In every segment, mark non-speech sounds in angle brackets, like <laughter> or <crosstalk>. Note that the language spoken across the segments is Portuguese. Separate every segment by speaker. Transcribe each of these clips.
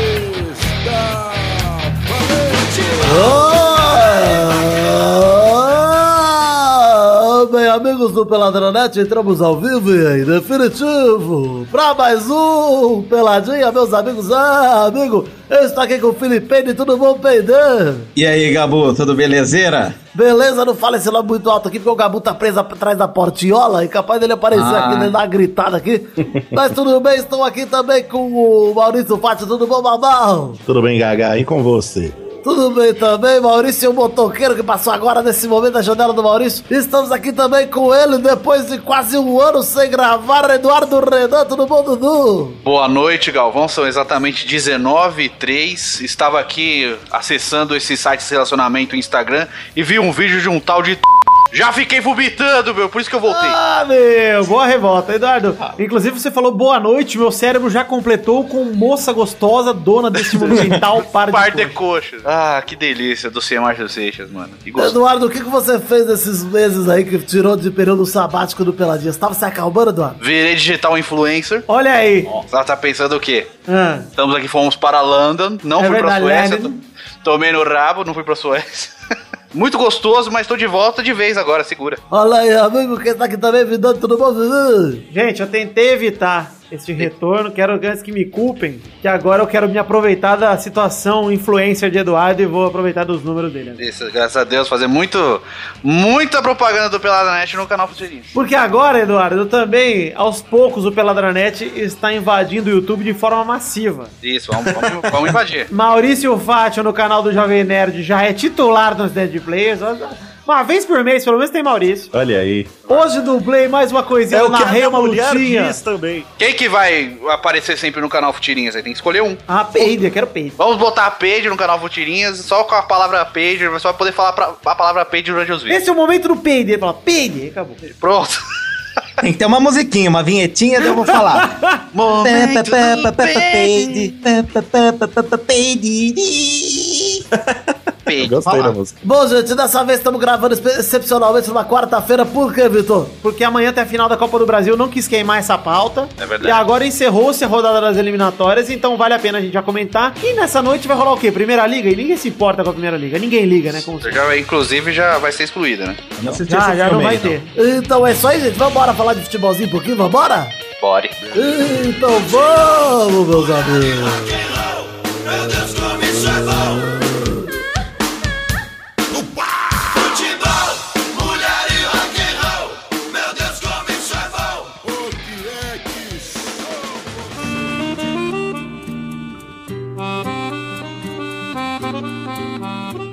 Speaker 1: Está valente!
Speaker 2: Oh, Bem, amigos do Peladronete, entramos ao vivo e em definitivo pra mais um Peladinha, meus amigos. Ah, amigo, eu estou aqui com o Felipe e tudo bom, peidando?
Speaker 3: E aí, Gabu, tudo belezeira?
Speaker 2: Beleza, não fala esse nome muito alto aqui, porque o Gabu tá preso atrás da portiola e capaz dele aparecer
Speaker 3: Ah.
Speaker 2: aqui, dele dar uma gritada aqui. Mas tudo bem, estou aqui também com o Maurício Fátio, tudo bom, Babão?
Speaker 4: Tudo bem, Gaga? E com você?
Speaker 2: Tudo bem também, Maurício, o motoqueiro que passou agora nesse momento da janela do Maurício. Estamos aqui também com ele, depois de quase um ano sem gravar, Eduardo Renan, tudo bom, Dudu?
Speaker 5: Boa noite, Galvão. São exatamente 19 e 3. Estava aqui acessando esses sites de relacionamento Instagram e vi um vídeo de um tal de. <laughs> t***. Já fiquei vomitando, meu, por isso que eu voltei.
Speaker 6: Ah, meu, boa revolta, Eduardo. Inclusive, você falou boa noite, meu cérebro já completou com moça gostosa, dona
Speaker 2: <laughs>
Speaker 6: deste mundo mental, para
Speaker 5: Um Par
Speaker 6: de
Speaker 5: de coxas. Ah, que delícia do Ciemar dos Seixas, mano. Que gostoso.
Speaker 2: Eduardo, o que, que você fez nesses meses aí que tirou de período sabático do Peladinha? Você tava se acalmando, Eduardo?
Speaker 5: Virei digital influencer.
Speaker 6: Olha aí.
Speaker 5: Ela tá pensando o quê?
Speaker 6: Ah,
Speaker 5: Estamos aqui, fomos para London. Não
Speaker 6: É
Speaker 5: fui
Speaker 6: verdade,
Speaker 5: pra Suécia.
Speaker 6: London.
Speaker 5: to- Tomei no rabo, não fui pra Suécia. <laughs> Muito gostoso, mas tô de volta de vez agora, segura.
Speaker 2: Olha aí, amigo, quem tá aqui também me dando tudo bom, Dudu?
Speaker 6: gente, eu tentei evitar este retorno, quero antes que me culpem, que agora eu quero me aproveitar da situação influencer de Eduardo e vou aproveitar dos números dele. né?
Speaker 5: Isso, graças a Deus, fazer muito, muita propaganda do Pelada Net no canal Futurinho.
Speaker 6: Porque agora, Eduardo, eu também, aos poucos, o Peladranet está invadindo o YouTube de forma massiva.
Speaker 5: Isso, vamos, vamos, vamos invadir.
Speaker 6: Maurício Fátio no canal do Jovem Nerd já é titular nos Dead Players. Uma vez por mês, pelo menos tem Maurício.
Speaker 4: Olha aí.
Speaker 6: Hoje dublei mais uma
Speaker 2: É
Speaker 6: coisinha, eu narrei uma lutinha.
Speaker 4: também.
Speaker 5: Quem que vai aparecer sempre no canal Futirinhas aí? Tem que escolher um.
Speaker 6: Ah, peida, eu quero peida.
Speaker 5: Vamos botar a Paige no canal Futirinhas, só com a palavra Paige, você vai poder falar pra- a palavra Paige durante os vídeos.
Speaker 6: Esse é o momento do peide. Ele fala, peide, acabou.
Speaker 5: Pronto.
Speaker 3: Tem que ter uma musiquinha, uma vinhetinha, daí eu vou falar.
Speaker 5: Momento do Paige. Paige.
Speaker 4: Gostei
Speaker 3: né?
Speaker 4: da
Speaker 5: Fala.
Speaker 4: música.
Speaker 2: Bom, gente, dessa vez estamos gravando expe- excepcionalmente numa quarta-feira, por quê, Vitor?
Speaker 6: Porque amanhã tem a final da Copa do Brasil, não quis queimar essa pauta.
Speaker 5: É verdade.
Speaker 6: E agora encerrou-se a rodada das eliminatórias, então vale a pena a gente já comentar. E nessa noite vai rolar o quê? Primeira Liga? E ninguém se importa com a Primeira Liga. Ninguém liga, né? Como
Speaker 5: Você já, inclusive já vai ser excluída, né?
Speaker 4: Não assisti
Speaker 6: já,
Speaker 4: esse
Speaker 6: já não
Speaker 4: filme
Speaker 6: vai
Speaker 4: aí,
Speaker 6: ter.
Speaker 2: Então é isso aí, gente, vambora falar de futebolzinho um pouquinho, vambora?
Speaker 5: Bore.
Speaker 2: Então vamos, meus amigos.
Speaker 1: O que é que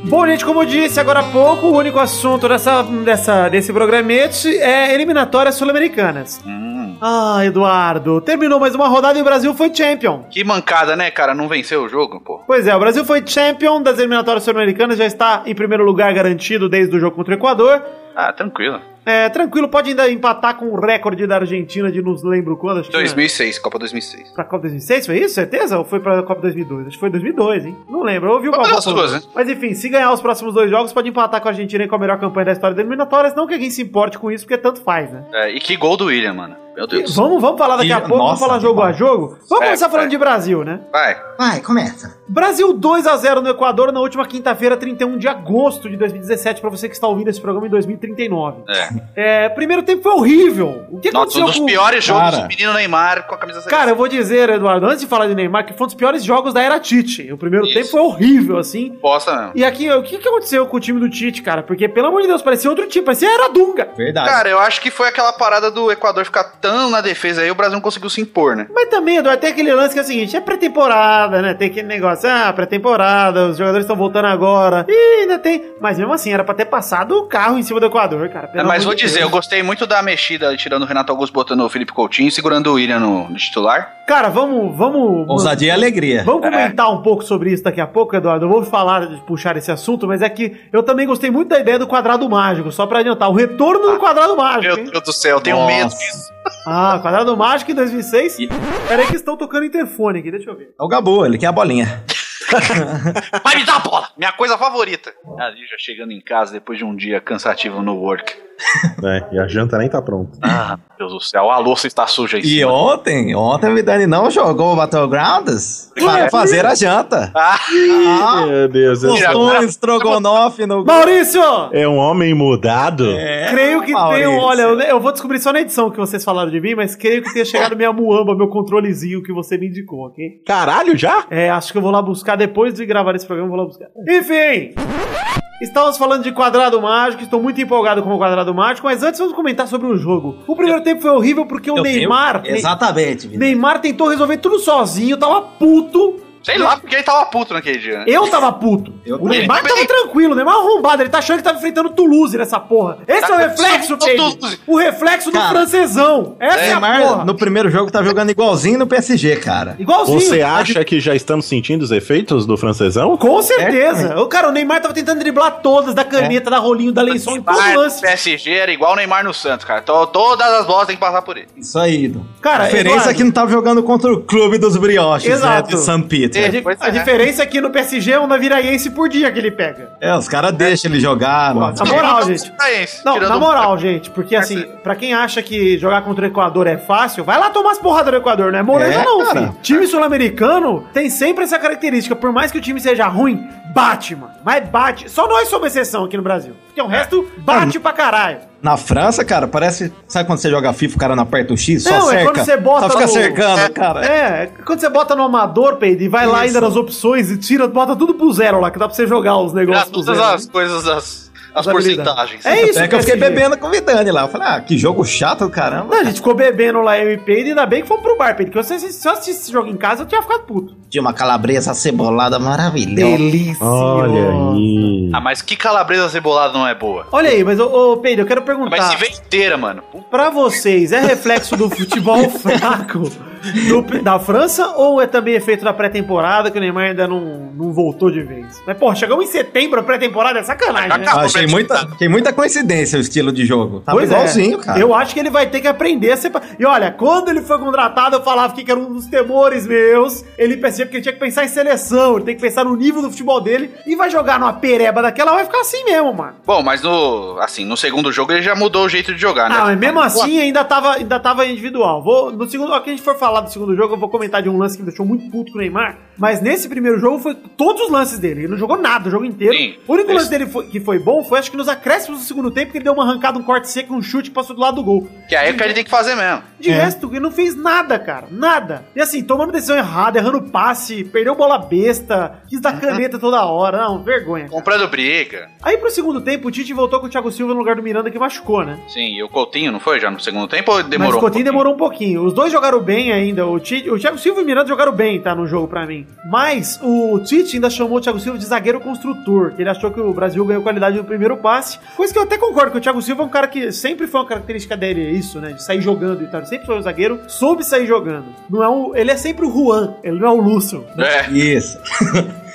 Speaker 6: Bom, gente, como eu disse agora há pouco, o único assunto dessa, dessa, desse programete é eliminatórias sul-americanas.
Speaker 5: Hum.
Speaker 6: Ah, Eduardo, terminou mais uma rodada e o Brasil foi champion.
Speaker 5: Que mancada, né, cara? Não venceu o jogo, pô.
Speaker 6: Pois é, o Brasil foi champion das eliminatórias sul-americanas, já está em primeiro lugar garantido desde o jogo contra o Equador.
Speaker 5: Ah, tranquilo.
Speaker 6: É, tranquilo, pode ainda empatar com o recorde da Argentina de nos lembro quando, acho que...
Speaker 5: 2006, Copa 2006.
Speaker 6: Pra Copa 2006, foi isso? Certeza? Ou foi pra Copa 2002? Acho que foi 2002, hein? Não lembro, eu ouvi o
Speaker 5: Foi
Speaker 6: Galvão
Speaker 5: pelas
Speaker 6: falando.
Speaker 5: duas, né?
Speaker 6: Mas enfim, se ganhar os próximos dois jogos, pode empatar com a Argentina aí com a melhor campanha da história da eliminatória, não que alguém se importe com isso, porque tanto faz, né?
Speaker 5: É, e que gol do William, mano. Meu Deus.
Speaker 6: Vamos, vamos falar daqui
Speaker 3: E-
Speaker 6: a pouco, vamos
Speaker 3: nossa,
Speaker 6: falar
Speaker 3: que
Speaker 6: jogo
Speaker 3: bom.
Speaker 6: a jogo. Vamos
Speaker 5: É,
Speaker 6: começar falando
Speaker 5: é.
Speaker 6: de Brasil, né?
Speaker 5: Vai.
Speaker 3: Vai, começa.
Speaker 6: Brasil 2 a 0 no Equador na última quinta-feira, 31 de agosto de 2017, pra você que está ouvindo esse programa em 2039.
Speaker 5: É.
Speaker 6: <laughs> É, primeiro tempo foi horrível. O que
Speaker 5: Nossa,
Speaker 6: aconteceu
Speaker 5: um dos
Speaker 6: com...
Speaker 5: piores jogos
Speaker 3: Cara.
Speaker 5: do menino Neymar com a camisa
Speaker 6: Cara, eu vou dizer, Eduardo, antes de falar de Neymar, que foi um dos piores jogos da era Tite. O primeiro
Speaker 5: Isso.
Speaker 6: tempo foi horrível, assim.
Speaker 5: bosta mesmo.
Speaker 6: E aqui, o que, que aconteceu com o time do Tite, cara? Porque, pelo amor de Deus, parecia outro time, parecia era Dunga.
Speaker 3: Verdade.
Speaker 5: Cara, eu acho que foi aquela parada do Equador ficar tão na defesa aí, o Brasil não conseguiu se impor, né?
Speaker 6: Mas também, Eduardo, tem aquele lance que é o seguinte, é pré-temporada, né? Tem aquele negócio, ah, pré-temporada, os jogadores estão voltando agora. E ainda tem... Mas mesmo assim, era pra ter passado o carro em cima do Equador, cara. pelo
Speaker 5: É, Mas
Speaker 6: amor
Speaker 5: vou
Speaker 6: de
Speaker 5: dizer,
Speaker 6: Deus.
Speaker 5: eu gostei muito da mexida, tirando o Renato Augusto, botando o Felipe Coutinho, segurando o William no, no titular.
Speaker 6: Cara, vamos... vamos
Speaker 3: Ousadia e alegria.
Speaker 6: Vamos
Speaker 5: É.
Speaker 6: comentar um pouco sobre isso daqui a pouco, Eduardo. Eu vou falar, de puxar esse assunto, mas é que eu também gostei muito da ideia do quadrado mágico, só pra adiantar. O retorno do quadrado mágico. hein?
Speaker 5: Ah, Deus do céu, eu
Speaker 3: Nossa.
Speaker 6: Ah, quadrado mágico em 2006. Peraí que estão tocando interfone aqui, deixa eu ver.
Speaker 3: É o Gabu, ele quer a bolinha.
Speaker 5: Vai me dar a bola! Minha coisa favorita. Ali já chegando em casa depois de um dia cansativo no work.
Speaker 4: né? E a janta nem tá pronta.
Speaker 5: Ah, meu Deus do céu, a louça está suja aí.
Speaker 3: E ontem, ontem o Vidani não jogou o Battlegrounds
Speaker 6: É.
Speaker 3: para fazer a janta.
Speaker 5: Ah,
Speaker 3: Ah,
Speaker 4: Meu É, Deus, esse-
Speaker 5: Tira-
Speaker 3: postou um estrogonofe no...
Speaker 6: Maurício!
Speaker 4: é um homem mudado?
Speaker 3: É
Speaker 6: Creio que
Speaker 3: Maurício.
Speaker 6: tenho. Olha, eu, eu vou descobrir só na edição que vocês falaram de mim, mas creio que tenha chegado minha muamba, meu controlezinho que você me indicou, ok?
Speaker 4: Caralho, já?
Speaker 6: É, acho que eu vou lá buscar depois de gravar esse programa, eu vou lá buscar. Enfim! Estamos falando de quadrado mágico, estou muito empolgado com o quadrado mágico, mas antes vamos comentar sobre o jogo. O primeiro tempo foi horrível porque o
Speaker 3: Eu tenho-
Speaker 6: Neymar.
Speaker 3: Exatamente, Vidani.
Speaker 6: Neymar tentou resolver tudo sozinho, tava puto.
Speaker 5: sei lá porque ele tava puto naquele dia, né?
Speaker 6: Eu tava puto.
Speaker 3: Eu
Speaker 6: o Neymar
Speaker 5: também.
Speaker 6: tava tranquilo, o Neymar arrombado. Ele tá achando que tava enfrentando o Toulouse nessa porra. Esse é o reflexo, Pedro.
Speaker 5: Tá Toulouse.
Speaker 6: O reflexo do
Speaker 3: Cara,
Speaker 6: francesão. Essa é, a porra.
Speaker 3: Neymar, no primeiro jogo, tá jogando igualzinho no PSG, cara.
Speaker 6: Igualzinho.
Speaker 3: é
Speaker 4: Você acha que já estamos sentindo os efeitos do francesão?
Speaker 6: Com certeza.
Speaker 3: É,
Speaker 6: O cara, o Neymar tava tentando driblar todas, da caneta, da rolinho, da lençol, em todo
Speaker 5: um Neymar, no
Speaker 6: lance.
Speaker 5: PSG era igual o Neymar no Santos, cara. To- Todas as bolas tem que passar por ele.
Speaker 3: Isso aí, Ido.
Speaker 6: Cara,
Speaker 3: a diferença
Speaker 6: Eduardo-
Speaker 3: é que não tava jogando contra o clube dos brioches,
Speaker 6: Exato.
Speaker 3: né? De São Peter.
Speaker 6: A, di-
Speaker 5: Pois
Speaker 6: a
Speaker 5: é.
Speaker 6: diferença é que no PSG é uma viraiense por dia que ele pega.
Speaker 3: É, os caras deixam ele jogar, mano.
Speaker 6: Na Tá moral, gente.
Speaker 5: Saense,
Speaker 6: Não,
Speaker 5: tirando um
Speaker 6: na
Speaker 5: o-
Speaker 6: moral, gente, porque assim, pra quem acha que jogar contra o Equador é fácil, vai lá tomar as porradas do Equador, não é moleza
Speaker 3: É,
Speaker 6: não,
Speaker 3: cara.
Speaker 6: filho. Time sul-americano tem sempre essa característica, por mais que o time seja ruim, bate, mano. Mas bate. Só nós somos exceção aqui no Brasil. Porque o resto
Speaker 3: É.
Speaker 6: bate pra caralho.
Speaker 3: Na França, cara, parece. Sabe quando você joga FIFA, o cara não aperta o X?
Speaker 6: Não,
Speaker 3: só
Speaker 6: é
Speaker 3: cerca.
Speaker 6: quando você bota
Speaker 3: só fica
Speaker 6: no-
Speaker 3: cercando, cara.
Speaker 6: É, quando você bota no amador, Pedro, e vai lá ainda nas opções e tira, bota tudo pro zero lá, que dá pra você jogar os
Speaker 5: Tirar
Speaker 6: negócios pro
Speaker 5: Ah, todas
Speaker 6: zero.
Speaker 5: as coisas, as, as
Speaker 6: As habilidades.
Speaker 5: porcentagens.
Speaker 6: É isso,
Speaker 3: Até que eu fiquei
Speaker 6: PSG.
Speaker 3: bebendo com o Vidani lá. Eu falei, ah, que jogo chato do caramba.
Speaker 6: Não, a gente ficou bebendo lá, eu e Pedro, e ainda bem que fomos pro bar, Pedro, porque se, se eu assistisse esse jogo em casa, eu tinha ficado puto.
Speaker 3: Tinha uma calabresa cebolada maravilhosa.
Speaker 6: Delícia!
Speaker 4: Olha aí.
Speaker 5: Ah, mas que calabresa cebolada não é boa?
Speaker 6: Olha aí, mas, ô, ô Pedro, eu quero perguntar.
Speaker 5: Mas se vem inteira, mano.
Speaker 6: Pra vocês, é reflexo do
Speaker 5: <laughs>
Speaker 6: futebol fraco do- da França ou é também efeito da pré-temporada que o Neymar ainda não, não voltou de vez? Mas, pô, chegamos em setembro, a pré-temporada é sacanagem, né?
Speaker 3: Eu achei muita, tem muita coincidência o estilo de jogo. Tava
Speaker 6: Pois é.
Speaker 3: Tá igualzinho, cara.
Speaker 6: Eu acho que ele vai ter que aprender a separar. E olha, quando ele foi contratado, eu falava que era um dos temores meus. Ele percebeu que ele tinha que pensar em seleção, ele tem que pensar no nível do futebol dele. E vai jogar numa pereba daquela, vai ficar assim mesmo, mano.
Speaker 5: Bom, mas no. Assim, no segundo jogo ele já mudou o jeito de jogar, né?
Speaker 6: Ah, mas mesmo assim ainda tava, ainda tava individual. Vou, no segundo, ó, que a gente for falar do segundo jogo, eu vou comentar de um lance que me deixou muito puto com o Neymar. Mas nesse primeiro jogo foi todos os lances dele. Ele não jogou nada o jogo inteiro.
Speaker 5: Sim.
Speaker 6: o único
Speaker 5: Esse-
Speaker 6: lance dele foi- que foi bom foi acho que nos acréscimos do segundo tempo, que ele deu uma arrancada, um corte seco, um chute e passou do lado do gol.
Speaker 5: Que aí é o que ele tem que fazer mesmo.
Speaker 6: De resto, ele não fez nada, cara. Nada. E assim, tomando decisão errada, errando passe, perdeu bola besta, quis dar caneta toda hora. Não, vergonha. cara.
Speaker 5: Comprando briga.
Speaker 6: Aí pro segundo tempo, o Tite voltou com o Thiago Silva no lugar do Miranda que machucou, né?
Speaker 5: Sim, e o Coutinho, não foi? Já no segundo tempo ou demorou?
Speaker 6: Mas o
Speaker 5: um
Speaker 6: Coutinho
Speaker 5: pouquinho?
Speaker 6: demorou um pouquinho. Os dois jogaram bem ainda. O, Tite, o Thiago Silva e o Miranda jogaram bem, tá? No jogo pra mim. Mas o Tite ainda chamou o Thiago Silva de zagueiro construtor. que Ele achou que o Brasil ganhou qualidade no primeiro passe. Coisa que eu até concordo, que o Thiago Silva é um cara que sempre foi uma característica dele, é isso, né? De sair jogando e tal. Ele sempre foi um zagueiro, soube sair jogando. Não é um, ele é sempre o Juan, ele não é o Lúcio.
Speaker 5: É.
Speaker 3: Isso.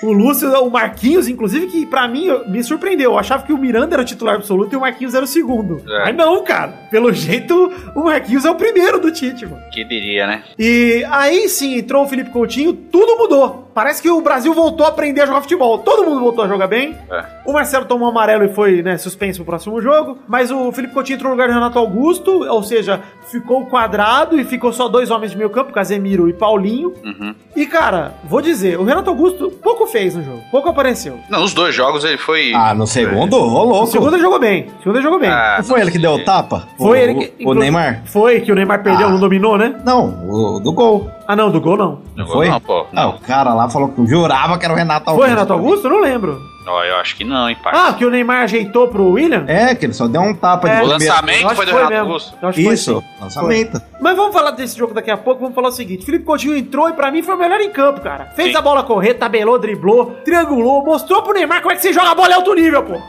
Speaker 6: O Lúcio, é o Marquinhos, inclusive, que pra mim eu- me surpreendeu. Eu achava que o Miranda era o titular absoluto e o Marquinhos era o segundo.
Speaker 5: É.
Speaker 6: Mas não, cara. Pelo jeito, o Marquinhos é o primeiro do Tite, mano.
Speaker 5: Que diria, né?
Speaker 6: E aí sim, entrou o Felipe Coutinho, tudo mudou. Parece que o Brasil voltou a aprender a jogar futebol. Todo mundo voltou a jogar bem.
Speaker 5: É.
Speaker 6: O Marcelo tomou amarelo e foi, né, suspenso pro próximo jogo. Mas o Felipe Coutinho entrou no lugar do Renato Augusto, ou seja, ficou quadrado e ficou só dois homens de meio campo, Casemiro e Paulinho.
Speaker 5: Uhum.
Speaker 6: E cara, vou dizer, o Renato Augusto pouco fez no jogo, pouco apareceu.
Speaker 5: Não, nos dois jogos ele foi.
Speaker 3: Ah, no segundo, ô louco.
Speaker 6: O segundo ele jogou bem, o segundo ele jogou bem.
Speaker 5: Ah,
Speaker 3: Não foi ele que deu o tapa?
Speaker 6: Foi
Speaker 3: O-
Speaker 6: ele que-
Speaker 3: O,
Speaker 6: inclusive-
Speaker 3: Neymar?
Speaker 6: Foi que o Neymar perdeu,
Speaker 3: Ah.
Speaker 6: não dominou, né?
Speaker 3: Não, o do gol.
Speaker 6: Ah não, do gol não.
Speaker 5: não
Speaker 3: foi?
Speaker 5: Não, pô.
Speaker 3: Ah, o cara lá falou que jurava que era o Renato Augusto.
Speaker 6: Foi Renato Augusto? Eu Não lembro.
Speaker 5: É. Ó, eu acho que não, hein, pai.
Speaker 6: Ah, que o Neymar ajeitou pro William?
Speaker 3: É, que ele só deu um tapa de
Speaker 6: É.
Speaker 5: o
Speaker 3: primeira.
Speaker 6: Eu
Speaker 5: lançamento
Speaker 6: acho
Speaker 5: foi
Speaker 6: que
Speaker 5: do
Speaker 6: foi
Speaker 5: Renato
Speaker 6: mesmo.
Speaker 5: Augusto.
Speaker 6: Eu acho que foi sim.
Speaker 3: Isso, lançamento.
Speaker 6: Mas vamos falar desse jogo daqui a pouco, vamos falar o seguinte. Felipe Coutinho entrou e pra mim foi o melhor em campo, cara. Fez
Speaker 5: Sim.
Speaker 6: a bola correr, tabelou, driblou, triangulou, mostrou pro Neymar como é que você joga a bola em alto
Speaker 5: <laughs>
Speaker 6: nível, pô.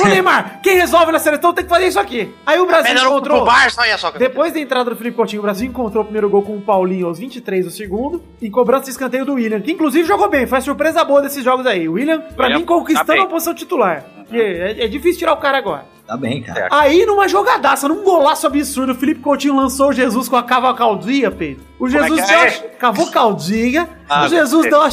Speaker 6: Ô Neymar, quem resolve na seleção tem que fazer isso aqui. Aí o Brasil
Speaker 5: Melhor pro
Speaker 6: encontrou...
Speaker 5: Barça, olha só.
Speaker 6: Depois da entrada do Felipe Coutinho, o Brasil encontrou o primeiro gol com o Paulinho aos 23 do segundo e cobrança de escanteio do William, que inclusive jogou bem, foi uma surpresa boa desses jogos aí. O William, pra
Speaker 5: William
Speaker 6: mim, conquistando
Speaker 5: tá bem.
Speaker 6: a posição titular. E É, é difícil tirar o cara agora.
Speaker 3: Tá bem, cara.
Speaker 6: Aí, numa jogadaça, num golaço absurdo, o Felipe Coutinho lançou o Jesus com a cavalcaldia, Pedro. O
Speaker 5: é
Speaker 6: Jesus
Speaker 5: que
Speaker 6: deu
Speaker 5: é?
Speaker 6: a- cavou caldinha,
Speaker 5: Ah,
Speaker 6: o Jesus
Speaker 5: é.
Speaker 6: deu uma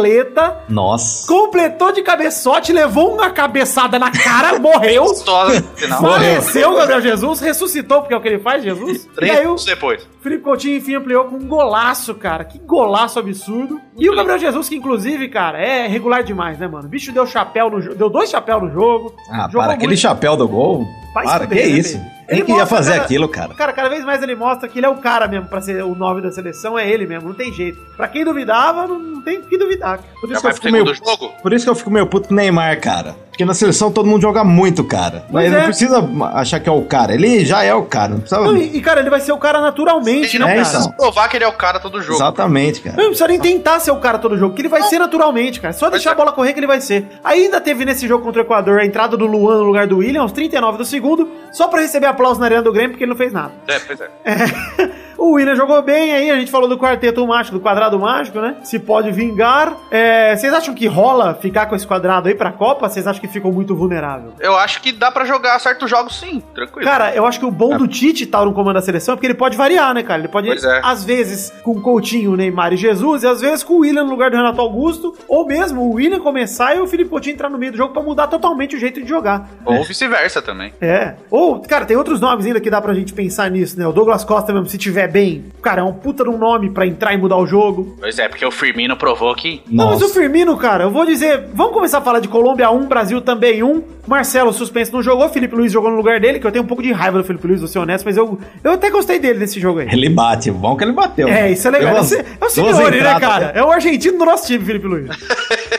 Speaker 6: chapeleta,
Speaker 3: Nossa.
Speaker 6: completou de cabeçote, levou uma cabeçada na cara, <laughs> morreu.
Speaker 5: Gostosa no final.
Speaker 6: Faleceu Gabriel Jesus, ressuscitou, porque é o que ele faz, Jesus. E
Speaker 5: Três
Speaker 6: aí o
Speaker 5: anos depois.
Speaker 6: Felipe Coutinho, enfim, ampliou com um golaço, cara. Que golaço absurdo. E o Gabriel Jesus, que inclusive, cara, é regular demais, né, mano? O bicho deu chapéu no jogo, deu dois chapéus no jogo.
Speaker 3: Ah,
Speaker 6: jogou
Speaker 3: para, aquele
Speaker 6: muito.
Speaker 3: chapéu do gol.
Speaker 6: Vai
Speaker 3: para,
Speaker 6: se
Speaker 3: que
Speaker 6: fuder, né,
Speaker 3: isso?
Speaker 6: velho? Ele
Speaker 3: Ele queria
Speaker 6: mostra,
Speaker 3: fazer
Speaker 6: cara-
Speaker 3: aquilo, cara.
Speaker 6: Cara, cada vez mais ele mostra que ele é o cara mesmo pra ser o nove da seleção, é ele mesmo, não tem jeito. Pra quem duvidava, não, não tem o que duvidar. cara.
Speaker 3: Por
Speaker 5: Já
Speaker 3: isso, que
Speaker 5: vai pro
Speaker 3: eu fico meio,
Speaker 5: segundo jogo?
Speaker 3: por isso que eu fico meio puto com o Neymar, cara. Porque na seleção todo mundo joga muito, cara. Mas
Speaker 6: Pois é.
Speaker 3: não precisa achar que é o cara. Ele já é o cara. Não precisa.
Speaker 6: Não, e, e, cara, ele vai ser o cara naturalmente,
Speaker 5: Ele
Speaker 6: né,
Speaker 5: não
Speaker 3: é
Speaker 6: cara?
Speaker 3: isso.
Speaker 5: precisa provar que ele é o cara todo jogo.
Speaker 3: Exatamente,
Speaker 6: Eu
Speaker 3: cara.
Speaker 6: não precisa nem tentar ser o cara todo jogo, que ele vai ser naturalmente, cara. É Só deixar a bola correr que ele vai ser. Ainda teve nesse jogo contra o Equador a entrada do Luan no lugar do William, aos 39 do segundo, só pra receber aplauso na arena do Grêmio, porque ele não fez nada. <laughs>
Speaker 5: É, pois é.
Speaker 6: O William jogou bem aí, a gente falou do quarteto mágico, do quadrado mágico, né? Se pode vingar. É, Vocês acham que rola ficar com esse quadrado aí pra Copa? Vocês acham que ficou muito vulnerável?
Speaker 5: Eu acho que dá pra jogar certos jogos sim, tranquilo.
Speaker 6: Cara, eu acho que o bom do Tite estar no comando da seleção é porque ele pode variar, né, cara? Ele pode,
Speaker 5: Pois é.
Speaker 6: às vezes, com Coutinho, Neymar e Jesus, e às vezes com o William no lugar do Renato Augusto, ou mesmo o William começar e o Felipe Coutinho entrar no meio do jogo pra mudar totalmente o jeito de jogar.
Speaker 5: Ou vice-versa também.
Speaker 6: É. Ou, cara, tem outros nomes ainda que dá pra gente pensar nisso, né? O Douglas Costa mesmo, se tiver bem, cara, é um puta de um nome pra entrar e mudar o jogo.
Speaker 5: Pois é, porque o Firmino provou que.
Speaker 6: Não, mas
Speaker 3: Nossa.
Speaker 6: o Firmino, cara, eu vou dizer. Vamos começar a falar de Colômbia 1, Brasil também 1. Marcelo suspenso não jogou, Felipe Luiz jogou no lugar dele, que eu tenho um pouco de raiva do Felipe Luiz, vou ser honesto, mas eu, eu até gostei dele nesse jogo aí.
Speaker 3: Ele bate. Bom que ele bateu.
Speaker 6: É, isso é legal.
Speaker 3: Duas-
Speaker 6: Esse- é o
Speaker 3: duas
Speaker 6: senhor, né,
Speaker 3: entradas, é,
Speaker 6: cara? É o argentino do nosso time, Felipe Luiz.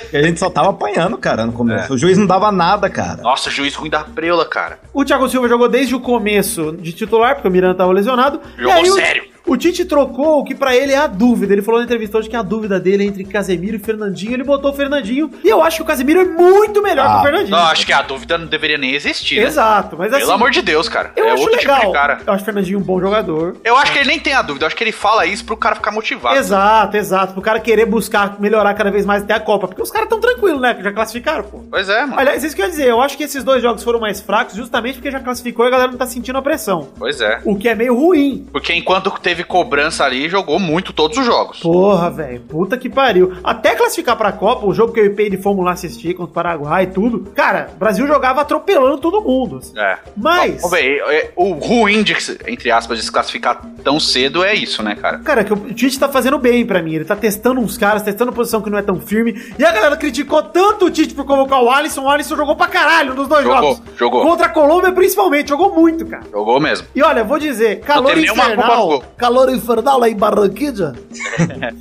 Speaker 3: que A gente só tava apanhando, cara, no
Speaker 6: É.
Speaker 3: começo. O juiz não dava nada, cara.
Speaker 5: Nossa, juiz ruim da preula, cara.
Speaker 6: O Thiago Silva jogou desde o começo de titular, porque o Miranda tava lesionado.
Speaker 5: Jogou
Speaker 6: o-
Speaker 5: sério.
Speaker 6: O, Tite trocou o que pra ele é a dúvida. Ele falou na entrevista hoje que a dúvida dele é entre Casemiro e Fernandinho. Ele botou o Fernandinho e eu acho que o Casemiro é muito melhor
Speaker 3: Ah,
Speaker 6: que o Fernandinho.
Speaker 5: Não, acho que a dúvida não deveria nem existir. né?
Speaker 6: Exato, mas assim.
Speaker 5: Pelo amor de Deus, cara.
Speaker 6: eu
Speaker 5: é
Speaker 6: acho
Speaker 5: outro
Speaker 6: legal.
Speaker 5: tipo de cara.
Speaker 6: Eu acho o Fernandinho um bom jogador.
Speaker 5: Eu acho que ele nem tem a dúvida, eu acho que ele fala isso pro cara ficar motivado.
Speaker 6: Exato, exato. Pro cara querer buscar melhorar cada vez mais até a Copa. Porque os caras tão tranquilos, né? Que já classificaram, pô.
Speaker 5: Pois é, mano.
Speaker 6: Aliás, isso que eu ia dizer, eu acho que esses dois jogos foram mais fracos justamente porque já classificou e a galera não tá sentindo a pressão.
Speaker 5: Pois é.
Speaker 6: O que é meio ruim,
Speaker 5: Porque enquanto teve cobrança ali, jogou muito todos os jogos.
Speaker 6: Porra, velho, puta que pariu. Até classificar pra Copa, o jogo que eu e o Peide fomos lá assistir contra o Paraguai e tudo, cara, o Brasil jogava atropelando todo mundo. assim.
Speaker 5: É.
Speaker 6: Mas,
Speaker 5: Ô, véi, é- o ruim de, se- entre aspas, de se classificar tão cedo é isso, né, cara?
Speaker 6: cara, que o Tite tá fazendo bem pra mim. Ele tá testando uns caras, testando posição que não é tão firme. E a galera criticou tanto o Tite por convocar o Alisson. O Alisson jogou pra caralho nos dois
Speaker 5: Jogou,
Speaker 6: jogos.
Speaker 5: jogou.
Speaker 6: Contra a Colômbia, principalmente, jogou muito, cara.
Speaker 5: Jogou mesmo.
Speaker 6: E olha, vou dizer, calor
Speaker 5: teve nenhuma culpa no
Speaker 6: infernal.
Speaker 5: gol.
Speaker 2: Calor infernal lá em Barranquilla?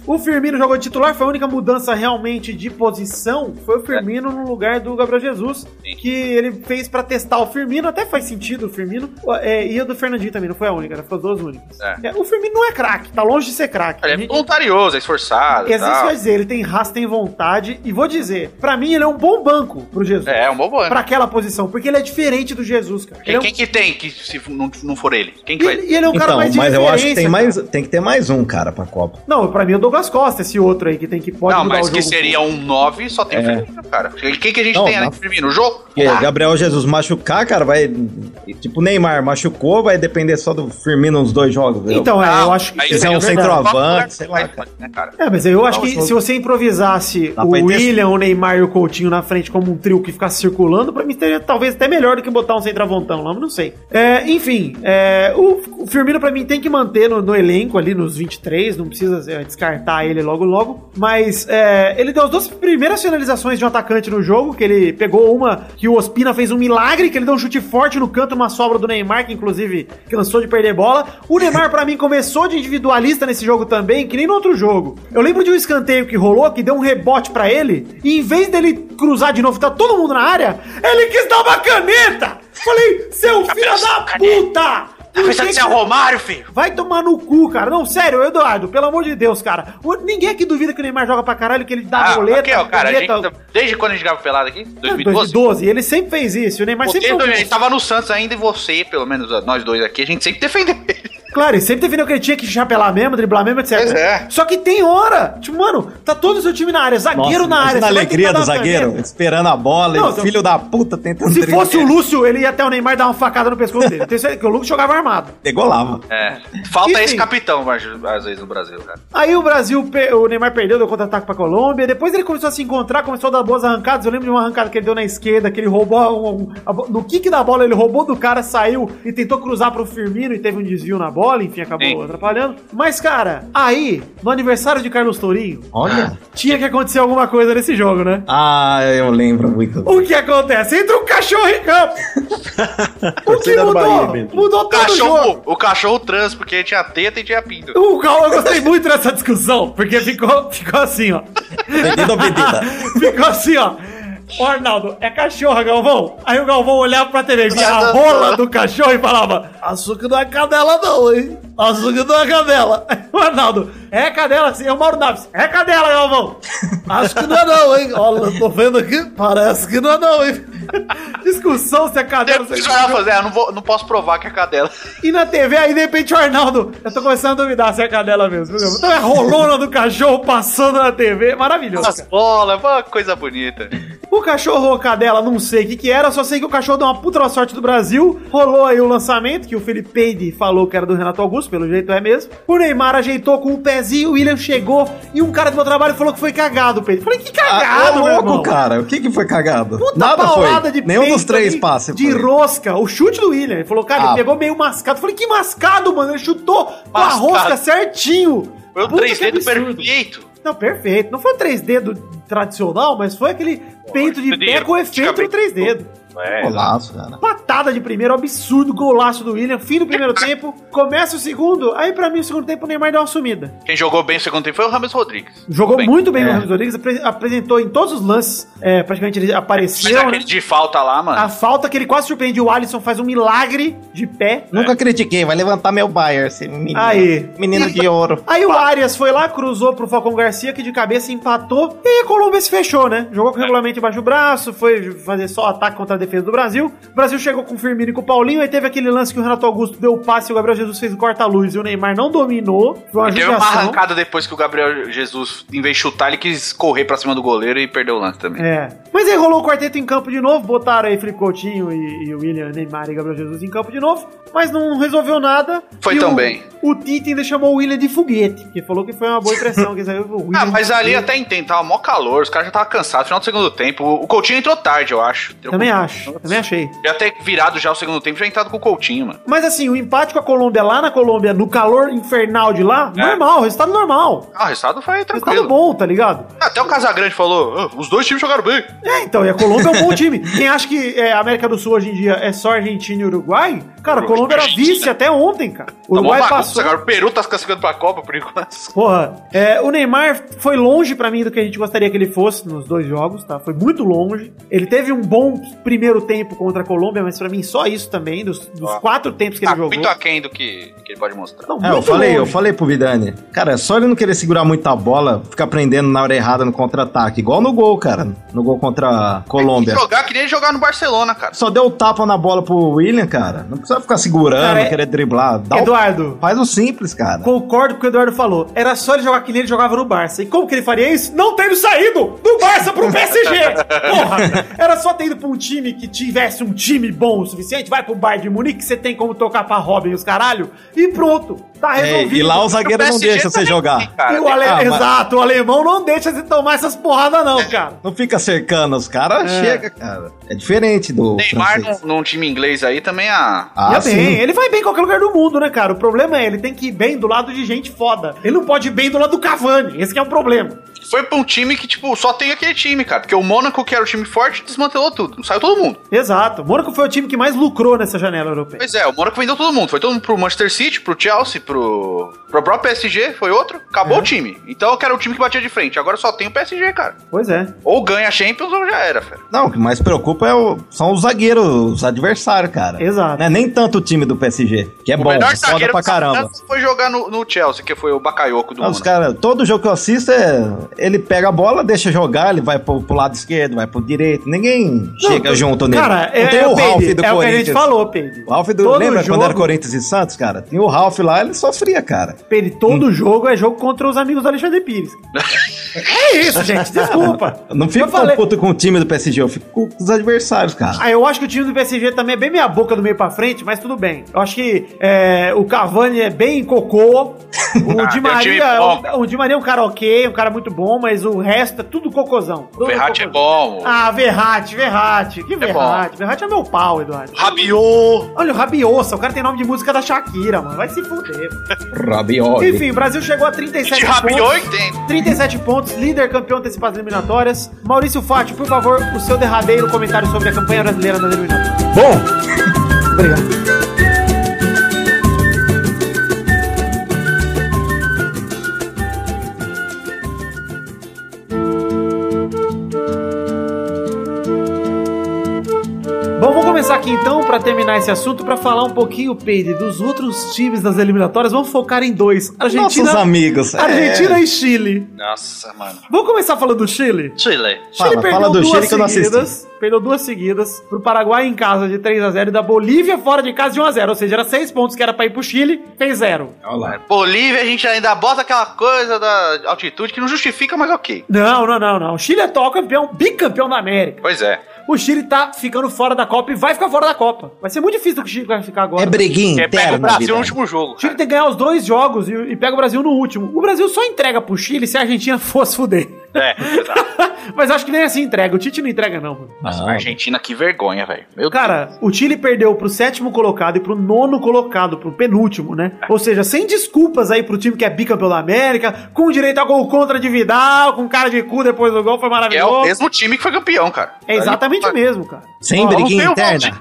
Speaker 6: O Firmino jogou de titular, foi a única mudança realmente de posição. Foi o Firmino no lugar do Gabriel Jesus, que ele fez pra testar o Firmino, até faz sentido o Firmino. É, e o do Fernandinho também, não foi a única, né? foi as duas únicas.
Speaker 5: É.
Speaker 6: É, o Firmino não é craque, tá longe de ser craque.
Speaker 5: Ele é voluntarioso, é esforçado.
Speaker 6: E
Speaker 5: e
Speaker 6: às vezes
Speaker 5: tal.
Speaker 6: vai dizer, ele tem raça, tem vontade, e vou dizer, pra mim ele é um bom banco pro Jesus.
Speaker 5: É, é um bom banco.
Speaker 6: Pra aquela posição, porque ele é diferente do Jesus, cara.
Speaker 5: Quem,
Speaker 6: Ele é um-
Speaker 5: quem que tem que se não, não for ele? Quem que
Speaker 6: e
Speaker 5: vai?
Speaker 6: ele, e ele é um cara
Speaker 3: então,
Speaker 6: mais de
Speaker 3: mas eu acho que tem,
Speaker 6: referência,
Speaker 3: mais, tem que ter mais um, cara, pra Copa.
Speaker 6: Não, pra mim é o Douglas Costa, esse outro aí que tem que pode
Speaker 5: Não,
Speaker 6: mudar
Speaker 5: mas
Speaker 6: o
Speaker 5: que
Speaker 6: jogo.
Speaker 5: seria um 9, só tem o Firmino, cara. Quem que a gente
Speaker 3: É. Não,
Speaker 5: tem além
Speaker 3: na-
Speaker 5: do Firmino? O jogo?
Speaker 3: Porque
Speaker 6: Tá.
Speaker 3: Gabriel Jesus machucar, cara, vai. Tipo, Neymar machucou, vai depender só do Firmino nos dois jogos. eu-
Speaker 6: Então, é, eu acho que.
Speaker 5: Ah, Aí
Speaker 3: Quiser
Speaker 5: tem
Speaker 3: um
Speaker 5: o
Speaker 3: centroavante,
Speaker 5: Fernando.
Speaker 3: sei lá, cara.
Speaker 5: Né, cara?
Speaker 6: É, mas eu acho
Speaker 3: Não,
Speaker 6: que
Speaker 3: só-
Speaker 6: se você improvisasse
Speaker 3: Dá
Speaker 6: o
Speaker 3: pra ir
Speaker 6: William, o Neymar e o Coutinho na frente como um trio que ficasse circulando, pra mim seria talvez até melhor do que botar um centroavantão lá, mas não sei. É, enfim, é, o, o Firmino pra mim tem que manter no, no elenco ali nos 23, não precisa é, descartar ele logo logo, mas é, ele deu as duas primeiras finalizações de um atacante no jogo, que ele pegou uma que o Ospina fez um milagre, que ele deu um chute forte no canto, uma sobra do Neymar, que inclusive cansou de perder bola. O Neymar, pra mim, começou de individualista nesse jogo também, que nem no outro jogo. Eu lembro de um escanteio que rolou, que deu um rebote pra ele, e em vez dele cruzar de novo e tá todo mundo na área, ele quis dar uma caneta! Falei, seu filho da puta!
Speaker 5: Tá pensando que você é o Romário, filho?
Speaker 6: Vai tomar no cu, cara. Não, sério, Eduardo, pelo amor de Deus, cara. O- Ninguém aqui duvida que o Neymar joga pra caralho, que ele dá
Speaker 5: Ah,
Speaker 6: roleta,
Speaker 5: aqui, ó, cara, a gente
Speaker 6: roleta-
Speaker 5: tá- desde quando a gente grava pelado aqui?
Speaker 6: Cara,
Speaker 5: 2012?
Speaker 6: 2012, ele sempre fez isso. O Neymar
Speaker 5: Você,
Speaker 6: sempre. <laughs>
Speaker 5: ele tava no Santos ainda e você, pelo menos nós dois aqui, a gente sempre defendeu ele.
Speaker 6: Claro, e sempre defendeu que ele tinha que chapelar mesmo, driblar mesmo, etc.
Speaker 5: Pois é.
Speaker 6: Só que tem hora. Tipo, mano, tá todo o seu time na área, zagueiro na
Speaker 3: Na
Speaker 6: área. você vai
Speaker 3: alegria
Speaker 6: tentar
Speaker 3: do
Speaker 6: dar uma
Speaker 3: zagueiro,
Speaker 6: caneta.
Speaker 3: esperando a bola,
Speaker 6: Não,
Speaker 3: e o
Speaker 6: então-
Speaker 3: filho da puta tentando
Speaker 6: Se fosse o
Speaker 3: driblar.
Speaker 6: Lúcio, ele ia até o Neymar dar uma facada no pescoço dele. Eu Tenho certeza que o Lúcio jogava armado.
Speaker 3: Degolava.
Speaker 5: É. Falta
Speaker 6: Enfim.
Speaker 5: esse capitão, mas, às vezes, no Brasil, cara.
Speaker 6: Aí o Brasil, pe- o Neymar perdeu, deu contra-ataque pra Colômbia. Depois ele começou a se encontrar, começou a dar boas arrancadas. Eu lembro de uma arrancada que ele deu na esquerda, que ele roubou. Um, um- a bo- no kick da bola, ele roubou do cara, saiu e tentou cruzar pro Firmino e teve um desvio na bola, enfim, acabou
Speaker 5: Sim.
Speaker 6: atrapalhando. Mas, cara, aí, no aniversário de Carlos Tourinho,
Speaker 3: Olha.
Speaker 6: tinha que acontecer alguma coisa nesse jogo, né?
Speaker 3: Ah, eu lembro muito.
Speaker 6: O que acontece? Entra um cachorro
Speaker 4: <laughs>
Speaker 6: em campo! o que
Speaker 4: Torcida do
Speaker 6: mudou?
Speaker 4: Bahia, Bento.
Speaker 6: mudou todo
Speaker 5: O
Speaker 6: o jogo.
Speaker 5: cachorro, o cachorro trans, porque tinha teta e tinha pinto.
Speaker 6: O Gal, eu gostei muito dessa discussão, porque ficou, ficou assim, ó.
Speaker 3: Pedido obedida.
Speaker 6: Ficou assim, ó. Ô, Arnaldo, é cachorro, Galvão? Aí o Galvão olhava pra TV, via a rola do cachorro e falava:
Speaker 2: Açúcar não é cadela, não, hein? Açúcar não é
Speaker 6: <laughs>
Speaker 2: cadela.
Speaker 6: O Arnaldo, é cadela sim, é o Mauro Naves, é cadela, Galvão.
Speaker 2: Acho que não é, não, hein? Olha, eu tô vendo aqui, parece que não é, não, hein?
Speaker 6: Discussão se é cadela.
Speaker 5: Depois
Speaker 6: Se
Speaker 5: o
Speaker 6: é
Speaker 5: senhor vai
Speaker 6: cachorro.
Speaker 5: fazer, ah, não, vou- não posso provar que é
Speaker 6: <laughs>
Speaker 5: cadela.
Speaker 6: E na TV, aí de repente o Arnaldo, eu tô começando a duvidar se é cadela mesmo. viu, Galvão? Então é a rolona do cachorro passando na TV, maravilhoso.
Speaker 5: As bolas, uma coisa bonita.
Speaker 6: O cachorro ou cadela, não sei o que que era, só sei que o cachorro deu uma puta sorte do Brasil. Rolou aí o lançamento, que o Felipe falou que era do Renato Augusto, pelo jeito é mesmo. O Neymar ajeitou com o pezinho, o William chegou e um cara do meu trabalho falou que foi cagado, Pedro. Falei, que
Speaker 3: Ah,
Speaker 6: <laughs> cagado,
Speaker 3: ô,
Speaker 6: meu
Speaker 3: louco,
Speaker 6: irmão.
Speaker 3: cara. O que que foi cagado?
Speaker 6: Puta
Speaker 3: Nada
Speaker 6: paulada
Speaker 3: foi.
Speaker 6: de
Speaker 3: Nenhum
Speaker 6: peito
Speaker 3: dos três
Speaker 6: ali,
Speaker 3: passes
Speaker 6: De
Speaker 3: foi.
Speaker 6: rosca, o chute do William. Ele falou, cara, ele
Speaker 3: Ah.
Speaker 6: pegou meio mascado. Falei, que mascado, mano. Ele chutou com a
Speaker 5: Mascado.
Speaker 6: rosca certinho.
Speaker 5: Foi um
Speaker 6: Puta
Speaker 5: três
Speaker 6: que
Speaker 5: dedos
Speaker 6: absurdo.
Speaker 5: perfeito.
Speaker 6: Não, perfeito. Não foi um 3D do- tradicional, mas foi aquele peito de pé
Speaker 5: dinheiro,
Speaker 6: com efeito
Speaker 5: praticamente
Speaker 6: do 3D.
Speaker 3: É. Golaço, cara.
Speaker 6: Patada de primeiro, absurdo, golaço do William. Fim
Speaker 5: <laughs>
Speaker 6: do primeiro tempo, começa o segundo. Aí, pra mim, o segundo tempo, o Neymar deu uma sumida.
Speaker 5: Quem jogou bem o segundo tempo foi o Ramos Rodrigues.
Speaker 6: Jogou
Speaker 5: bem.
Speaker 6: muito bem
Speaker 3: É.
Speaker 6: o Ramos Rodrigues, apre- apresentou em todos os lances. É, praticamente ele
Speaker 5: Mas
Speaker 6: apareceu. né?
Speaker 5: aquele de falta lá, mano.
Speaker 6: A falta que ele quase surpreende, o Alisson faz um milagre de pé. né?
Speaker 3: Nunca critiquei, vai levantar meu Bayer, esse menino.
Speaker 6: Aí.
Speaker 3: Menino de ouro.
Speaker 6: Aí o Arias foi lá, cruzou pro Falcão Garcia, que de cabeça empatou. E aí a Colômbia se fechou, né? Jogou com
Speaker 5: É.
Speaker 6: o regulamento embaixo do braço, foi fazer só ataque contra a defesa do Brasil. O Brasil chegou com o Firmino e com o Paulinho. Aí teve aquele lance que o Renato Augusto deu o passe e o Gabriel Jesus fez o corta-luz. E o Neymar não dominou. Foi uma
Speaker 5: Teve uma
Speaker 6: judiação.
Speaker 5: arrancada depois que o Gabriel Jesus, em vez de chutar, ele quis correr pra cima do goleiro e perdeu o lance também.
Speaker 6: É. Mas aí rolou o quarteto em campo de novo, botaram aí Felipe Coutinho e, e o William, Neymar e Gabriel Jesus em campo de novo, mas não resolveu nada.
Speaker 5: Foi
Speaker 6: E o-
Speaker 5: tão bem.
Speaker 6: O Tite ainda chamou o William de foguete, que falou que foi uma boa impressão que saiu o William.
Speaker 5: Ah, mas
Speaker 6: de
Speaker 5: ali
Speaker 6: foguete.
Speaker 5: até entendo, tava mó calor, os caras já estavam cansados, final do segundo tempo. O o Coutinho entrou tarde, eu acho. Entrou
Speaker 6: Também
Speaker 5: com-
Speaker 6: acho, também achei.
Speaker 5: Já ter virado já o segundo tempo, já entrado com o Coutinho, mano.
Speaker 6: Mas assim, o empate com a Colômbia lá na Colômbia, no calor infernal de lá,
Speaker 5: É.
Speaker 6: normal, resultado normal.
Speaker 5: Ah, o resultado foi
Speaker 6: Resultado
Speaker 5: tranquilo. Ah,
Speaker 6: bom, tá ligado?
Speaker 5: Até o Casagrande falou, "Ah, os dois times jogaram bem. Tá
Speaker 6: É, então, e a Colômbia é um bom time. Quem acha que é, a América do Sul hoje em dia é só Argentina e Uruguai, cara, a Colômbia era vice até ontem, cara. O
Speaker 5: Tomou
Speaker 6: Uruguai
Speaker 5: bagunça,
Speaker 6: passou.
Speaker 5: Agora o Peru tá se classificando pra Copa, por enquanto.
Speaker 6: Porra, é, o Neymar foi longe pra mim do que a gente gostaria que ele fosse nos dois jogos, tá? Foi muito longe. Ele teve um bom primeiro tempo contra a Colômbia, mas pra mim só isso também, dos, dos
Speaker 5: Ó.
Speaker 6: quatro tempos que ele
Speaker 5: Tá
Speaker 6: jogou.
Speaker 5: muito aquém do que, que ele pode mostrar.
Speaker 6: Não,
Speaker 3: É, eu
Speaker 6: muito
Speaker 3: falei, eu
Speaker 6: longe.
Speaker 3: falei pro Vidani. Cara, é só ele não querer segurar muita bola, ficar prendendo na hora errada no contra-ataque. Igual no gol, cara. No gol contra a Colômbia.
Speaker 5: Jogar, queria jogar no Barcelona, cara.
Speaker 3: Só deu o tapa na bola pro William, cara. Não precisa ficar segurando,
Speaker 6: Cara, é-
Speaker 3: querer driblar. Dá um o-
Speaker 6: Eduardo,
Speaker 3: Faz o simples, cara.
Speaker 6: concordo com o que o Eduardo falou. Era só ele jogar que nem ele jogava no Barça. E como que ele faria isso? Não tendo saído do Barça pro PSG! Porra! Era só ter ido pra um time que tivesse um time bom o suficiente. Vai pro Bayern de Munique, que você tem como tocar pra Robin e os caralho. E pronto. Tá
Speaker 3: É,
Speaker 6: resolvido.
Speaker 3: e lá o zagueiro não
Speaker 5: PSG
Speaker 3: deixa você
Speaker 5: também
Speaker 3: jogar.
Speaker 5: tem, cara.
Speaker 6: E o ale-
Speaker 3: Ah, mas-
Speaker 6: Exato, o alemão não deixa de tomar essas porradas, não, cara.
Speaker 3: Não fica cercando os caras,
Speaker 6: É.
Speaker 3: chega, cara. É diferente do
Speaker 5: Neymar
Speaker 3: francês.
Speaker 5: num, num time inglês aí também a.
Speaker 3: Ah,
Speaker 6: Ia bem,
Speaker 3: sim.
Speaker 6: assim, ele vai bem em qualquer lugar do mundo, né, cara? O problema é, ele tem que ir bem do lado de gente foda. Ele não pode ir bem do lado do Cavani. Esse que é o problema.
Speaker 5: Foi pra um time que, tipo, só tem aquele time, cara. Porque o Mônaco, que era o time forte, desmantelou tudo. Saiu todo mundo.
Speaker 6: Exato. Mônaco foi o time que mais lucrou nessa janela europeia.
Speaker 5: Pois é, o Mônaco vendeu todo mundo. Foi todo mundo pro Manchester City, pro Chelsea, pro Pro próprio PSG foi outro, acabou
Speaker 3: Uhum.
Speaker 5: o time. Então eu quero um time que batia de frente. Agora só tem o PSG, cara.
Speaker 6: Pois é.
Speaker 5: Ou ganha a Champions ou já era, fera.
Speaker 3: Não, o que mais preocupa é o- são os zagueiros, os adversários, cara.
Speaker 6: Exato.
Speaker 3: Não é nem tanto o time do PSG, que é bom, é foda pra
Speaker 5: do campeonato
Speaker 3: caramba.
Speaker 5: foi jogar no, no Chelsea, que foi o Bakayoko do
Speaker 3: Não, os
Speaker 5: mundo.
Speaker 3: cara, todo jogo que eu assisto é. Ele pega a bola, deixa jogar, ele vai pro, pro lado esquerdo, vai pro direito. Ninguém chega junto nele.
Speaker 6: Cara,
Speaker 3: Não
Speaker 6: é,
Speaker 3: tem
Speaker 6: é
Speaker 3: o
Speaker 6: o
Speaker 3: Ralf
Speaker 6: Peide,
Speaker 3: do
Speaker 6: é o que a
Speaker 3: Corinthians.
Speaker 6: gente falou, Peide.
Speaker 3: O Ralf do.
Speaker 6: Todo
Speaker 3: lembra
Speaker 6: jogo,
Speaker 3: quando era Corinthians e Santos, cara? Tinha o Ralf lá, ele sofria, cara.
Speaker 6: Peide, todo
Speaker 3: Hum.
Speaker 6: jogo é jogo contra os amigos do Alexandre
Speaker 3: <laughs>
Speaker 6: Pires. é isso, gente, desculpa.
Speaker 3: Eu <laughs> não fico
Speaker 6: eu
Speaker 3: tão
Speaker 6: falei,
Speaker 3: puto com o time do PSG, eu fico com os adversários, cara.
Speaker 6: Ah, eu acho que o time do PSG também é bem meia boca do meio pra frente, mas tudo bem. Eu acho que é, o Cavani é bem
Speaker 3: <laughs>
Speaker 6: cocô. O
Speaker 5: Ah,
Speaker 6: Di
Speaker 5: tem um time
Speaker 6: Maria, é
Speaker 5: bom,
Speaker 6: um- o, Di Maria é um cara ok, um cara muito bom, mas o resto é tudo cocôzão.
Speaker 5: O
Speaker 6: Tudo
Speaker 5: Ferrati é
Speaker 6: cocôzão.
Speaker 5: bom.
Speaker 6: Ah, Verratti, Verratti. Que Verratti? Verratti é meu pau, Eduardo.
Speaker 5: Rabiot.
Speaker 6: Olha, o Rabiosa, o cara tem nome de música da Shakira, mano. Vai se fuder.
Speaker 3: Rabioli.
Speaker 6: Enfim, o Brasil chegou a
Speaker 5: De
Speaker 3: é
Speaker 6: 37
Speaker 5: Rabiot
Speaker 6: pontos.
Speaker 5: entende.
Speaker 6: 37 pontos, líder campeão antecipado das eliminatórias. Maurício Fátio, por favor, o seu derradeiro comentário sobre a campanha brasileira nas eliminatórias.
Speaker 3: Bom,
Speaker 6: Bom, vamos começar aqui então, pra terminar esse assunto, pra falar um pouquinho, Pedro, dos outros times das eliminatórias. Vamos focar em dois:
Speaker 3: nossos
Speaker 6: Argentina,
Speaker 3: amigos. é.
Speaker 6: Argentina e Chile.
Speaker 5: Nossa, mano.
Speaker 6: Vamos começar falando do Chile?
Speaker 5: Chile.
Speaker 3: Fala, fala
Speaker 6: Chile perdeu
Speaker 3: do
Speaker 6: duas
Speaker 3: Chile que eu não assisti.
Speaker 6: seguidas. Perdeu duas seguidas. Pro Paraguai em casa de 3x0 e da Bolívia fora de casa de 1x0. Ou seja, era 6 pontos que era pra ir pro Chile, fez zero.
Speaker 3: Olha lá.
Speaker 5: Bolívia, a gente ainda bota aquela coisa da altitude que não justifica, mas ok.
Speaker 6: Não, não, não, não. O Chile é atual campeão, bicampeão da América.
Speaker 5: Pois é.
Speaker 6: O Chile tá ficando fora da Copa e vai ficar fora da Copa. Vai ser muito difícil o Chile vai ficar agora.
Speaker 3: É briguinha
Speaker 5: Porque pega
Speaker 3: interna.
Speaker 5: o Brasil é.
Speaker 3: vida.
Speaker 5: no último jogo.
Speaker 6: o Chile
Speaker 5: Cara.
Speaker 6: tem que ganhar os dois jogos e, e pega o Brasil no último. O Brasil só entrega pro Chile se a Argentina <laughs> fosse fuder.
Speaker 5: É, exato.
Speaker 6: <laughs> Mas acho que nem assim entrega. O Tite não entrega, não. Mano.
Speaker 5: Nossa,
Speaker 3: Ah.
Speaker 5: Argentina, que vergonha, velho. Meu
Speaker 6: Cara, o Chile perdeu pro sétimo colocado e pro nono colocado, pro penúltimo, né?
Speaker 5: É.
Speaker 6: Ou seja, sem desculpas aí pro time que é bicampeão da América, com direito a gol contra de Vidal, com cara de cu depois do gol, foi
Speaker 5: Deus. É o
Speaker 6: maravilhoso.
Speaker 5: mesmo time que foi campeão, cara.
Speaker 6: É exatamente o mesmo, cara.
Speaker 3: Sem
Speaker 6: Ó, um
Speaker 3: briguinha
Speaker 5: não tem o
Speaker 3: interna.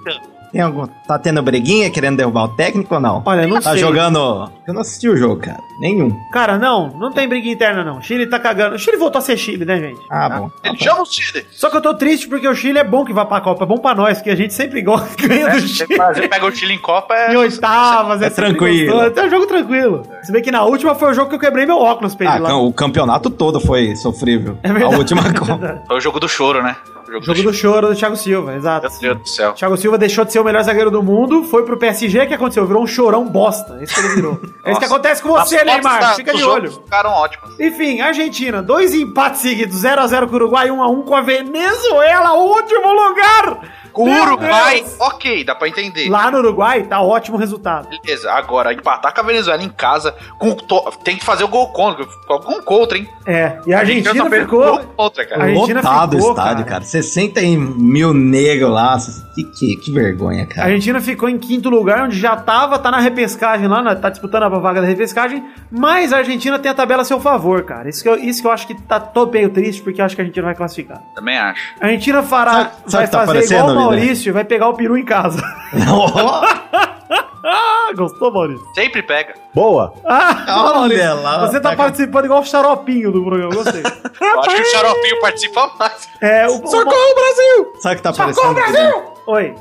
Speaker 3: Tem algum- tá tendo briguinha querendo derrubar o técnico ou não?
Speaker 6: Olha, não
Speaker 3: tá
Speaker 6: sei.
Speaker 3: jogando. Eu não assisti o jogo, cara. Nenhum.
Speaker 6: Cara, não, não tem briga interna, não. O Chile tá cagando. O Chile voltou a ser Chile, né, gente?
Speaker 3: Ah, bom.
Speaker 5: Ele chama o Chile.
Speaker 6: Só que eu tô triste porque o Chile é bom que vá pra Copa, é bom pra nós, porque a gente sempre gosta <laughs> ganha
Speaker 5: É,
Speaker 6: do Chile.
Speaker 5: Você pega o Chile em Copa, é.
Speaker 6: Em oitavas, é,
Speaker 3: É
Speaker 6: sempre
Speaker 3: tranquilo.
Speaker 6: gostoso. É um jogo tranquilo. Se bem que na última foi o jogo que eu quebrei meu óculos, Pedro.
Speaker 3: Ah,
Speaker 6: lá.
Speaker 3: o campeonato todo foi sofrível.
Speaker 6: <laughs> É verdade.
Speaker 3: A última Copa.
Speaker 5: Foi o jogo do choro, né? O jogo,
Speaker 6: Jogo do choro do Thiago Silva, exato.
Speaker 5: Meu Deus do céu.
Speaker 6: Thiago Silva deixou de ser o melhor zagueiro do mundo, foi pro PSG, o que aconteceu? Virou um chorão bosta. Esse que ele virou. é isso que
Speaker 5: Nossa.
Speaker 6: acontece com você,
Speaker 5: As
Speaker 6: Neymar.
Speaker 5: fotos da-
Speaker 6: Fica
Speaker 5: do
Speaker 6: de
Speaker 5: jogo
Speaker 6: olho.
Speaker 5: Ficaram ótimas.
Speaker 6: Enfim, Argentina, dois empates seguidos, 0x0 com o Uruguai, 1x1 com a Venezuela, último lugar!
Speaker 5: O
Speaker 6: Meu
Speaker 5: Uruguai,
Speaker 6: Deus!
Speaker 5: ok, dá pra entender.
Speaker 6: Lá no Uruguai, tá ótimo resultado.
Speaker 5: Beleza, agora empatar com a Venezuela em casa, com to- tem que fazer o gol contra, algum contra, hein?
Speaker 6: É, e a Argentina
Speaker 5: só fez
Speaker 6: ficou...
Speaker 5: gol contra, cara.
Speaker 6: A Argentina
Speaker 3: Lotado
Speaker 6: ficou,
Speaker 3: o estádio,
Speaker 6: cara.
Speaker 3: cara. 60 mil negros lá. Que, que, que vergonha,
Speaker 6: A
Speaker 3: cara.
Speaker 6: Argentina ficou em quinto lugar, onde já tava, tá na repescagem lá, na- tá disputando a vaga da repescagem, mas a Argentina tem a tabela a seu favor, cara. Isso que eu, isso que eu acho que tá tô meio triste, porque eu acho que a Argentina vai classificar.
Speaker 5: Também acho.
Speaker 6: A Argentina fará,
Speaker 3: Sabe- sabe
Speaker 6: vai
Speaker 3: o que tá
Speaker 6: fazer igual
Speaker 3: aparecendo,
Speaker 6: o
Speaker 3: Lilian?
Speaker 6: Maurício e vai pegar o peru em casa. <laughs>
Speaker 3: <laughs>
Speaker 6: Ah, Gostou, Maurício?
Speaker 5: Sempre pega.
Speaker 4: Boa!
Speaker 6: Ah,
Speaker 3: Olha
Speaker 6: Maurício,
Speaker 3: lá,
Speaker 6: você tá
Speaker 3: tá-
Speaker 6: participando igual o xaropinho do programa, gostei.
Speaker 5: Eu acho que o Xaropinho participa mais.
Speaker 6: é, o,
Speaker 3: Socorro, Brasil! Sabe o que tá aparecendo? Guilherme?
Speaker 6: o- um Oi.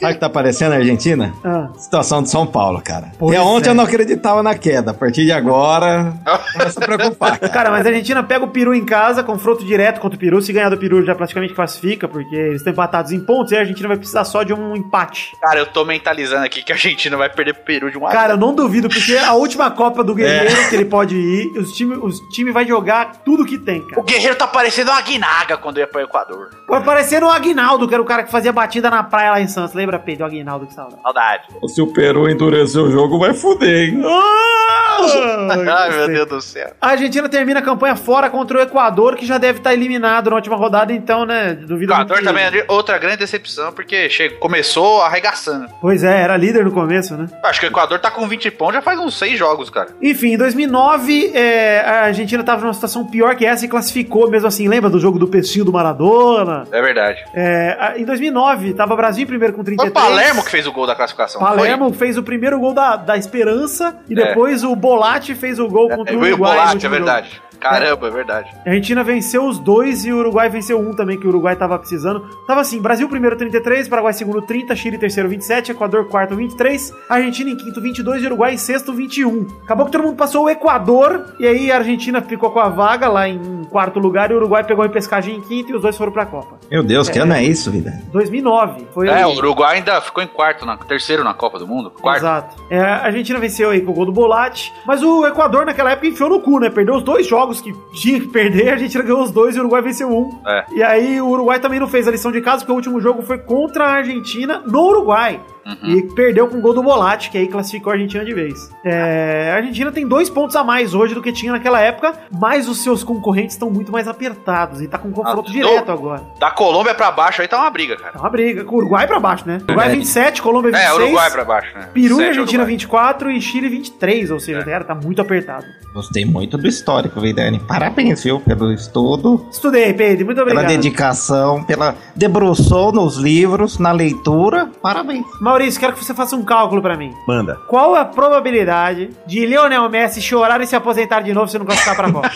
Speaker 3: Sabe o que tá aparecendo na Argentina?
Speaker 6: Ah.
Speaker 3: Situação de São Paulo, cara.
Speaker 6: Pois
Speaker 3: Até ontem
Speaker 6: é.
Speaker 3: eu não acreditava na queda. A partir de <laughs> agora, começa a preocupar, cara.
Speaker 6: Cara, mas a Argentina pega o Peru em casa, confronto direto contra o Peru. Se ganhar do Peru, já praticamente classifica, porque eles estão empatados em pontos e a Argentina vai precisar só de um empate.
Speaker 5: Cara, eu tô mentalizando aqui que a Argentina vai perder pro Peru de um
Speaker 6: Cara, eu não duvido, porque a última Copa
Speaker 3: É.
Speaker 6: do Guerreiro que ele pode ir, os time, os time vai jogar tudo que tem,
Speaker 5: O
Speaker 6: cara.
Speaker 5: Guerreiro tá parecendo uma guinaga quando ia pro Equador.
Speaker 6: Vai parecer o Aguinaldo, que era o cara que fazia batida na praia lá em Santos. Lembra, Pedro? O Aguinaldo, que saudade.
Speaker 5: Saudade.
Speaker 3: Se o Peru endurecer o jogo, vai fuder, hein?
Speaker 5: Ah! <laughs> Ai, meu Deus do céu.
Speaker 6: A Argentina termina a campanha fora contra o Equador, que já deve estar eliminado na última rodada, então, né? Duvido
Speaker 5: Equador
Speaker 6: muito que-
Speaker 5: também é outra grande decepção, porque chegou, começou arregaçando.
Speaker 6: Pois é, era líder no começo, né?
Speaker 5: Acho que o Equador tá com 20 pontos já faz uns 6 jogos, cara.
Speaker 6: Enfim, em 2009, é, a Argentina tava numa situação pior que essa e classificou mesmo assim. Lembra do jogo do peixinho do Maradona?
Speaker 5: É verdade.
Speaker 6: É, a- em 2009, tava o Brasil em primeiro com
Speaker 5: Foi o
Speaker 6: 33.
Speaker 5: Palermo que fez o gol da classificação.
Speaker 6: Palermo fez o primeiro gol da, da esperança e
Speaker 5: Então É.
Speaker 6: depois Soares, o Bolatti fez o gol contra
Speaker 5: É,
Speaker 6: o
Speaker 5: veio o
Speaker 6: Uruguai. no
Speaker 5: Bolatti, é
Speaker 6: último jogo.
Speaker 5: verdade. Caramba, é verdade.
Speaker 6: A Argentina venceu os dois e o Uruguai venceu um também, que o Uruguai tava precisando. Tava assim, Brasil primeiro 33, Paraguai segundo 30, Chile terceiro 27, Equador quarto 23, Argentina em quinto 22 e Uruguai em sexto 21. Acabou que todo mundo passou o Equador e aí a Argentina ficou com a vaga lá em quarto lugar e o Uruguai pegou a pescagem em quinto e os dois foram pra Copa.
Speaker 3: Meu Deus, que ano é isso, vida?
Speaker 6: 2009 foi
Speaker 5: É,
Speaker 6: aí.
Speaker 5: o Uruguai ainda ficou em quarto, na, terceiro na Copa do Mundo. Quarto.
Speaker 6: Exato. É, a Argentina venceu aí com o gol do Bolatti, mas o Equador naquela época enfiou no cu, né? Perdeu os dois jogos que tinha que perder, <laughs> a Argentina ganhou os dois e o Uruguai venceu um.
Speaker 5: É.
Speaker 6: E aí o Uruguai também não fez a lição de casa, porque o último jogo foi contra a Argentina no Uruguai.
Speaker 5: Uhum.
Speaker 6: E perdeu com o gol do Bolatti, que aí classificou a Argentina de vez. É, a Argentina tem dois pontos a mais hoje do que tinha naquela época, mas os seus concorrentes estão muito mais apertados e tá com um confronto
Speaker 5: Ah,
Speaker 6: direto
Speaker 5: não.
Speaker 6: agora.
Speaker 5: Da Colômbia pra baixo aí tá uma briga, cara.
Speaker 6: Tá uma briga. Com o Uruguai pra baixo, né? Uruguai 27, Colômbia 26.
Speaker 5: É, Uruguai pra baixo, né?
Speaker 6: Peru e
Speaker 5: Sete, É.
Speaker 6: Argentina
Speaker 5: Uruguai.
Speaker 6: 24 e Chile 23, ou seja, galera, tá muito apertado.
Speaker 3: Gostei muito do histórico, Vidani. Parabéns, viu, pelo estudo,
Speaker 6: Estudei, Pedro, muito
Speaker 3: pela
Speaker 6: obrigado.
Speaker 3: dedicação, pela. debruçou nos livros, na leitura. Parabéns.
Speaker 6: Maurício, quero que você faça um cálculo pra mim.
Speaker 4: Manda.
Speaker 6: Qual a probabilidade de Lionel Messi chorar e se aposentar de novo se não classificar pra Copa?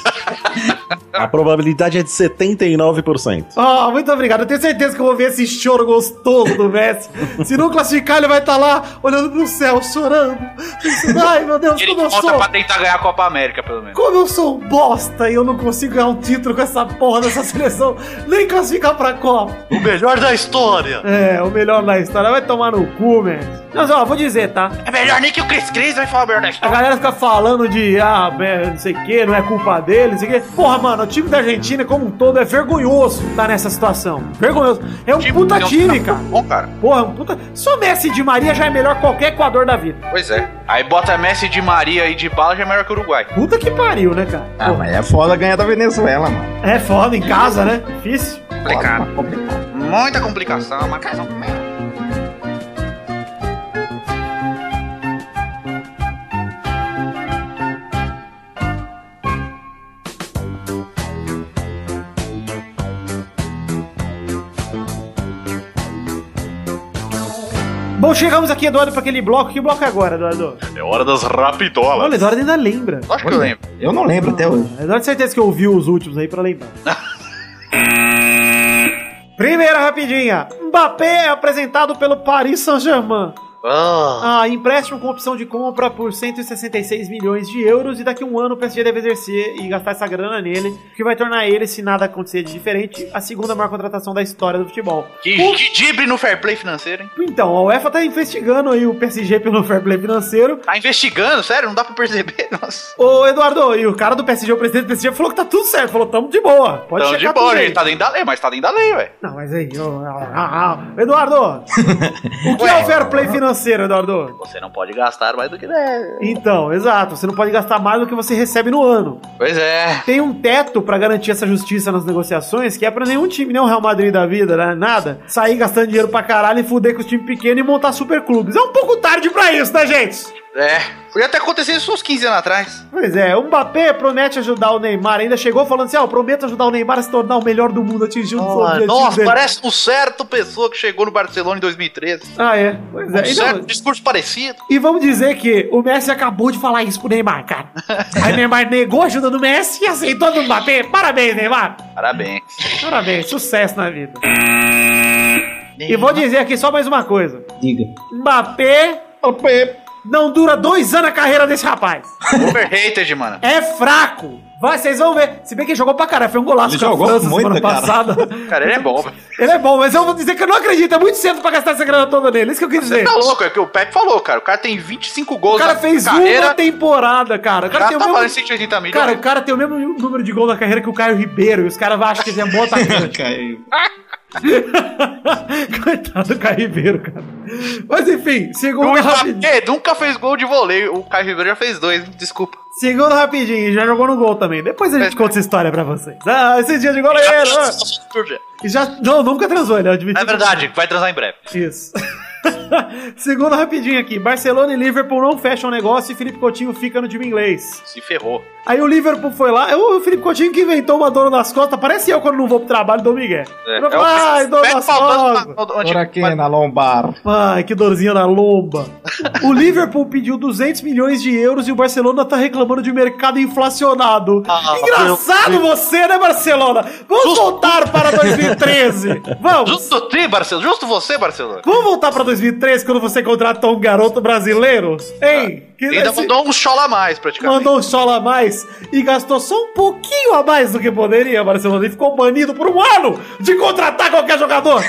Speaker 4: A probabilidade é de 79%.
Speaker 6: oh, muito obrigado. Eu tenho certeza que eu vou ver esse choro gostoso do Messi. Se não classificar, ele vai estar lá olhando pro céu, chorando. Pensando, Ai, meu Deus,
Speaker 5: Ele
Speaker 6: como eu
Speaker 5: volta
Speaker 6: sou.
Speaker 5: pra tentar ganhar a Copa América, pelo menos.
Speaker 6: Como eu sou um bosta e eu não consigo ganhar um título com essa porra dessa <laughs> seleção, nem classificar pra Copa.
Speaker 5: O melhor da história.
Speaker 6: É, o melhor da história. Vai tomar no cu, man. Mas ó, vou dizer, tá?
Speaker 5: É melhor nem que o Chris Cris vai falar o melhor da
Speaker 6: A
Speaker 5: história.
Speaker 6: galera fica falando de, ah, é, não sei o que, não é culpa dele, não sei o que. Porra, mano, o time da Argentina como um todo é vergonhoso tá nessa situação. Vergonhoso. É um puta
Speaker 5: Tem um
Speaker 6: time, cara.
Speaker 5: Bom, cara.
Speaker 6: Porra, um puta... Só Messi e Di Maria já é melhor que qualquer Equador da vida.
Speaker 5: Pois é. Aí bota Messi de Maria e de bala já é melhor que o Uruguai.
Speaker 6: Puta que pariu, né, cara?
Speaker 3: Ah,
Speaker 6: Porra,
Speaker 3: mas é foda ganhar da Venezuela, mano.
Speaker 6: É foda em casa, né? Difícil.
Speaker 5: Complicado.
Speaker 3: Foda, complicado.
Speaker 5: Muita complicação, mas um cara,
Speaker 6: Bom, chegamos aqui, Eduardo, pra aquele bloco. Que bloco é agora, Eduardo?
Speaker 4: É hora das rapidolas.
Speaker 6: Olha, Eduardo ainda lembra.
Speaker 5: lógico que eu lembro.
Speaker 3: Eu não lembro até hoje.
Speaker 6: Eu tenho certeza que eu ouvi os últimos aí pra lembrar. Primeira rapidinha. Mbappé é apresentado pelo Paris Saint-Germain. Ah, empréstimo com opção de compra por 166 milhões de euros e daqui a um ano o PSG deve exercer e gastar essa grana nele, o que vai tornar ele, se nada acontecer de diferente, a segunda maior contratação da história do futebol.
Speaker 5: Que, que dibre no fair play financeiro, hein?
Speaker 6: Então, a UEFA tá investigando aí o PSG pelo fair play financeiro
Speaker 5: Tá investigando, sério, não dá pra perceber. <laughs> Nossa.
Speaker 6: Ô, Eduardo, e o cara do PSG, o presidente do PSG, falou que tá tudo certo. Falou, tamo de boa. Pode
Speaker 5: Tamo
Speaker 6: checar
Speaker 5: de
Speaker 6: tudo
Speaker 5: boa,
Speaker 6: aí.
Speaker 5: gente. Tá dentro da lei, mas tá dentro da lei, velho.
Speaker 6: Não, mas aí... ô, ah, ah, ah.
Speaker 5: <laughs>
Speaker 6: Eduardo, o que é
Speaker 5: Ué.
Speaker 6: o fair play financeiro, Eduardo?
Speaker 5: Você não pode gastar mais do que deve.
Speaker 6: Então, exato. Você não pode gastar mais do que você recebe no ano.
Speaker 5: Pois é.
Speaker 6: Tem um teto pra garantir essa justiça nas negociações, que é pra nenhum time, nem o Real Madrid da vida, né, nada, sair gastando dinheiro pra caralho e fuder com os times pequenos e montar superclubes. É um pouco tarde pra isso, né, gente?
Speaker 5: É. Podia até acontecer isso uns 15 anos atrás.
Speaker 6: Pois é, o Mbappé promete ajudar o Neymar. Ainda chegou falando assim: ó, prometo ajudar o Neymar a se tornar o melhor do mundo, atingir um dos objetivos.
Speaker 5: Nossa,
Speaker 6: dele.
Speaker 5: parece um certo pessoa que chegou no Barcelona em 2013.
Speaker 6: Ah, é. Pois é.
Speaker 5: Um
Speaker 6: Então,
Speaker 5: certo discurso parecido.
Speaker 6: e vamos dizer que o Messi acabou de falar isso pro Neymar,
Speaker 5: <laughs>
Speaker 6: cara. Aí o Neymar negou a ajuda do Messi e aceitou a do Mbappé. Parabéns, Neymar.
Speaker 5: Parabéns.
Speaker 6: Parabéns, sucesso na vida. E vou dizer aqui só mais uma coisa:
Speaker 3: <laughs> Diga.
Speaker 6: Mbappé não dura dois anos a carreira desse rapaz.
Speaker 5: Overrated, mano.
Speaker 6: É fraco. Vai, vocês vão ver. Se bem que ele jogou pra caralho, foi um golaço
Speaker 3: Ele
Speaker 6: com a
Speaker 3: jogou
Speaker 6: França
Speaker 3: muito,
Speaker 6: semana
Speaker 3: cara.
Speaker 6: passada.
Speaker 5: <laughs> Cara, ele é bom, velho.
Speaker 6: Ele é bom, mas eu vou dizer que eu não acredito. É muito cedo pra gastar essa grana toda nele. Isso que eu quis dizer.
Speaker 5: Tá louco, é o que o Pepe falou, cara. O cara tem 25
Speaker 6: O
Speaker 5: gols
Speaker 6: cara
Speaker 5: na
Speaker 6: fez uma
Speaker 5: carreira.
Speaker 6: temporada, cara. O cara,
Speaker 5: já
Speaker 6: tem
Speaker 5: tá
Speaker 6: o mesmo...
Speaker 5: falando né? 180 milhões.
Speaker 6: cara, o cara tem o mesmo número de gol na carreira que o Caio Ribeiro. E os caras acham que ele é bom
Speaker 5: <laughs>
Speaker 6: atacante.
Speaker 3: Caiu.
Speaker 6: Coitado do Caio Ribeiro, cara. Mas enfim, segundo
Speaker 5: o
Speaker 6: rapidinho.
Speaker 5: Mbappé nunca fez gol de voleio. O Caio Ribeiro já fez dois, hein? desculpa.
Speaker 6: Segundo rapidinho, já jogou no gol também. Depois a
Speaker 5: É.
Speaker 6: gente conta essa história pra vocês. Ah, esse dia de goleiro.
Speaker 5: <laughs>
Speaker 6: ah. E Já... Não, nunca transou, ele admitiu.
Speaker 5: É verdade, vai transar em breve.
Speaker 6: Isso. <laughs> Segundo rapidinho aqui, Barcelona e Liverpool não fecham o negócio e Felipe Coutinho fica no time inglês.
Speaker 5: Se ferrou.
Speaker 6: Aí o Liverpool foi lá, é o Felipe Coutinho que inventou uma dor nas costas, parece eu quando não vou pro trabalho, dou migué.
Speaker 5: É,
Speaker 6: Eu não
Speaker 5: é o
Speaker 6: falo, Ai, dor
Speaker 5: Pepe
Speaker 6: nas
Speaker 5: faltando
Speaker 6: costas.
Speaker 3: né?
Speaker 5: na- onde-
Speaker 3: Por aqui, na lombar.
Speaker 6: Ai, que dorzinha na lomba. O Liverpool pediu 200 milhões de euros e o Barcelona tá reclamando de mercado inflacionado.
Speaker 5: Ah,
Speaker 6: Engraçado você, né, Barcelona? Vamos voltar para
Speaker 5: <laughs>
Speaker 6: 2013. Vamos.
Speaker 5: Justo ti, Barcelona. Justo você, Barcelona.
Speaker 6: Vamos voltar pra 2013 quando você contratou um garoto brasileiro? Ei, que
Speaker 5: Ainda
Speaker 6: esse-
Speaker 5: mandou um chola a mais, praticamente.
Speaker 6: mandou um sola a mais e gastou só um pouquinho a mais do que poderia, Barcelona, e ficou banido por um ano de contratar qualquer jogador.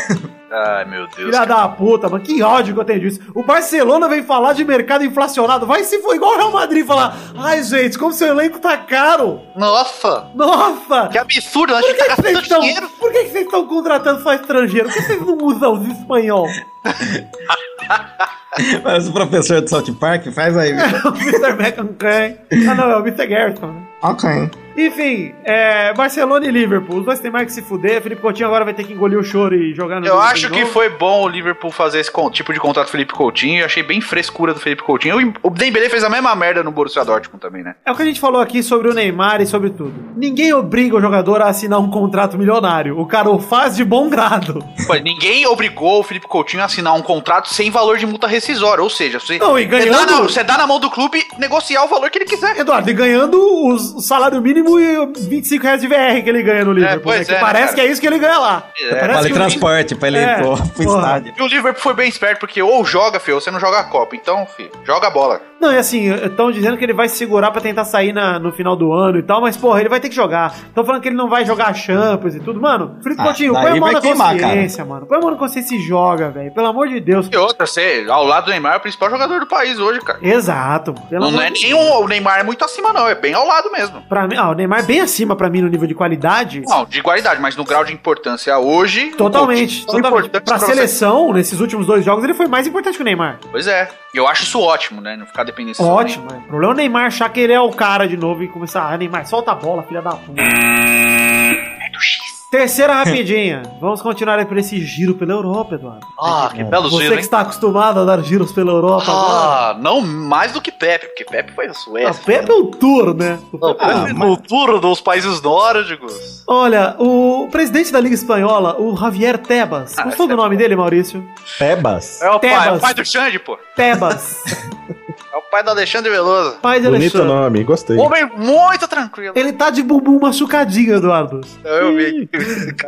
Speaker 5: Ai, meu Deus.
Speaker 6: Filha da puta, mano, que ódio que eu tenho disso. O Barcelona vem falar de mercado inflacionado, vai se for igual o Real Madrid falar, ai gente, como seu elenco tá caro,
Speaker 5: Nossa,
Speaker 6: nossa,
Speaker 5: que absurdo. Acho
Speaker 6: por
Speaker 5: que
Speaker 6: que
Speaker 5: tá
Speaker 6: que vocês
Speaker 5: gastando
Speaker 6: estão,
Speaker 5: dinheiro.
Speaker 6: por que que vocês estão contratando só estrangeiro, por que vocês não usam
Speaker 5: <laughs>
Speaker 6: os espanhol? É
Speaker 3: Mas o professor do South Park faz aí.
Speaker 6: o Mr. McCann, ah não, é o Mr. Gerson, né?
Speaker 3: <laughs> ok.
Speaker 6: Enfim, é, Barcelona e Liverpool. Os dois tem mais que se fuder. Felipe Coutinho agora vai ter que engolir o choro e jogar no
Speaker 5: Eu
Speaker 6: Liverpool
Speaker 5: acho
Speaker 6: de
Speaker 5: que
Speaker 6: novo.
Speaker 5: foi bom o Liverpool fazer esse con- tipo de contrato com o Felipe Coutinho. Eu achei bem frescura do Felipe Coutinho. O o Dembélé fez a mesma merda no Borussia Dortmund também, <laughs> né?
Speaker 6: É o que a gente falou aqui sobre o Neymar e sobre tudo. Ninguém obriga o jogador a assinar um contrato milionário. O cara o faz de bom grado. <laughs>
Speaker 5: Pô, Ninguém obrigou o Felipe Coutinho a assinar um contrato sem valor de multa rescisória. Ou seja, você,
Speaker 6: Não, e
Speaker 5: você, dá,
Speaker 6: ganhando-
Speaker 5: na, você dá na mão do clube negociar o valor que ele quiser.
Speaker 6: Eduardo, e ganhando os- o salário mínimo e 25 reais de VR que ele ganha no Liverpool.
Speaker 5: pois
Speaker 6: né? Que
Speaker 5: é, né,
Speaker 6: parece
Speaker 5: cara?
Speaker 6: que é isso que ele ganha lá.
Speaker 5: É,
Speaker 6: parece
Speaker 3: Vale
Speaker 6: que o-
Speaker 3: transporte pra ele
Speaker 6: É,
Speaker 3: ir pro, pro
Speaker 6: porra.
Speaker 3: estádio.
Speaker 5: E o Liverpool foi bem esperto, porque ou joga, filho, ou você não joga a Copa. Então, filho, joga a bola.
Speaker 6: Não, e assim, estão dizendo que ele vai se segurar pra tentar sair na- no final do ano e tal, mas porra, ele vai ter que jogar. Estão falando que ele não vai jogar a Champions e tudo. Mano, Felipe
Speaker 3: Ah,
Speaker 6: Coutinho,
Speaker 3: daí
Speaker 6: põe a mão
Speaker 3: vai
Speaker 6: na
Speaker 3: queimar,
Speaker 6: consciência, mano. Põe a mão na consciência e joga, velho. Pelo amor de Deus.
Speaker 5: E outra, você, ao lado do Neymar, é o principal jogador do país hoje, cara.
Speaker 6: Exato. mano. Pelo
Speaker 5: Não,
Speaker 6: amor
Speaker 5: é
Speaker 6: de
Speaker 5: nem um, o Neymar é muito acima, não. É bem ao lado mesmo.
Speaker 6: Pra mim, ah, o Neymar bem acima pra mim no nível de qualidade.
Speaker 5: Não, de igualdade, mas no grau de importância hoje.
Speaker 6: Totalmente.
Speaker 5: o Coutinho é tão
Speaker 6: totalmente.
Speaker 5: importante
Speaker 6: Pra
Speaker 5: pra
Speaker 6: seleção, nesses últimos dois jogos, ele foi mais importante que o Neymar.
Speaker 5: você. Pois é. E Eu acho isso ótimo, né? Não ficar dependendo só do
Speaker 6: Ótimo. é. O problema é o Neymar achar que ele é o cara de novo e começar. Ah, Neymar, solta a bola, filha da puta.
Speaker 5: Hum.
Speaker 6: Terceira rapidinha. <laughs> Vamos continuar aí por esse giro pela Europa, Eduardo.
Speaker 5: Neymar. Ah, que belo giro,
Speaker 6: Você que tá
Speaker 5: hein?
Speaker 6: está acostumado a dar giros pela Europa agora.
Speaker 5: Ah, não mais do que Pepe, porque Pepe foi a
Speaker 6: A
Speaker 5: Suécia. Ah,
Speaker 6: Pepe é o tour, né?
Speaker 5: Não, Pepe no futuro dos países nórdicos.
Speaker 6: Olha, o presidente da Liga Espanhola, o Javier Tebas.
Speaker 5: Ah,
Speaker 6: Gostou do
Speaker 5: é
Speaker 6: nome dele, Maurício?
Speaker 4: Pebas.
Speaker 5: É o, pai, é
Speaker 6: Tebas.
Speaker 5: o pai do Xande, pô. <laughs>
Speaker 6: Tebas.
Speaker 5: É o pai do Alexandre Veloso.
Speaker 6: Pai de
Speaker 4: Bonito
Speaker 6: Alexandre.
Speaker 4: nome, gostei.
Speaker 5: Homem muito tranquilo. Então,
Speaker 6: Ele tá de bumbum machucadinho, Eduardo.
Speaker 5: Eu vi.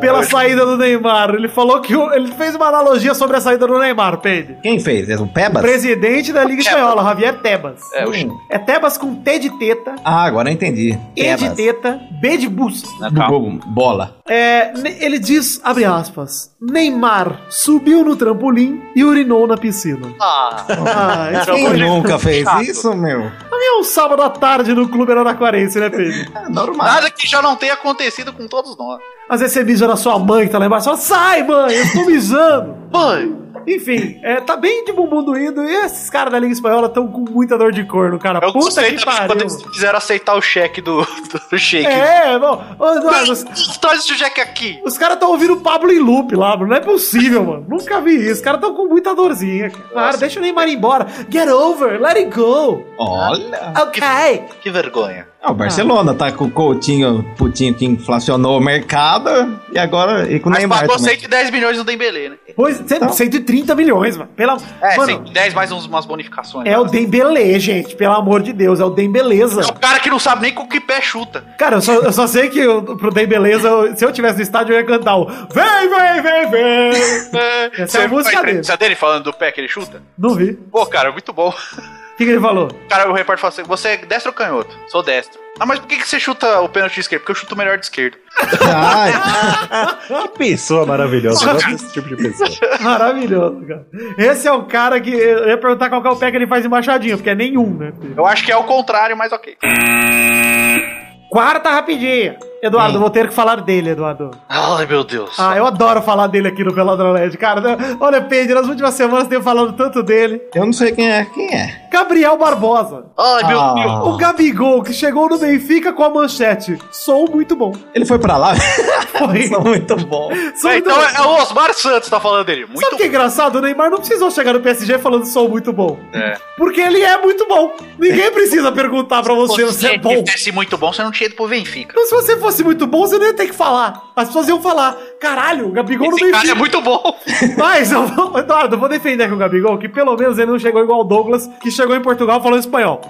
Speaker 6: Pela saída do Neymar. Ele falou que. o- ele fez uma analogia sobre a saída do Neymar, Pedro.
Speaker 3: Quem fez? É O Pebas?
Speaker 6: Presidente da Liga
Speaker 5: Tebas.
Speaker 6: Espanhola, Javier Tebas.
Speaker 5: É, o
Speaker 6: É Tebas com T de teta,
Speaker 3: Ah, agora eu entendi.
Speaker 6: E de teta, B de busto.
Speaker 5: né? Calma.
Speaker 3: Bugou bola.
Speaker 6: É, ne- ele diz, abre aspas, Neymar subiu no trampolim e urinou na piscina.
Speaker 5: <laughs> Ah,
Speaker 6: Ah, isso
Speaker 5: Não,
Speaker 3: Quem
Speaker 5: hoje-
Speaker 3: nunca fez
Speaker 5: chato.
Speaker 3: isso, meu?
Speaker 6: também é um sábado à tarde no clube araraquarense, né, Pedro?
Speaker 3: É normal.
Speaker 5: nada que já não tenha acontecido com todos nós.
Speaker 6: Às vezes você mija na sua mãe que tá lá embaixo, fala, sai mãe, eu tô mijando.
Speaker 5: Mãe,
Speaker 6: Enfim, é, tá bem de bumbum doído e esses caras da Liga Espanhola estão com muita dor de corno, cara.
Speaker 5: eu
Speaker 6: Puta
Speaker 5: gostei
Speaker 6: que
Speaker 5: também quando
Speaker 6: pariu.
Speaker 5: eles quiseram aceitar o cheque do, do shake.
Speaker 6: É, bom, ô, Eduardo, os-
Speaker 5: Mas, Traz esse cheque aqui.
Speaker 6: Os caras estão ouvindo Pablo em loop lá, mano. Não é possível, mano. Nunca vi isso. Os caras estão com muita dorzinha. cara. Claro, deixa o Neymar ir embora. Get over, let it go.
Speaker 3: Olha.
Speaker 6: Ok.
Speaker 5: Que vergonha.
Speaker 3: Ah, o Barcelona tá com o Coutinho, putinho que inflacionou o mercado. E agora. E com o
Speaker 5: Mas
Speaker 3: Neymar.
Speaker 5: pagou
Speaker 3: também.
Speaker 5: 110 milhões no Dembélé, né?
Speaker 6: Pois, cento- 130 milhões, mano. Pela...
Speaker 5: É,
Speaker 6: mano,
Speaker 5: 110 mais uns, umas bonificações.
Speaker 6: é o
Speaker 5: né?
Speaker 6: Dembele, gente. Pelo amor de Deus, é o Dembeleza.
Speaker 5: É o cara que não sabe nem com que pé chuta.
Speaker 6: Cara, eu só, eu só sei que eu, pro Dembeleza, eu- se eu tivesse no estádio, eu ia cantar o Vem, vem, vem, vem. é a
Speaker 5: Você viu
Speaker 6: música
Speaker 5: entrevista dele falando do pé que ele chuta?
Speaker 6: Não vi.
Speaker 5: Pô, cara, muito bom.
Speaker 6: O que, que ele falou?
Speaker 5: cara, o repórter fala assim: você é destro ou canhoto? Sou destro. Ah, mas por que, que você chuta o pênalti de esquerda? Porque eu chuto melhor de esquerda.
Speaker 3: Ah,
Speaker 4: Que pessoa maravilhosa. Eu gosto desse tipo de pessoa.
Speaker 6: Maravilhoso, cara. Esse é o cara que. Eu ia perguntar qual que é o pé que ele faz embaixadinha, porque é nenhum, né? filho?
Speaker 5: Eu acho que é o contrário, mas ok.
Speaker 6: Quarta rapidinha.
Speaker 5: Hum.
Speaker 6: Eduardo, vou ter que falar dele, Eduardo.
Speaker 5: Ai, meu Deus.
Speaker 6: Ah, eu adoro falar dele aqui no Peladronete, cara. Olha, Pedro, nas últimas semanas tenho falado tanto dele.
Speaker 3: eu não sei quem é. Quem é?
Speaker 6: Gabriel Barbosa.
Speaker 5: Ai, meu
Speaker 3: Ah.
Speaker 5: Deus.
Speaker 6: O Gabigol, que chegou no Benfica com a manchete. Sou
Speaker 5: <laughs>
Speaker 6: muito bom.
Speaker 3: Ele foi pra lá. <laughs>
Speaker 6: Foi.
Speaker 3: Isso é muito bom.
Speaker 6: Sou
Speaker 5: É,
Speaker 6: muito
Speaker 5: então
Speaker 6: bom.
Speaker 5: é o Osmar Santos tá falando dele. Muito
Speaker 6: Sabe o que é engraçado? O Neymar não precisou chegar no PSG falando sou muito bom.
Speaker 5: É.
Speaker 6: Porque ele
Speaker 5: <laughs>
Speaker 6: é muito bom. Ninguém precisa perguntar pra
Speaker 5: bom.
Speaker 6: você, você é bom.
Speaker 5: né? Se tivesse muito bom, você não tinha ido pro Benfica.
Speaker 6: Então, se você fosse fosse muito bom, você não ia ter que falar. As pessoas iam falar: caralho, o Gabigol não
Speaker 5: Esse
Speaker 6: veio
Speaker 5: cara é
Speaker 6: fino."
Speaker 5: muito bom.
Speaker 6: Mas, eu vou- Eduardo, eu vou defender aqui o Gabigol, que pelo menos ele não chegou igual o Douglas, que chegou em Portugal falando espanhol.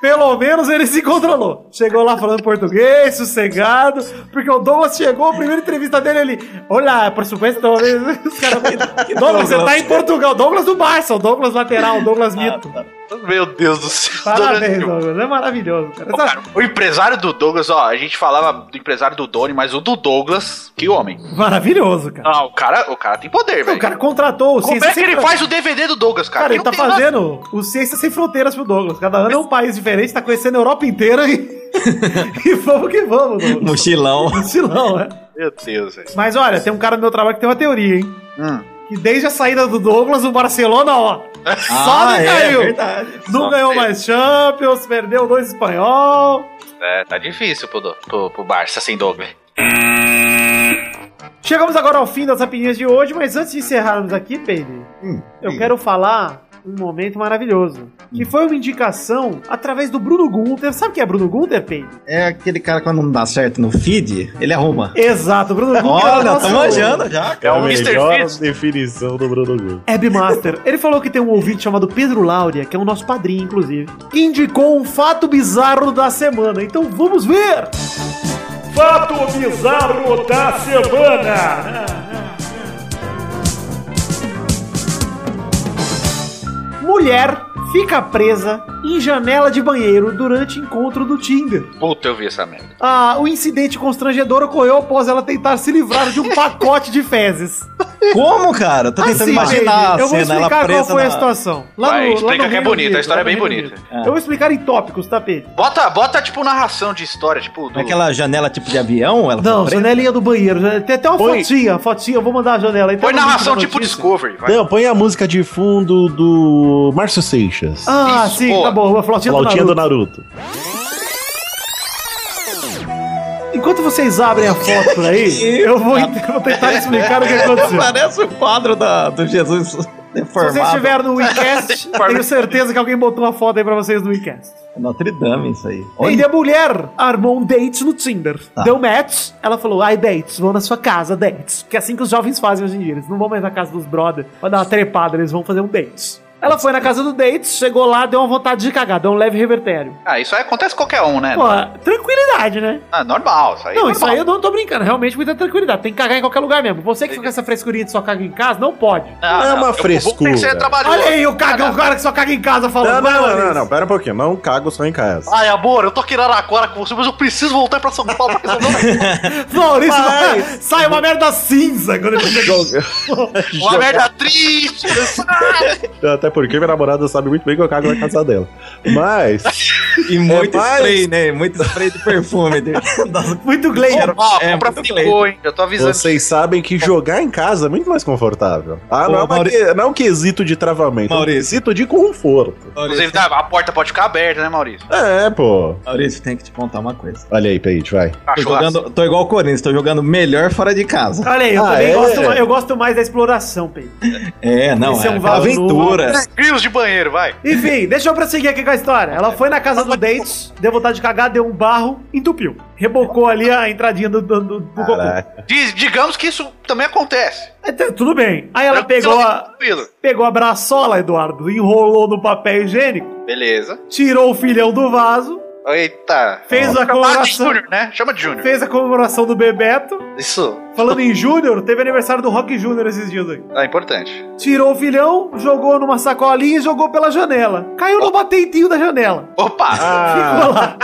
Speaker 6: Pelo menos ele se controlou. Chegou lá falando português, sossegado, porque o Douglas chegou, a primeira entrevista dele, ele. Olá, por supuesto. Os caras-
Speaker 5: <laughs>
Speaker 6: Douglas, você tá em Portugal. Douglas do Barça, o Douglas lateral, o Douglas mito.
Speaker 5: Meu Deus do céu.
Speaker 6: Parabéns,
Speaker 5: Ah, tá. Douglas.
Speaker 6: Douglas. É maravilhoso, cara.
Speaker 5: Ô, cara, o empresário do Douglas, ó, a gente falava do empresário do Doni, mas o do Douglas, que homem.
Speaker 6: Maravilhoso, cara.
Speaker 5: Ah, o cara, o cara tem poder,
Speaker 6: O
Speaker 5: velho.
Speaker 6: cara contratou o
Speaker 5: Como é que
Speaker 6: Sem
Speaker 5: ele
Speaker 6: Fronteiras.
Speaker 5: faz o DVD do Douglas, cara?
Speaker 6: Cara, ele
Speaker 5: Quem não
Speaker 6: tá
Speaker 5: tem nada-
Speaker 6: fazendo o Ciência Sem Fronteiras pro Douglas. Cada ano é um país diferente, tá conhecendo a Europa
Speaker 3: <laughs>
Speaker 6: inteira e. <laughs> e vamos que vamos, Douglas.
Speaker 3: Mochilão.
Speaker 6: Mochilão, né?
Speaker 5: Meu Deus, velho.
Speaker 6: Mas olha, tem um cara no meu trabalho que tem uma teoria, hein?
Speaker 5: Hum.
Speaker 6: Que desde a saída do Douglas, o Barcelona, ó. Só
Speaker 3: Ah, é,
Speaker 6: decaiu.
Speaker 3: é verdade.
Speaker 6: não
Speaker 5: Só
Speaker 6: ganhou
Speaker 5: tem.
Speaker 6: mais Champions, perdeu dois espanhol.
Speaker 5: É, tá difícil pro, Do- pro, pro Barça sem Douglas.
Speaker 6: Chegamos agora ao fim das rapidinhas de hoje, mas antes de encerrarmos aqui, Peide,
Speaker 3: Hum,
Speaker 6: eu quero falar um momento maravilhoso.
Speaker 3: Hum.
Speaker 6: Que foi uma indicação através do Bruno Gunter. Sabe quem é Bruno Gunter, Peide?
Speaker 3: É aquele cara que quando não dá certo no feed, ele arruma.
Speaker 6: Exato, Bruno Gunter. é o
Speaker 3: Olha,
Speaker 6: nosso
Speaker 3: tá manjando já.
Speaker 4: É
Speaker 5: o
Speaker 4: a
Speaker 5: Mr.
Speaker 4: melhor
Speaker 5: Fitz.
Speaker 4: definição do Bruno Gu.
Speaker 6: Webmaster. Ele falou que tem um ouvinte chamado Pedro Lauria, que é o nosso padrinho, inclusive. que Indicou um fato bizarro da semana. Então vamos ver! Fato bizarro da semana! Mulher fica presa em janela de banheiro durante encontro do Tinder.
Speaker 5: Puta, eu vi essa merda.
Speaker 6: Ah, o incidente constrangedor ocorreu após ela tentar se livrar de um pacote de fezes.
Speaker 3: um- Como, cara? Eu Tô tentando
Speaker 6: Assim,
Speaker 3: imaginar
Speaker 6: gente,
Speaker 3: a
Speaker 6: eu vou
Speaker 3: cena, ela
Speaker 6: explicar qual
Speaker 3: presa
Speaker 6: foi a
Speaker 3: na...
Speaker 6: situação.
Speaker 5: Vai, explica que é
Speaker 6: Reino
Speaker 5: bonita, a história
Speaker 6: lá no
Speaker 5: é bem
Speaker 6: Reino
Speaker 5: bonita.
Speaker 6: Unido. Eu vou explicar em tópicos, tá, Pedro?
Speaker 5: Bota, bota tipo, narração de história, tipo, do...
Speaker 3: Naquela janela tipo de avião, ela
Speaker 6: Não,
Speaker 3: foi presa?
Speaker 6: janelinha do banheiro. janela- Tem até uma
Speaker 4: Põe-
Speaker 6: fotinha, fotinha, eu vou mandar a janela. aí,
Speaker 5: Põe
Speaker 6: tá no
Speaker 5: narração
Speaker 6: link da
Speaker 5: tipo
Speaker 6: notícia.
Speaker 5: Discovery, vai.
Speaker 4: Não, põe a música de fundo do Márcio Seixas.
Speaker 6: Ah,
Speaker 5: Isso,
Speaker 6: sim,
Speaker 5: boa.
Speaker 6: tá bom. A flautinha,
Speaker 4: Flautinha do
Speaker 6: do Naruto.
Speaker 4: Naruto.
Speaker 6: Enquanto vocês abrem a foto
Speaker 5: <laughs>
Speaker 6: por aí, eu vou, eu vou tentar explicar o que
Speaker 3: é
Speaker 6: aconteceu.
Speaker 3: Parece o quadro da, do Jesus
Speaker 6: Se vocês
Speaker 3: deformado.
Speaker 6: estiveram no WeCast, tenho certeza que alguém botou uma foto aí pra vocês no WeCast.
Speaker 3: É Notre Dame, isso aí.
Speaker 6: E a mulher armou um date no Tinder.
Speaker 3: Tá.
Speaker 6: Deu match, ela falou, ai, dates, vou na sua casa, dates. Que é assim que os jovens fazem hoje em dia. Eles não vão mais na casa dos brother pra dar uma trepada, eles vão fazer um date. Ela foi na casa do date, chegou lá, deu uma vontade de cagar, deu um leve revertério.
Speaker 5: Ah, isso aí acontece com qualquer um, né?
Speaker 6: Pô, tranquilidade, né?
Speaker 5: Ah, normal, isso aí é
Speaker 6: Não, isso
Speaker 5: normal.
Speaker 6: aí eu não tô brincando, realmente muita tranquilidade. Tem que cagar em qualquer lugar mesmo. Você que fica com essa frescurinha de só caga em casa, não pode.
Speaker 5: Não,
Speaker 4: É uma
Speaker 5: Ah, eu-
Speaker 4: frescura.
Speaker 5: Tem que ser trabalhoso.
Speaker 6: Olha aí o cagão, o cara que só caga em casa falando. "Vai, Alex."
Speaker 4: pera um pouquinho. Não cago só em casa.
Speaker 5: Ai, amor, eu tô aqui na Araraquara com você, mas eu preciso voltar pra São Paulo, porque senão
Speaker 3: <laughs>
Speaker 6: Maurício, <laughs> sai uma merda cinza quando ele chegou.
Speaker 5: uma merda triste.
Speaker 4: <laughs>
Speaker 3: <laughs>
Speaker 4: Até porque minha namorada sabe muito bem que eu cago na casa dela.
Speaker 5: <laughs>
Speaker 4: Mas.
Speaker 5: Tá
Speaker 3: E muito
Speaker 4: mais-
Speaker 3: spray, né? Muito spray de perfume. né? <laughs> de- das-
Speaker 6: Muito Glazer.
Speaker 5: Ó,
Speaker 3: É,
Speaker 5: compra
Speaker 3: muito
Speaker 5: ficou, hein? Eu tô avisando.
Speaker 4: Vocês sabem que jogar em casa é muito mais confortável. Ah,
Speaker 3: Pô,
Speaker 4: não, é uma
Speaker 3: Maurício-
Speaker 4: que- não é um quesito de travamento, é um
Speaker 3: Maurício.
Speaker 4: quesito de conforto.
Speaker 5: Inclusive, tá, a porta pode ficar aberta, né, Maurício?
Speaker 4: É, pô.
Speaker 3: Maurício, tem que te contar uma coisa.
Speaker 4: Olha aí, Peite, vai.
Speaker 3: Tô,
Speaker 5: Cachorro.
Speaker 3: jogando, tô igual o Corinthians, tô jogando melhor fora de casa.
Speaker 6: Olha aí, eu
Speaker 4: Ah,
Speaker 6: também
Speaker 4: é?
Speaker 6: gosto, eu gosto mais da exploração, Pedro.
Speaker 3: É, não,
Speaker 6: Esse é
Speaker 3: é,
Speaker 6: um
Speaker 3: aquela
Speaker 6: valor.
Speaker 3: aventura.
Speaker 5: assim. Grilos de banheiro, vai.
Speaker 6: Enfim, deixa eu prosseguir aqui com a história. Ela foi na casa do Dates, deu vontade de cagar, deu um barro, entupiu. Rebocou ali a entradinha do, do, do, do cocô.
Speaker 4: Caraca.
Speaker 5: Diz- digamos que isso também acontece.
Speaker 6: Então, Tudo bem. Aí ela pegou a,
Speaker 5: Tranquilo.
Speaker 6: pegou a braçola, Eduardo, enrolou no papel higiênico,
Speaker 5: Beleza.
Speaker 6: tirou o filhão do vaso,
Speaker 5: Eita.
Speaker 6: Fez a
Speaker 5: Chama de
Speaker 6: coloração.
Speaker 5: Júnior, né? Chama de Júnior.
Speaker 6: fez a comemoração do Bebeto.
Speaker 5: Isso.
Speaker 6: Falando em Júnior, teve aniversário do Rock Júnior esses dias aí.
Speaker 5: É importante.
Speaker 6: Tirou o filhão, jogou numa sacolinha e jogou pela janela. Caiu no batentinho da janela. Ah,
Speaker 5: Opa.
Speaker 6: Ficou lá.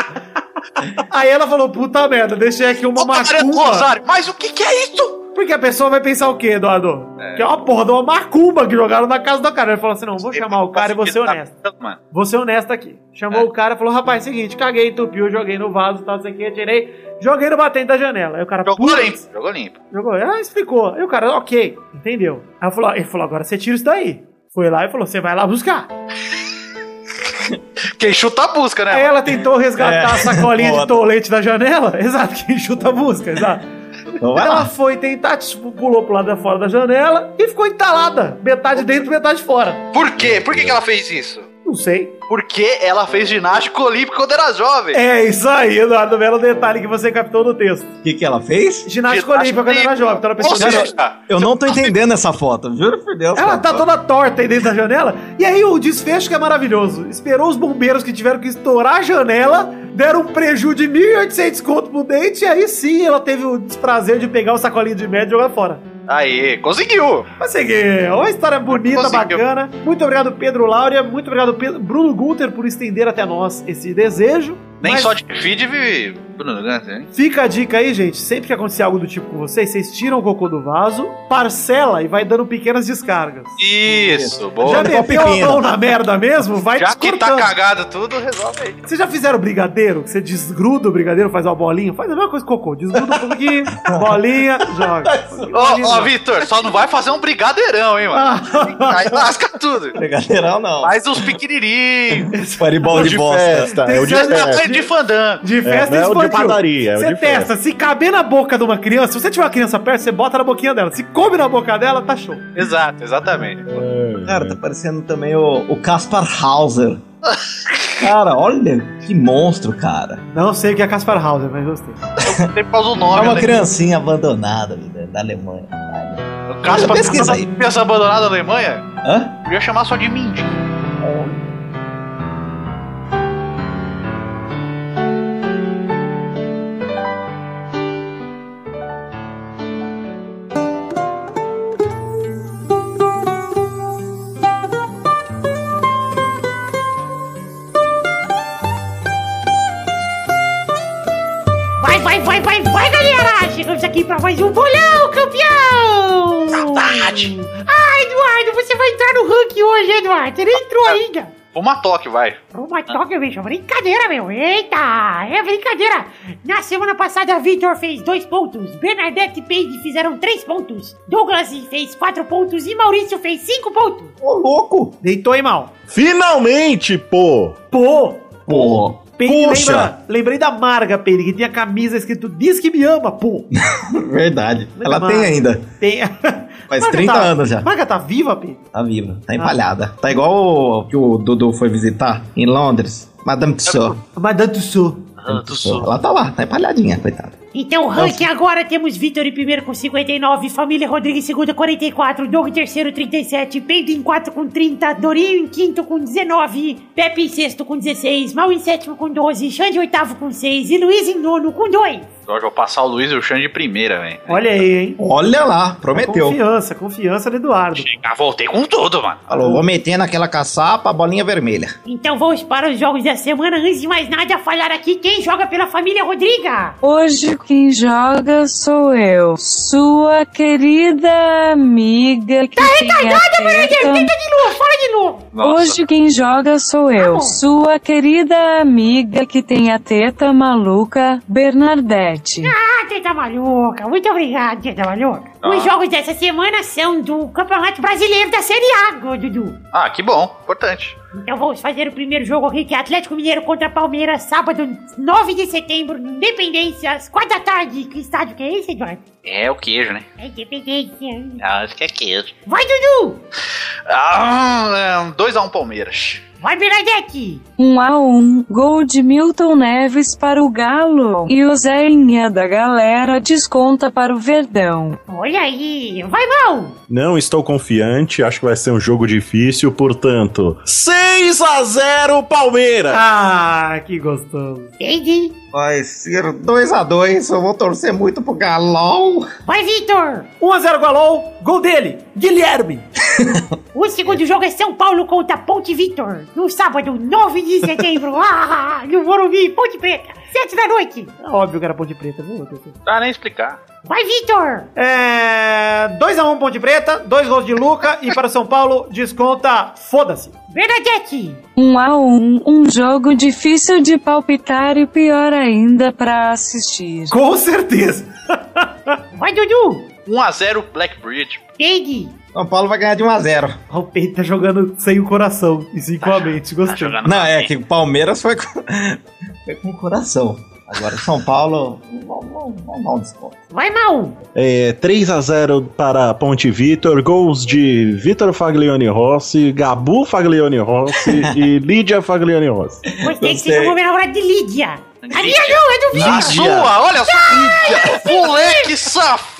Speaker 6: <laughs> Aí ela falou, puta merda, deixei aqui uma
Speaker 5: Opa, Mariano
Speaker 6: macumba.
Speaker 5: Rosário, mas o que que é isso?
Speaker 6: Porque a pessoa vai pensar o quê, Eduardo? Que é uma porra de uma macumba que jogaram na casa do cara. Ele falou assim, não, vou chamar
Speaker 5: tá
Speaker 6: o cara e vou ser honesto.
Speaker 5: Mano.
Speaker 6: Vou ser honesto aqui. Chamou o cara e falou, rapaz, seguinte, caguei, entupiu, joguei no vaso, tal, isso aqui, tirei, joguei no batente da janela. Aí o cara,
Speaker 5: Jogou
Speaker 6: "Putz,
Speaker 5: limpo. Jogou limpo.
Speaker 6: Jogou. Ela explicou. Aí o cara, ok, entendeu. Aí falou, ele falou, agora você tira isso daí. Foi lá e falou, você vai lá buscar.
Speaker 5: Quem chuta a busca, né?
Speaker 6: Aí ela tentou resgatar
Speaker 3: É.
Speaker 6: a sacolinha de
Speaker 3: Foda.
Speaker 6: tolete da janela. <laughs> Exato, que chuta a busca, exato.
Speaker 3: Então vai
Speaker 6: Ela
Speaker 3: lá.
Speaker 6: foi tentar, tipo, pulou pro lado da fora da janela e ficou entalada. Metade dentro, metade fora.
Speaker 5: Por quê? Por que, que ela fez isso?
Speaker 6: Não sei.
Speaker 5: Porque ela fez ginástica olímpica quando era jovem.
Speaker 6: É isso aí, Eduardo Belo, detalhe que você captou no texto.
Speaker 3: O que, que ela fez?
Speaker 6: Ginástica olímpica quando era jovem. Então ela
Speaker 5: Ou
Speaker 6: pensou,
Speaker 5: seja,
Speaker 6: "Não,
Speaker 3: Eu não tá tô entendendo essa foto, juro por Deus. cara.
Speaker 6: Ela tá toda torta aí dentro da janela. E aí o desfecho que é maravilhoso. Esperou os bombeiros que tiveram que estourar a janela, deram um prejuízo de 1.800 conto pro dente, e aí sim ela teve o desprazer de pegar o sacolinho de merda e jogar fora.
Speaker 5: Aí, conseguiu.
Speaker 6: Mas seguir, uma história bonita,
Speaker 5: Conseguiu.
Speaker 6: bacana. Muito obrigado, Pedro Laura. Muito obrigado, Pedro- Bruno Gunter, por estender até nós esse desejo.
Speaker 5: Nem
Speaker 6: Mas-
Speaker 5: só de feed vive. Bruno Gantz, hein?
Speaker 6: Fica a dica aí, gente. Sempre que acontecer algo do tipo com vocês, vocês tiram o cocô do vaso, parcela e vai dando pequenas descargas.
Speaker 5: Isso,
Speaker 6: Já
Speaker 5: boa.
Speaker 3: Olha,
Speaker 6: meteu a
Speaker 3: pepino.
Speaker 6: mão na merda mesmo? Vai
Speaker 5: Já que tá
Speaker 6: descortando.
Speaker 5: cagado tudo, resolve aí.
Speaker 6: Vocês já fizeram brigadeiro? Que você desgruda o brigadeiro, faz uma bolinha? Faz a mesma coisa que cocô. Desgruda um pouquinho, bolinha, joga.
Speaker 5: Ô, ó, Vitor, só não vai fazer um brigadeirão, hein, mano? Aí lasca tudo.
Speaker 3: Brigadeiral não.
Speaker 5: Faz uns pequenininhos.
Speaker 3: Fireball de bosta.
Speaker 4: festa, é o de
Speaker 5: Vocês não
Speaker 4: festa.
Speaker 5: aprendem de fandango.
Speaker 6: de festa
Speaker 4: não é o de
Speaker 6: infantil.
Speaker 4: padaria, é o
Speaker 6: Você
Speaker 4: de
Speaker 6: testa. Se caber na boca de uma criança, se você tiver uma criança perto, você bota na boquinha dela. Se come na boca dela, tá show.
Speaker 5: Exato, exatamente.
Speaker 3: Cara, tá parecendo também o, o Kaspar Hauser. Cara, olha que monstro, cara.
Speaker 6: Não sei o que é Caspar Hauser, mas gostei.
Speaker 5: Tem por causa do
Speaker 3: É
Speaker 5: nome,
Speaker 3: uma
Speaker 5: né?
Speaker 3: criancinha abandonada da- da Alemanha.
Speaker 5: Caspa
Speaker 3: Pesquisa aí.
Speaker 5: criança abandonada na Alemanha,
Speaker 3: Hã?
Speaker 5: eu ia chamar só de Mindy.
Speaker 7: Vai, vai, vai, vai, vai, galera! Chegamos aqui pra mais um bolão, campeão!
Speaker 5: Saudade!
Speaker 7: Ah, Eduardo, você vai entrar no ranking hoje, Eduardo! Ele entrou ainda!
Speaker 5: Uma toque, vai.
Speaker 7: Uma toca, bicho, brincadeira, meu! Eita, é brincadeira! Na semana passada, Vitor fez dois pontos, Bernadette e Peide fizeram três pontos, Douglas fez quatro pontos e Maurício fez cinco pontos!
Speaker 3: Ô, louco!
Speaker 6: Deitou, hein, mal?
Speaker 4: Finalmente, pô!
Speaker 6: Pô!
Speaker 3: Pô,
Speaker 6: Peide
Speaker 3: Puxa.
Speaker 6: lembra, lembrei da Marga, Peide, que tinha a camisa escrito Diz que me ama, pô.
Speaker 4: <laughs>
Speaker 3: verdade. Ela
Speaker 6: Muito
Speaker 3: tem
Speaker 6: massa.
Speaker 3: ainda.
Speaker 6: Tem...
Speaker 3: Faz
Speaker 6: Marga
Speaker 3: 30
Speaker 6: tá-
Speaker 3: anos já.
Speaker 6: Marga tá viva, Peide?
Speaker 3: Tá viva. Tá empalhada. Tá igual o que o Dudu foi visitar em Londres. Madame Tussauds.
Speaker 6: Madame Tussauds.
Speaker 3: Ela tá lá, tá empalhadinha, coitada.
Speaker 7: Então, o ranking agora temos Vitor em primeiro com 59, Família Rodrigues em segundo 44, Doug em terceiro 37, Pedro em quarto com 30, Dorinho em quinto com 19, Pepe em sexto com 16, Mal em sétimo com 12, Xande em oitavo com 6 e Luiz em nono com 2.
Speaker 5: Jorge, vou passar o Luiz e o Xande de primeira, velho.
Speaker 6: Olha aí, hein?
Speaker 3: Olha
Speaker 4: É
Speaker 3: lá,
Speaker 6: Tá
Speaker 3: prometeu.
Speaker 6: Confiança, confiança do Eduardo.
Speaker 5: Ah, voltei com tudo, mano.
Speaker 3: Falou, vou meter naquela caçapa a bolinha vermelha.
Speaker 7: Então vamos para os jogos da semana. Antes de mais nada, falar aqui quem joga pela Família Rodriga.
Speaker 8: Hoje quem joga sou eu, sua querida amiga que tá tem até tam-
Speaker 7: Tenta de novo, fala de novo.
Speaker 5: Nossa.
Speaker 8: Hoje quem joga sou eu,
Speaker 7: Tá bom.
Speaker 8: sua querida amiga que tem a teta maluca, Bernadette.
Speaker 7: Ah, Teta Maluca, muito obrigado, Teta Maluca. Os jogos dessa semana são do Campeonato Brasileiro da Série A, Dudu.
Speaker 5: Ah, que bom. Importante.
Speaker 7: Então vamos fazer o primeiro jogo aqui, que é Atlético Mineiro contra Palmeiras, sábado 9 de setembro, no Independência, às 4 da tarde. Que estádio que é esse, Eduardo?
Speaker 5: É o queijo, né?
Speaker 7: É Independência.
Speaker 5: Ah, acho que é queijo.
Speaker 7: Vai, Dudu!
Speaker 5: Ah, 2x1 um Palmeiras.
Speaker 7: Vai, Bernadette!
Speaker 8: 1 a 1 gol de Milton Neves para o Galo e o Zéinha da galera desconta para o Verdão.
Speaker 7: Olha aí! Vai, Mal!
Speaker 4: Não estou confiante, acho que vai ser um jogo difícil, portanto. 6 a 0 Palmeiras!
Speaker 6: Ah, que gostoso.
Speaker 7: Entendi!
Speaker 3: Vai ser 2x2, eu vou torcer muito pro galão.
Speaker 7: Vai, Vitor!
Speaker 6: 1x0 Galol, Um gol dele, Guilherme.
Speaker 7: O segundo jogo é São Paulo contra Ponte Vitor, no sábado 9 de setembro, <laughs> ah, no Morumbi, Ponte Preta, 7 da noite.
Speaker 6: É óbvio que era Ponte Preta, viu?
Speaker 5: Tá nem explicar.
Speaker 7: Vai, Vitor!
Speaker 6: É. 2x1 Ponte Preta, dois gols de Luca e para o São Paulo, desconta, foda-se.
Speaker 7: Bernadette!
Speaker 8: 1 a 1 um jogo difícil de palpitar e pior ainda para assistir.
Speaker 6: Com <laughs> certeza.
Speaker 7: Vai, Dudu!
Speaker 5: 1x0 Blackbridge.
Speaker 7: Entendi!
Speaker 3: São Paulo vai ganhar de 1x0.
Speaker 6: O Peito tá jogando sem o coração e sim com a mente,
Speaker 5: Tá
Speaker 6: gostei.
Speaker 5: jogando.
Speaker 3: <laughs> Não, é que o Palmeiras foi com, foi com o coração. Agora São Paulo, vamos- vamos vamos dar um desconto.
Speaker 7: Vai, Maum.
Speaker 4: É, 3 a 0 para Ponte Vitor, gols de Vitor Faglione Rossi, Gabu Faglione
Speaker 3: <laughs>
Speaker 4: Rossi e Lídia Faglione Rossi.
Speaker 7: Gostei que
Speaker 3: Gostei.
Speaker 7: vocês vão me namorar de Lídia. A minha não, é do
Speaker 5: A
Speaker 7: Vitor.
Speaker 5: sua, olha só. Moleque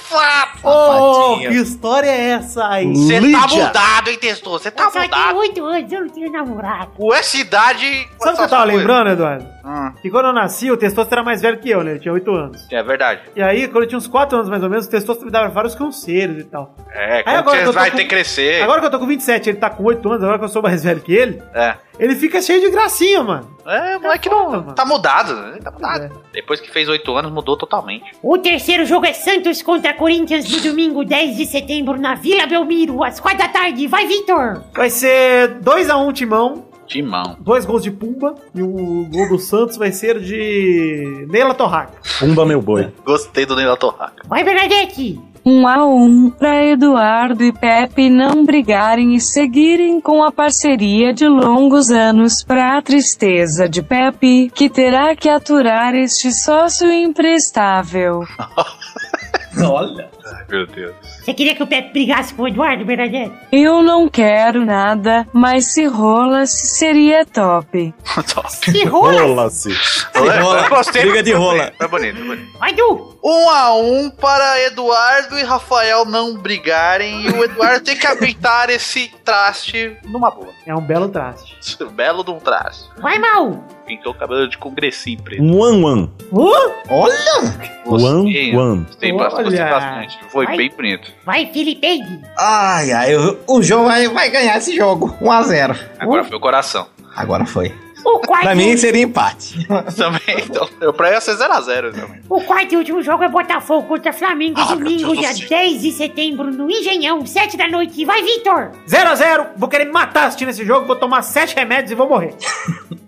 Speaker 5: safado.
Speaker 6: Oh,
Speaker 3: Safadinha.
Speaker 6: que história é essa aí?
Speaker 5: Você tá
Speaker 4: Lídia.
Speaker 5: mudado, hein, Testor? Você tá
Speaker 6: é
Speaker 7: Eu só tenho
Speaker 5: mudado.
Speaker 7: oito anos, eu não tenho namorado.
Speaker 5: O S-Idade...
Speaker 6: Sabe o que eu tava lembrando, Eduardo?
Speaker 5: Hum,
Speaker 6: Que quando eu nasci, o Testoso era mais velho que eu, né? Ele tinha 8 anos.
Speaker 5: é verdade.
Speaker 6: E aí, quando eu tinha uns 4 anos mais ou menos, o Testoso me dava vários conselhos e tal.
Speaker 5: É,
Speaker 6: Aí
Speaker 5: quando
Speaker 6: agora que
Speaker 5: você
Speaker 6: eu tô
Speaker 5: vai
Speaker 6: com-
Speaker 5: ter que crescer.
Speaker 6: Agora que eu tô com 27, ele tá com 8 anos, agora que eu sou mais velho que ele,
Speaker 5: É.
Speaker 6: ele fica cheio de gracinha, mano.
Speaker 5: É, o moleque
Speaker 6: foda,
Speaker 5: não.
Speaker 6: mano.
Speaker 5: Tá mudado. né? Tá mudado. Depois que fez oito anos, mudou totalmente.
Speaker 7: O terceiro jogo é Santos contra Corinthians no domingo, 10 de setembro, na Vila Belmiro, às 4 da tarde. Vai, Vitor!
Speaker 6: Vai ser 2x1 Timão,
Speaker 5: Timão.
Speaker 6: dois gols de Pumba, e o gol do Santos vai ser de Neila Torraca.
Speaker 4: Pumba meu
Speaker 3: <laughs>
Speaker 4: boi.
Speaker 5: Gostei do Neila Torraca.
Speaker 7: Vai, Bernadette!
Speaker 8: 1 a 1 para Eduardo e Pepe não brigarem e seguirem com a parceria de longos anos para a tristeza de Pepe, que terá que aturar este sócio imprestável.
Speaker 3: Olha.
Speaker 5: Ai, meu <laughs> Deus.
Speaker 7: Você queria que o Pepe brigasse com o Eduardo, Bernadette?
Speaker 8: Eu não quero nada, mas se rola seria top.
Speaker 7: Que
Speaker 5: <laughs>
Speaker 7: rola!
Speaker 4: Rola-se.
Speaker 5: Eu gostei.
Speaker 9: Briga de rola.
Speaker 5: Tá bonito, tá bonito.
Speaker 7: Vai, Du!
Speaker 5: Um a um para Eduardo e Rafael não brigarem e o Eduardo tem que aguentar esse traste numa boa.
Speaker 6: É um belo traste.
Speaker 5: Esse Belo de um traste.
Speaker 7: Vai, Maum!
Speaker 5: Pintou o cabelo de congressinho preto.
Speaker 4: One One.
Speaker 6: Uh!
Speaker 9: Um
Speaker 5: Gostei,
Speaker 4: One One.
Speaker 5: Gostei bastante, gostei
Speaker 6: Olha.
Speaker 5: bastante. Foi
Speaker 7: Ai.
Speaker 5: bem bonito.
Speaker 7: Vai, Felipeide!
Speaker 3: Ai, ai, o- o João vai, vai ganhar esse jogo. 1x0.
Speaker 5: Agora foi o coração. <laughs>
Speaker 3: Agora foi.
Speaker 7: O quarto,
Speaker 9: Pra mim seria empate.
Speaker 5: Também, então. Eu, pra mim ia ser 0x0 também.
Speaker 7: o quarto e último jogo é Botafogo contra Flamengo,
Speaker 5: Ah, meu
Speaker 7: domingo,
Speaker 5: Deus
Speaker 7: dia
Speaker 5: do céu.
Speaker 7: 10 de setembro, no Engenhão, 7 da noite. Vai, Vitor!
Speaker 6: 0x0, vou querer me matar assistindo esse jogo, vou tomar 7 remédios e vou morrer.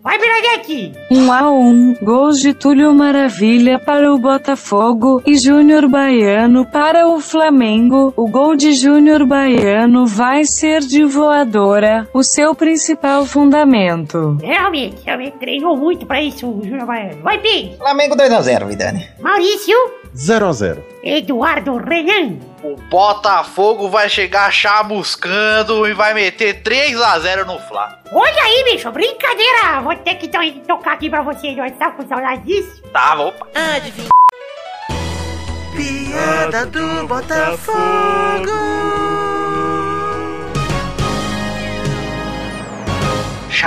Speaker 7: Vai, Bernadette!
Speaker 8: 1 a 1 gols de Túlio Maravilha para o Botafogo e Júnior Baiano para o Flamengo. O gol de Júnior Baiano vai ser de voadora, o seu principal fundamento.
Speaker 7: Realmente, realmente treinou muito pra isso, o Júnior Baiano. Vai, Pig!
Speaker 3: Flamengo 2x0, Vidani.
Speaker 7: Maurício!
Speaker 4: 0x0.
Speaker 7: Eduardo Renan!
Speaker 5: O Botafogo vai chegar chamuscando e vai meter 3x0 no Flá.
Speaker 7: Olha aí, bicho, brincadeira! Vou ter que to- tocar aqui pra vocês, ó. Tá com saudade disso?
Speaker 5: Tá, opa.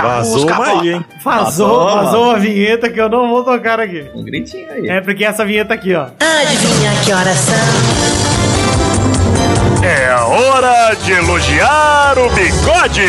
Speaker 4: Vazou
Speaker 5: Chamusca,
Speaker 4: uma aí,
Speaker 5: bota.
Speaker 4: hein?
Speaker 6: Vazou,
Speaker 3: Adoro.
Speaker 6: vazou uma vinheta que eu não vou tocar aqui.
Speaker 3: Um gritinho aí.
Speaker 6: É porque essa vinheta aqui, ó.
Speaker 4: É hora de elogiar o bigode!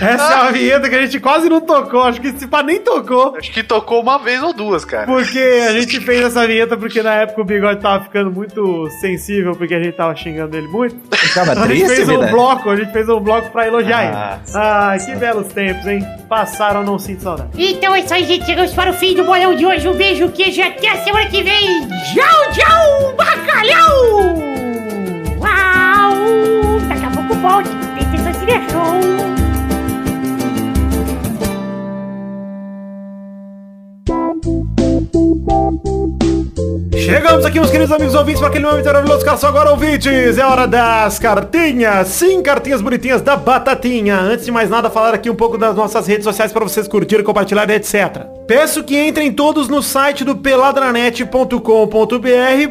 Speaker 6: Essa é uma vinheta que a gente quase não tocou, acho que esse pá nem tocou.
Speaker 5: Acho que tocou uma vez ou duas, cara.
Speaker 6: Porque a gente fez essa vinheta porque na época o bigode tava ficando muito sensível porque a gente tava xingando ele muito.
Speaker 3: Ficava
Speaker 6: Então <laughs> a gente
Speaker 3: triste,
Speaker 6: fez um
Speaker 3: Vidani.
Speaker 6: bloco, a gente fez um bloco pra elogiar
Speaker 3: Ah,
Speaker 6: ele. Ah, que belos tempos, hein? Passaram, não sinto saudade.
Speaker 7: Então é isso aí, gente. Chegamos para o fim do bolão de hoje. Um beijo, queijo e até a semana que vem. Tchau, tchau, bacalhau! Uau! Daqui a pouco volte. Tem pessoas que deixou.
Speaker 6: Chegamos aqui, meus queridos amigos ouvintes, para aquele momento maravilhoso que só agora ouvintes. É hora das cartinhas. Sim, cartinhas bonitinhas da Batatinha. Antes de mais nada, falar aqui um pouco das nossas redes sociais para vocês curtirem, compartilharem, etc. Peço que entrem todos no site do peladranet.com.br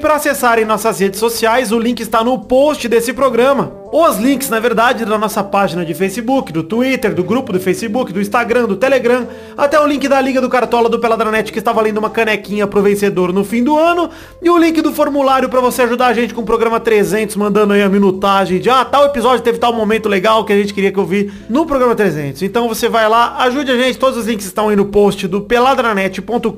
Speaker 6: para acessarem nossas redes sociais. O link está no post desse programa. Os links, na verdade, da nossa página de Facebook, do Twitter, do grupo do Facebook, do Instagram, do Telegram, até o link da Liga do Cartola do Peladranet que está valendo uma canequinha pro vencedor no fim do ano, e o link do formulário para você ajudar a gente com o programa 300, mandando aí a minutagem de ah, tal episódio teve
Speaker 10: Tá um
Speaker 6: tal momento legal que a gente queria que eu vi no programa 300. Então você vai lá, ajude a gente, todos os links estão aí no post do peladranet.com.br.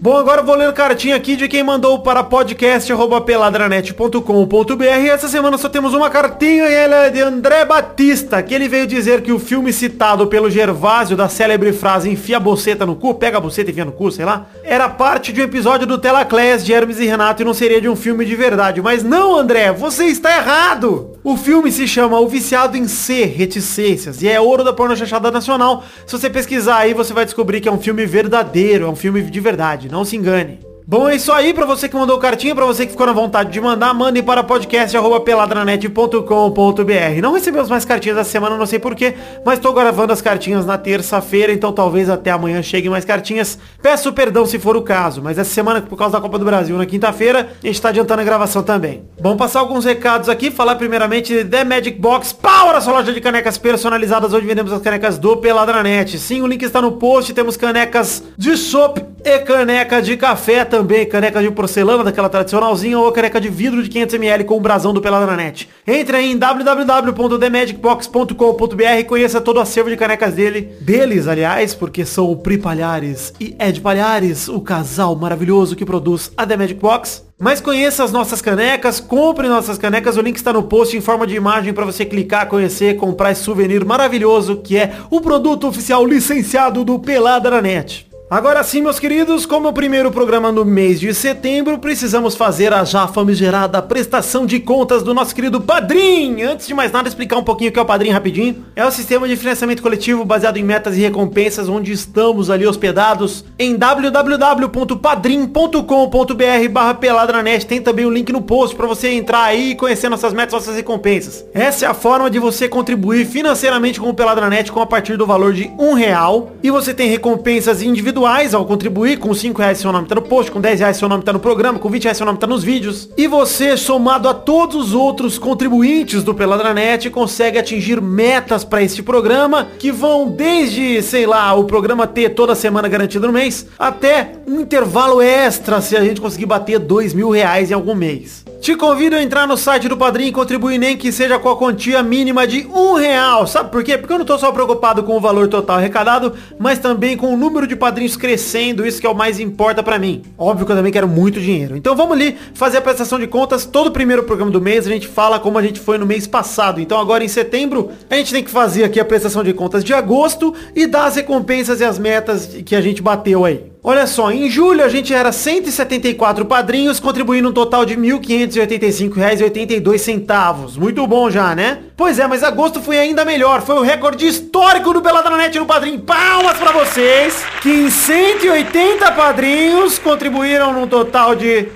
Speaker 10: Bom, agora eu vou ler cartinha aqui de quem mandou para podcast.peladranet.com.br. Essa semana só temos uma cartinha e ela é de André Batista, que ele veio dizer que o filme citado pelo Gervásio da célebre frase enfia a boceta no cu, pega a boceta e enfia no cu, sei lá, era parte de um episódio do Telaclés de Hermes e Renato e não seria de um filme de verdade. Mas não, André, você está errado! O filme se chama O Viciado em C, Reticências, e é ouro da porno chachada nacional. Se você pesquisar aí, você vai descobrir que é um filme verdadeiro, é um filme de verdade, não se engane. Bom, é isso aí, pra você que mandou cartinha, pra você que ficou na vontade de mandar, mande para podcast.peladranet.com.br Não recebemos mais cartinhas essa semana, não sei porquê, mas tô gravando as cartinhas na terça-feira, então talvez até amanhã cheguem mais cartinhas. Peço perdão se for o caso, mas essa semana, por causa da Copa do Brasil, na quinta-feira, a gente tá adiantando a gravação também. Bom, passar alguns recados aqui, falar primeiramente de The Magic Box Power, a sua loja de canecas personalizadas, onde vendemos as canecas do Peladranet. Sim, o link está no post, temos canecas de chopp e caneca de café também, caneca de porcelana, daquela tradicionalzinha, ou caneca de vidro de 500ml com o brasão do Peladranet. Entre aí em www.themagicbox.com.br e conheça todo o acervo de canecas dele, deles, aliás, porque são o Pri Palhares e Ed Palhares, o casal maravilhoso que produz a The Magic Box. Mas conheça as nossas canecas, compre nossas canecas, o link está no post em forma de imagem para você clicar, conhecer, comprar esse souvenir maravilhoso que é o produto oficial licenciado do Pelada na Net. Agora sim, meus queridos, como o primeiro programa no mês de setembro, precisamos fazer a já famigerada prestação de contas do nosso querido Padrim. Antes de mais nada, explicar um pouquinho o que é o Padrim rapidinho. É o sistema de financiamento coletivo baseado em metas e recompensas, onde estamos ali hospedados em www.padrim.com.br barra peladranet. Tem também o link no post para você entrar aí e conhecer nossas metas, nossas recompensas. Essa é a forma de você contribuir financeiramente com o Peladranet com a partir do valor de um real. E você tem recompensas individuais individuais ao contribuir, com 5 reais seu nome tá no post, com 10 reais seu nome tá no programa, com 20 reais seu nome tá nos vídeos. E você, somado a todos os outros contribuintes do Peladranet, consegue atingir metas para este programa, que vão desde, sei lá, o programa ter toda semana garantido no mês, até um intervalo extra se a gente conseguir bater 2 mil reais em algum mês. Te convido a entrar no site do Padrim e contribuir nem que seja com a quantia mínima de um real. Sabe por quê? Porque eu não tô só preocupado com o valor total arrecadado, mas também com o número de padrinhos padrinhos crescendo, isso que é o mais importa para mim. Óbvio que eu também quero muito dinheiro. Então vamos ali fazer a prestação de contas. Todo primeiro programa do mês a gente fala como a gente foi no mês passado. Então agora em setembro a gente tem que fazer aqui a prestação de contas de agosto e dar as recompensas e as metas que a gente bateu aí. Olha só, em julho a gente era 174 padrinhos, contribuindo um total de R$ 1.585,82. Muito bom já, né? Pois é, mas agosto foi ainda melhor. Foi o recorde histórico do Peladranet no Padrim. Palmas pra vocês, que em 180 padrinhos contribuíram num total de R$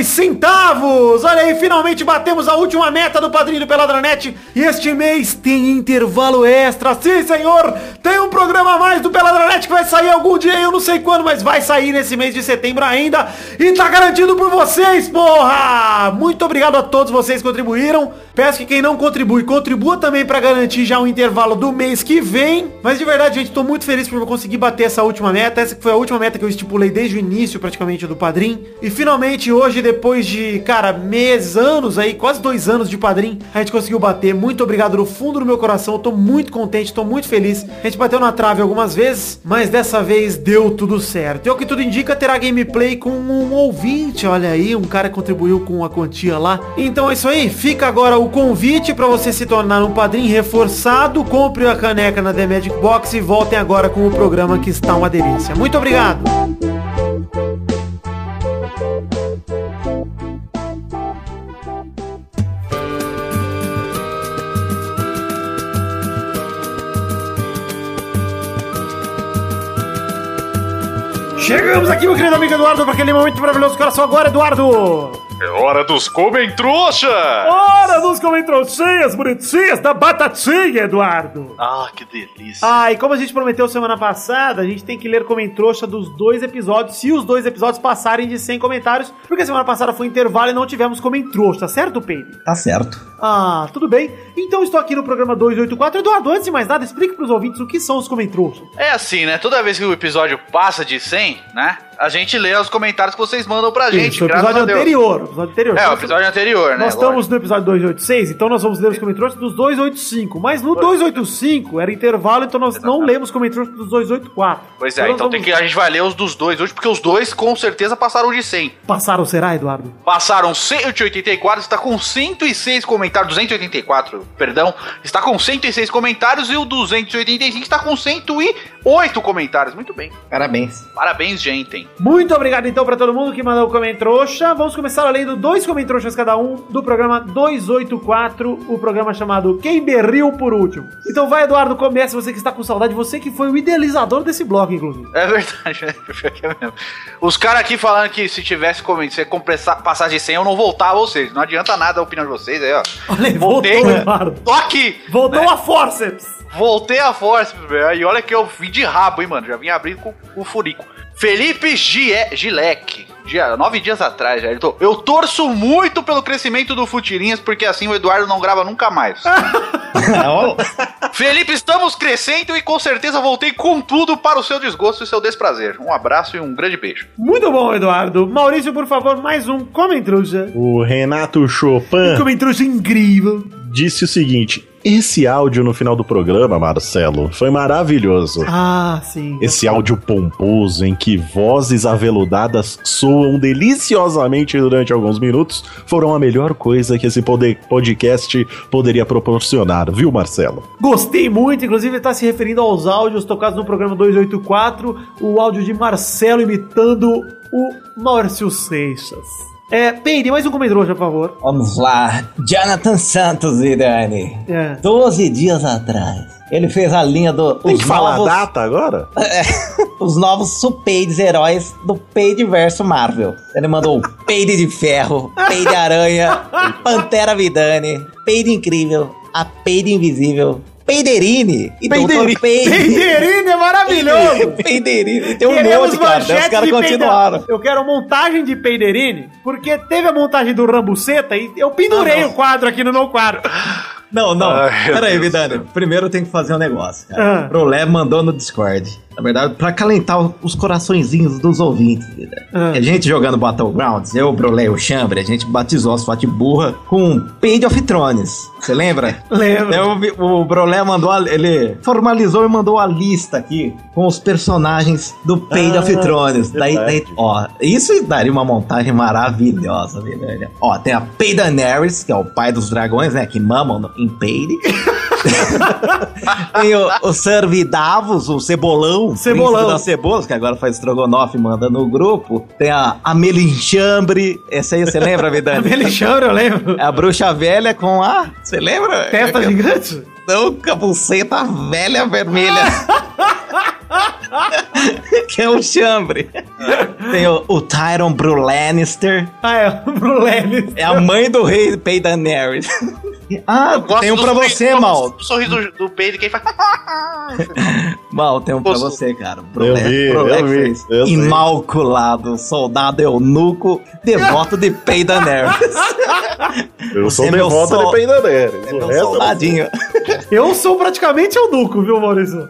Speaker 10: 2.052,32. Olha aí, finalmente batemos a última meta do padrinho do Peladranet. E este mês tem intervalo extra. Sim, senhor, tem um programa programa a mais do Peladranet que vai sair algum dia, eu não sei quando, mas vai sair nesse mês de setembro ainda. E tá garantido por vocês, porra! Muito obrigado a todos vocês que contribuíram. Peço que quem não contribui, contribua também para garantir já o intervalo do mês que vem. Mas de verdade, gente, tô muito feliz por eu conseguir bater essa última meta. Essa que foi a última meta que eu estipulei desde o início, praticamente, do Padrim. E finalmente, hoje, depois de, cara, meses, anos aí, quase dois anos de Padrim, a gente conseguiu bater. Muito obrigado do fundo do meu coração. Eu tô muito contente, tô muito feliz. A gente bateu na trave algumas vezes, mas dessa vez deu tudo certo. E o que tudo indica, terá gameplay com um ouvinte, olha aí, um cara contribuiu com a quantia lá. Então é isso aí, fica agora o convite para você se tornar um padrinho reforçado, compre a caneca na The Magic Box e voltem agora com o programa que está uma delícia. Muito obrigado! Chegamos aqui, meu querido amigo Eduardo, para aquele momento maravilhoso do coração agora, Eduardo!
Speaker 5: É hora dos comem trouxa!
Speaker 10: Hora dos comentroxinhas bonitinhas da batatinha, Eduardo!
Speaker 5: Ah, que delícia!
Speaker 10: Ah, e como a gente prometeu semana passada, a gente tem que ler comentroxa dos dois episódios, se os dois episódios passarem de 100 comentários, porque semana passada foi um intervalo e não tivemos comentroxa, certo, Peide?
Speaker 3: Tá certo.
Speaker 10: Ah, tudo bem. Então estou aqui no programa 284. Eduardo, antes de mais nada, explique para os ouvintes o que são os comentroxas.
Speaker 5: É assim, né? Toda vez que o episódio passa de 100, né? A gente lê os comentários que vocês mandam pra gente.
Speaker 10: o
Speaker 5: graças
Speaker 10: episódio
Speaker 5: a Deus.
Speaker 10: anterior.
Speaker 6: episódio anterior.
Speaker 5: É, o
Speaker 6: Nós-
Speaker 5: episódio anterior, né?
Speaker 6: Nós estamos no episódio 286, então nós vamos ler os comentários dos 285. Mas no 285 era intervalo, então nós não lemos comentários dos 284.
Speaker 5: Pois é, então
Speaker 6: nós
Speaker 5: tem
Speaker 6: vamos-
Speaker 5: que, a gente vai ler os dos dois hoje, porque os dois com certeza passaram de 100.
Speaker 6: Passaram, será, Eduardo?
Speaker 5: Passaram 184, está com 106 comentários, 284, perdão, está com 106 comentários e o 285 está com 108 comentários. Muito bem,
Speaker 11: Parabéns.
Speaker 5: parabéns, gente.
Speaker 6: Muito obrigado, então, pra todo mundo que mandou o comentrouxa. Vamos começar lendo dois comentrouxas cada um do programa 284, o programa chamado Quem Berriu por Último. Então vai, Eduardo, comece, você que está com saudade, você que foi o idealizador desse blog, inclusive.
Speaker 5: É verdade, né? <laughs> Pior que é mesmo. Os caras aqui falando que se tivesse como se compressa- passar de 100 eu não voltava, ou seja, não adianta nada a opinião de vocês aí, ó.
Speaker 6: Olha aí,
Speaker 5: Voltei.
Speaker 6: voltou, Eduardo.
Speaker 5: Tô aqui!
Speaker 6: Voltou
Speaker 5: né?
Speaker 6: a forceps.
Speaker 5: Voltei a força, velho. E olha que eu vim de rabo, hein, mano. Já vim abrindo com o furico. Felipe Gie- Gilek. Dia, nove dias atrás, já. Ele tô- eu torço muito pelo crescimento do Futirinhas, porque assim o Eduardo não grava nunca mais.
Speaker 3: <laughs> É,
Speaker 5: Felipe, estamos crescendo e com certeza voltei com tudo para o seu desgosto e seu desprazer. Um abraço e um grande beijo.
Speaker 6: Muito bom, Eduardo. Maurício, por favor, mais um comentrouxa.
Speaker 10: O Renato Chopin.
Speaker 6: Um comentrouxa incrível.
Speaker 10: disse o seguinte: esse áudio no final do programa, Marcelo, foi maravilhoso.
Speaker 6: Ah, sim.
Speaker 10: Esse áudio pomposo em que vozes aveludadas soam deliciosamente durante alguns minutos foram a melhor coisa que esse pode- podcast poderia proporcionar, viu, Marcelo?
Speaker 6: Gostei muito, inclusive está se referindo aos áudios tocados no programa 284, o áudio de Marcelo imitando o Maurício Seixas. É, Peide, mais um comentário, por favor.
Speaker 3: Vamos lá. Jonathan Santos, Irani.
Speaker 6: É.
Speaker 3: 12 dias atrás. Ele fez a linha do.
Speaker 10: Tem
Speaker 3: os
Speaker 10: que falar a
Speaker 3: novos- É,
Speaker 10: data agora?
Speaker 3: <laughs> os novos supeides heróis do Peide verso Marvel. Ele mandou
Speaker 10: <laughs>
Speaker 3: o Peide de Ferro, Peide Aranha, Pantera Vidane, Peide Incrível, a Peide Invisível, Peiderine e Doutor Peide.
Speaker 6: Peiderine é maravilhoso!
Speaker 3: <laughs> Peiderine. Tem um monte, cara. Daí Os caras continuaram.
Speaker 6: Peiderine. Eu quero montagem de Peiderine, porque teve a montagem do Rambuceta e eu
Speaker 3: Ah,
Speaker 6: pendurei o quadro aqui no meu quarto.
Speaker 3: Não, não.
Speaker 5: Ai, meu
Speaker 3: Peraí,
Speaker 5: Deus
Speaker 3: Vidane. Primeiro eu tenho que fazer um negócio,
Speaker 6: Ah.
Speaker 3: cara. O Lé mandou no Discord. Na verdade, pra calentar o- os coraçõezinhos dos ouvintes. Vidane.
Speaker 6: Ah.
Speaker 3: A gente jogando Battlegrounds, eu, Brolé e o Chambre, a gente batizou as fat burra com um Page of Thrones. Você
Speaker 6: <laughs>
Speaker 3: lembra?
Speaker 6: Lembro.
Speaker 3: Daí o É, Vi- o Brolé mandou, a- ele formalizou e mandou a lista aqui com os personagens do Page
Speaker 10: Ah,
Speaker 3: of Thrones. Daí,
Speaker 10: verdade.
Speaker 3: daí, ó, isso daria uma montagem maravilhosa, velho. Ó, tem a Pei Daenerys, que é o pai dos dragões, né, que mamam no- em Peide. <laughs> tem o, o Servidavos, o Cebolão,
Speaker 6: Cebolão.
Speaker 3: príncipe das Cebolas, que agora faz estrogonofe e manda no grupo. Tem a Amelinxambre, essa aí você lembra,
Speaker 6: <laughs>
Speaker 3: Vidani?
Speaker 6: Alexandre, eu lembro.
Speaker 3: É A bruxa velha com a. Você lembra?
Speaker 6: Testa gigante?
Speaker 3: Não, cabuceta velha <laughs> vermelha. que é o chambre. Tem o, o Tyron Brulannister.
Speaker 6: Ah, é, <laughs> pro Lelis.
Speaker 3: É a mãe do rei Pei Daenerys. Ah,
Speaker 5: Eu gosto
Speaker 3: tem um
Speaker 5: dos
Speaker 3: pra
Speaker 5: sorrisos-
Speaker 3: você, Mal.
Speaker 5: O sorriso do Pedro que ele faz. <laughs>
Speaker 3: Mal, tem um pra
Speaker 5: Gosto.
Speaker 3: você, cara.
Speaker 10: Eu vi, eu vi,
Speaker 3: fez.
Speaker 10: eu sei.
Speaker 3: Imaculado, soldado eunuco, devoto de Pei Daenerys.
Speaker 10: Eu
Speaker 3: Você
Speaker 10: sou
Speaker 3: é meu
Speaker 10: devoto
Speaker 3: sol-
Speaker 10: de Peidaneres.
Speaker 3: É
Speaker 10: o
Speaker 3: meu
Speaker 10: resto-
Speaker 3: soldadinho.
Speaker 6: Eu sou praticamente eunuco, viu, Maurício?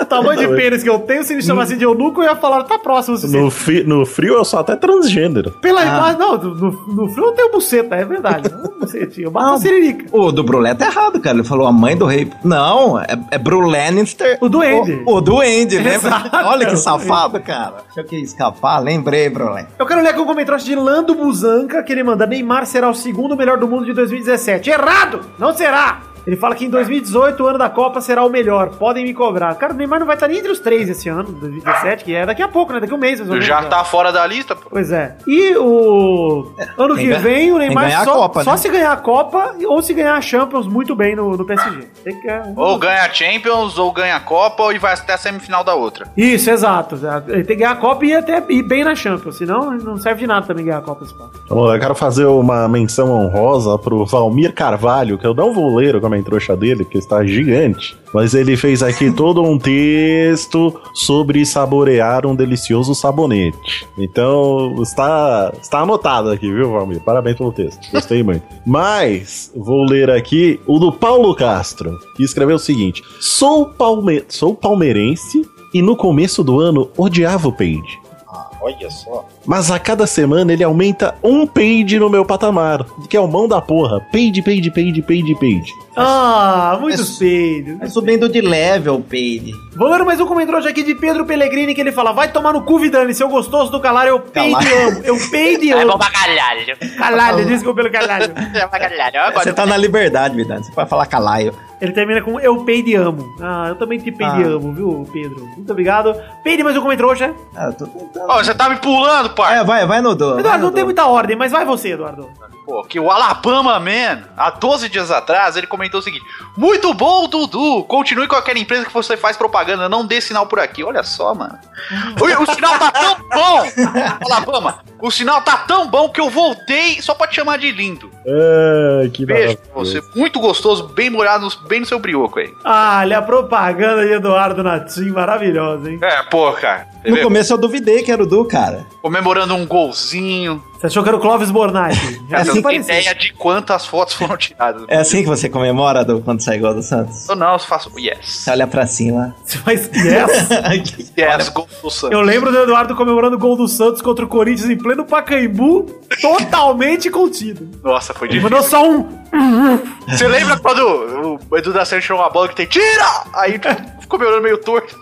Speaker 6: O tamanho de pênis que eu tenho, se me chamasse de eunuco, eu ia falar, tá próximo, se
Speaker 10: no, fi- no frio eu sou até transgênero.
Speaker 6: Pela imagem, não, no, no frio eu tenho buceta, é verdade. Não, bucetinha, eu bato a siririca.
Speaker 3: O do Brulé tá errado, cara. Ele falou a mãe do rei. Não, é, é Brulannister.
Speaker 6: O duende.
Speaker 3: O, o duende, lembra?
Speaker 6: Exato.
Speaker 3: Olha que safado, cara. Deixa eu que escapar, lembrei, Brulé.
Speaker 6: Eu quero ler aqui um comentário de Lando Busanca, que ele manda Neymar será o segundo melhor do mundo de 2017. Errado! Não será! Ele fala que em 2018, o ano da Copa será o melhor. Podem me cobrar. Cara, o Neymar não vai estar nem entre os três esse ano, 2017, que é daqui a pouco, né? Daqui a um mês. mais ou menos,
Speaker 5: Já
Speaker 6: né?
Speaker 5: tá fora da lista, pô.
Speaker 6: Pois é. E o ano
Speaker 3: É, tem
Speaker 6: que
Speaker 3: que-
Speaker 6: vem
Speaker 3: tem
Speaker 6: o
Speaker 3: que
Speaker 6: Neymar
Speaker 3: ganhar a
Speaker 6: só,
Speaker 3: Copa,
Speaker 6: só
Speaker 3: né?
Speaker 6: se ganhar a Copa ou se ganhar a Champions muito bem no, no PSG. Tem que ganhar um-
Speaker 5: Ou ganha a Champions, ou ganha a Copa, e vai até a semifinal da outra.
Speaker 6: Isso, exato. Ele tem que ganhar a Copa e ir até ir bem na Champions, senão não serve de nada também ganhar a Copa esse papo.
Speaker 10: Bom, eu quero fazer uma menção honrosa pro Valmir Carvalho, que eu não vou ler o comentrouxa dele, porque está gigante. Mas ele fez aqui todo um texto sobre saborear um delicioso sabonete. Então, está, está anotado aqui, viu, Valmir? Parabéns pelo texto. Gostei muito. Mas, vou ler aqui o do Paulo Castro, que escreveu o seguinte: Sou, palme sou palmeirense e no começo do ano odiava o Peide.
Speaker 12: Ah, Olha só.
Speaker 4: Mas a cada semana ele aumenta um page no meu patamar, que é o mão da porra. Page, page, page, page, page.
Speaker 6: Ah, muito
Speaker 3: É.
Speaker 6: feio.
Speaker 3: Vai Tá subindo de level, Peide.
Speaker 6: Vou ler mais um comentário aqui de Pedro Pellegrini que ele fala: vai tomar no cu, Vidani, seu gostoso do calar, eu peide e amo. Eu
Speaker 3: <laughs>
Speaker 6: peide e
Speaker 12: É bom
Speaker 6: amo.
Speaker 12: pra caralho.
Speaker 3: né?
Speaker 6: Caralho, desculpa pelo caralho.
Speaker 5: <laughs>
Speaker 12: É bom pra caralho. Eu
Speaker 3: Você
Speaker 12: agora
Speaker 3: tá na liberdade, Vidani. Você pode falar calaio.
Speaker 6: Ele termina com eu peide e amo. Ah, eu também te peide e
Speaker 3: Ah.
Speaker 6: amo, viu, Pedro? Muito obrigado. Peide mais um comentário hoje, né?
Speaker 3: Ah, eu tô tentando.
Speaker 5: Ó, você tá me pulando, pai.
Speaker 3: É, vai, vai no do. vai
Speaker 6: Eduardo,
Speaker 3: no
Speaker 6: não tem
Speaker 3: do.
Speaker 6: muita ordem, mas vai você, Eduardo.
Speaker 5: Pô, que o Alabama Man, há 12 dias atrás, ele comentou o seguinte: Muito bom, Dudu! Continue com aquela empresa que você faz propaganda, não dê sinal por aqui. Olha só, mano.
Speaker 12: Uhum.
Speaker 5: O, o sinal tá tão
Speaker 12: <laughs>
Speaker 5: bom! Alabama, o sinal tá tão bom que eu voltei só pra te chamar de lindo.
Speaker 4: É, que
Speaker 5: Beijo
Speaker 4: maravilha.
Speaker 5: pra você, muito gostoso, bem molhado, no- bem no seu brioco aí.
Speaker 6: Ah, olha a propaganda de Eduardo Natim, maravilhosa, hein?
Speaker 5: É, pô, cara. Você
Speaker 3: No
Speaker 5: vê?
Speaker 3: começo eu duvidei que era o Du, cara.
Speaker 5: Comemorando um golzinho.
Speaker 6: Você achou que era o Clóvis Bornai?
Speaker 5: Já não
Speaker 3: assim que
Speaker 5: tem
Speaker 3: parecia.
Speaker 5: ideia de quantas fotos foram tiradas.
Speaker 3: É assim que você comemora, Du, quando sai gol do Santos?
Speaker 5: Eu não, eu faço. Yes.
Speaker 3: Você olha pra cima. <laughs>
Speaker 6: Você faz yes?
Speaker 5: Yes, gol do Santos.
Speaker 6: Eu lembro do Eduardo comemorando o gol do Santos contra o Corinthians em pleno Pacaembu, totalmente contido.
Speaker 5: Nossa, foi
Speaker 6: Ele
Speaker 5: difícil.
Speaker 6: mandou só um.
Speaker 5: Você lembra quando o Edu da Serra tirou uma bola que tem tira? Aí tipo, ficou me olhando meio torto.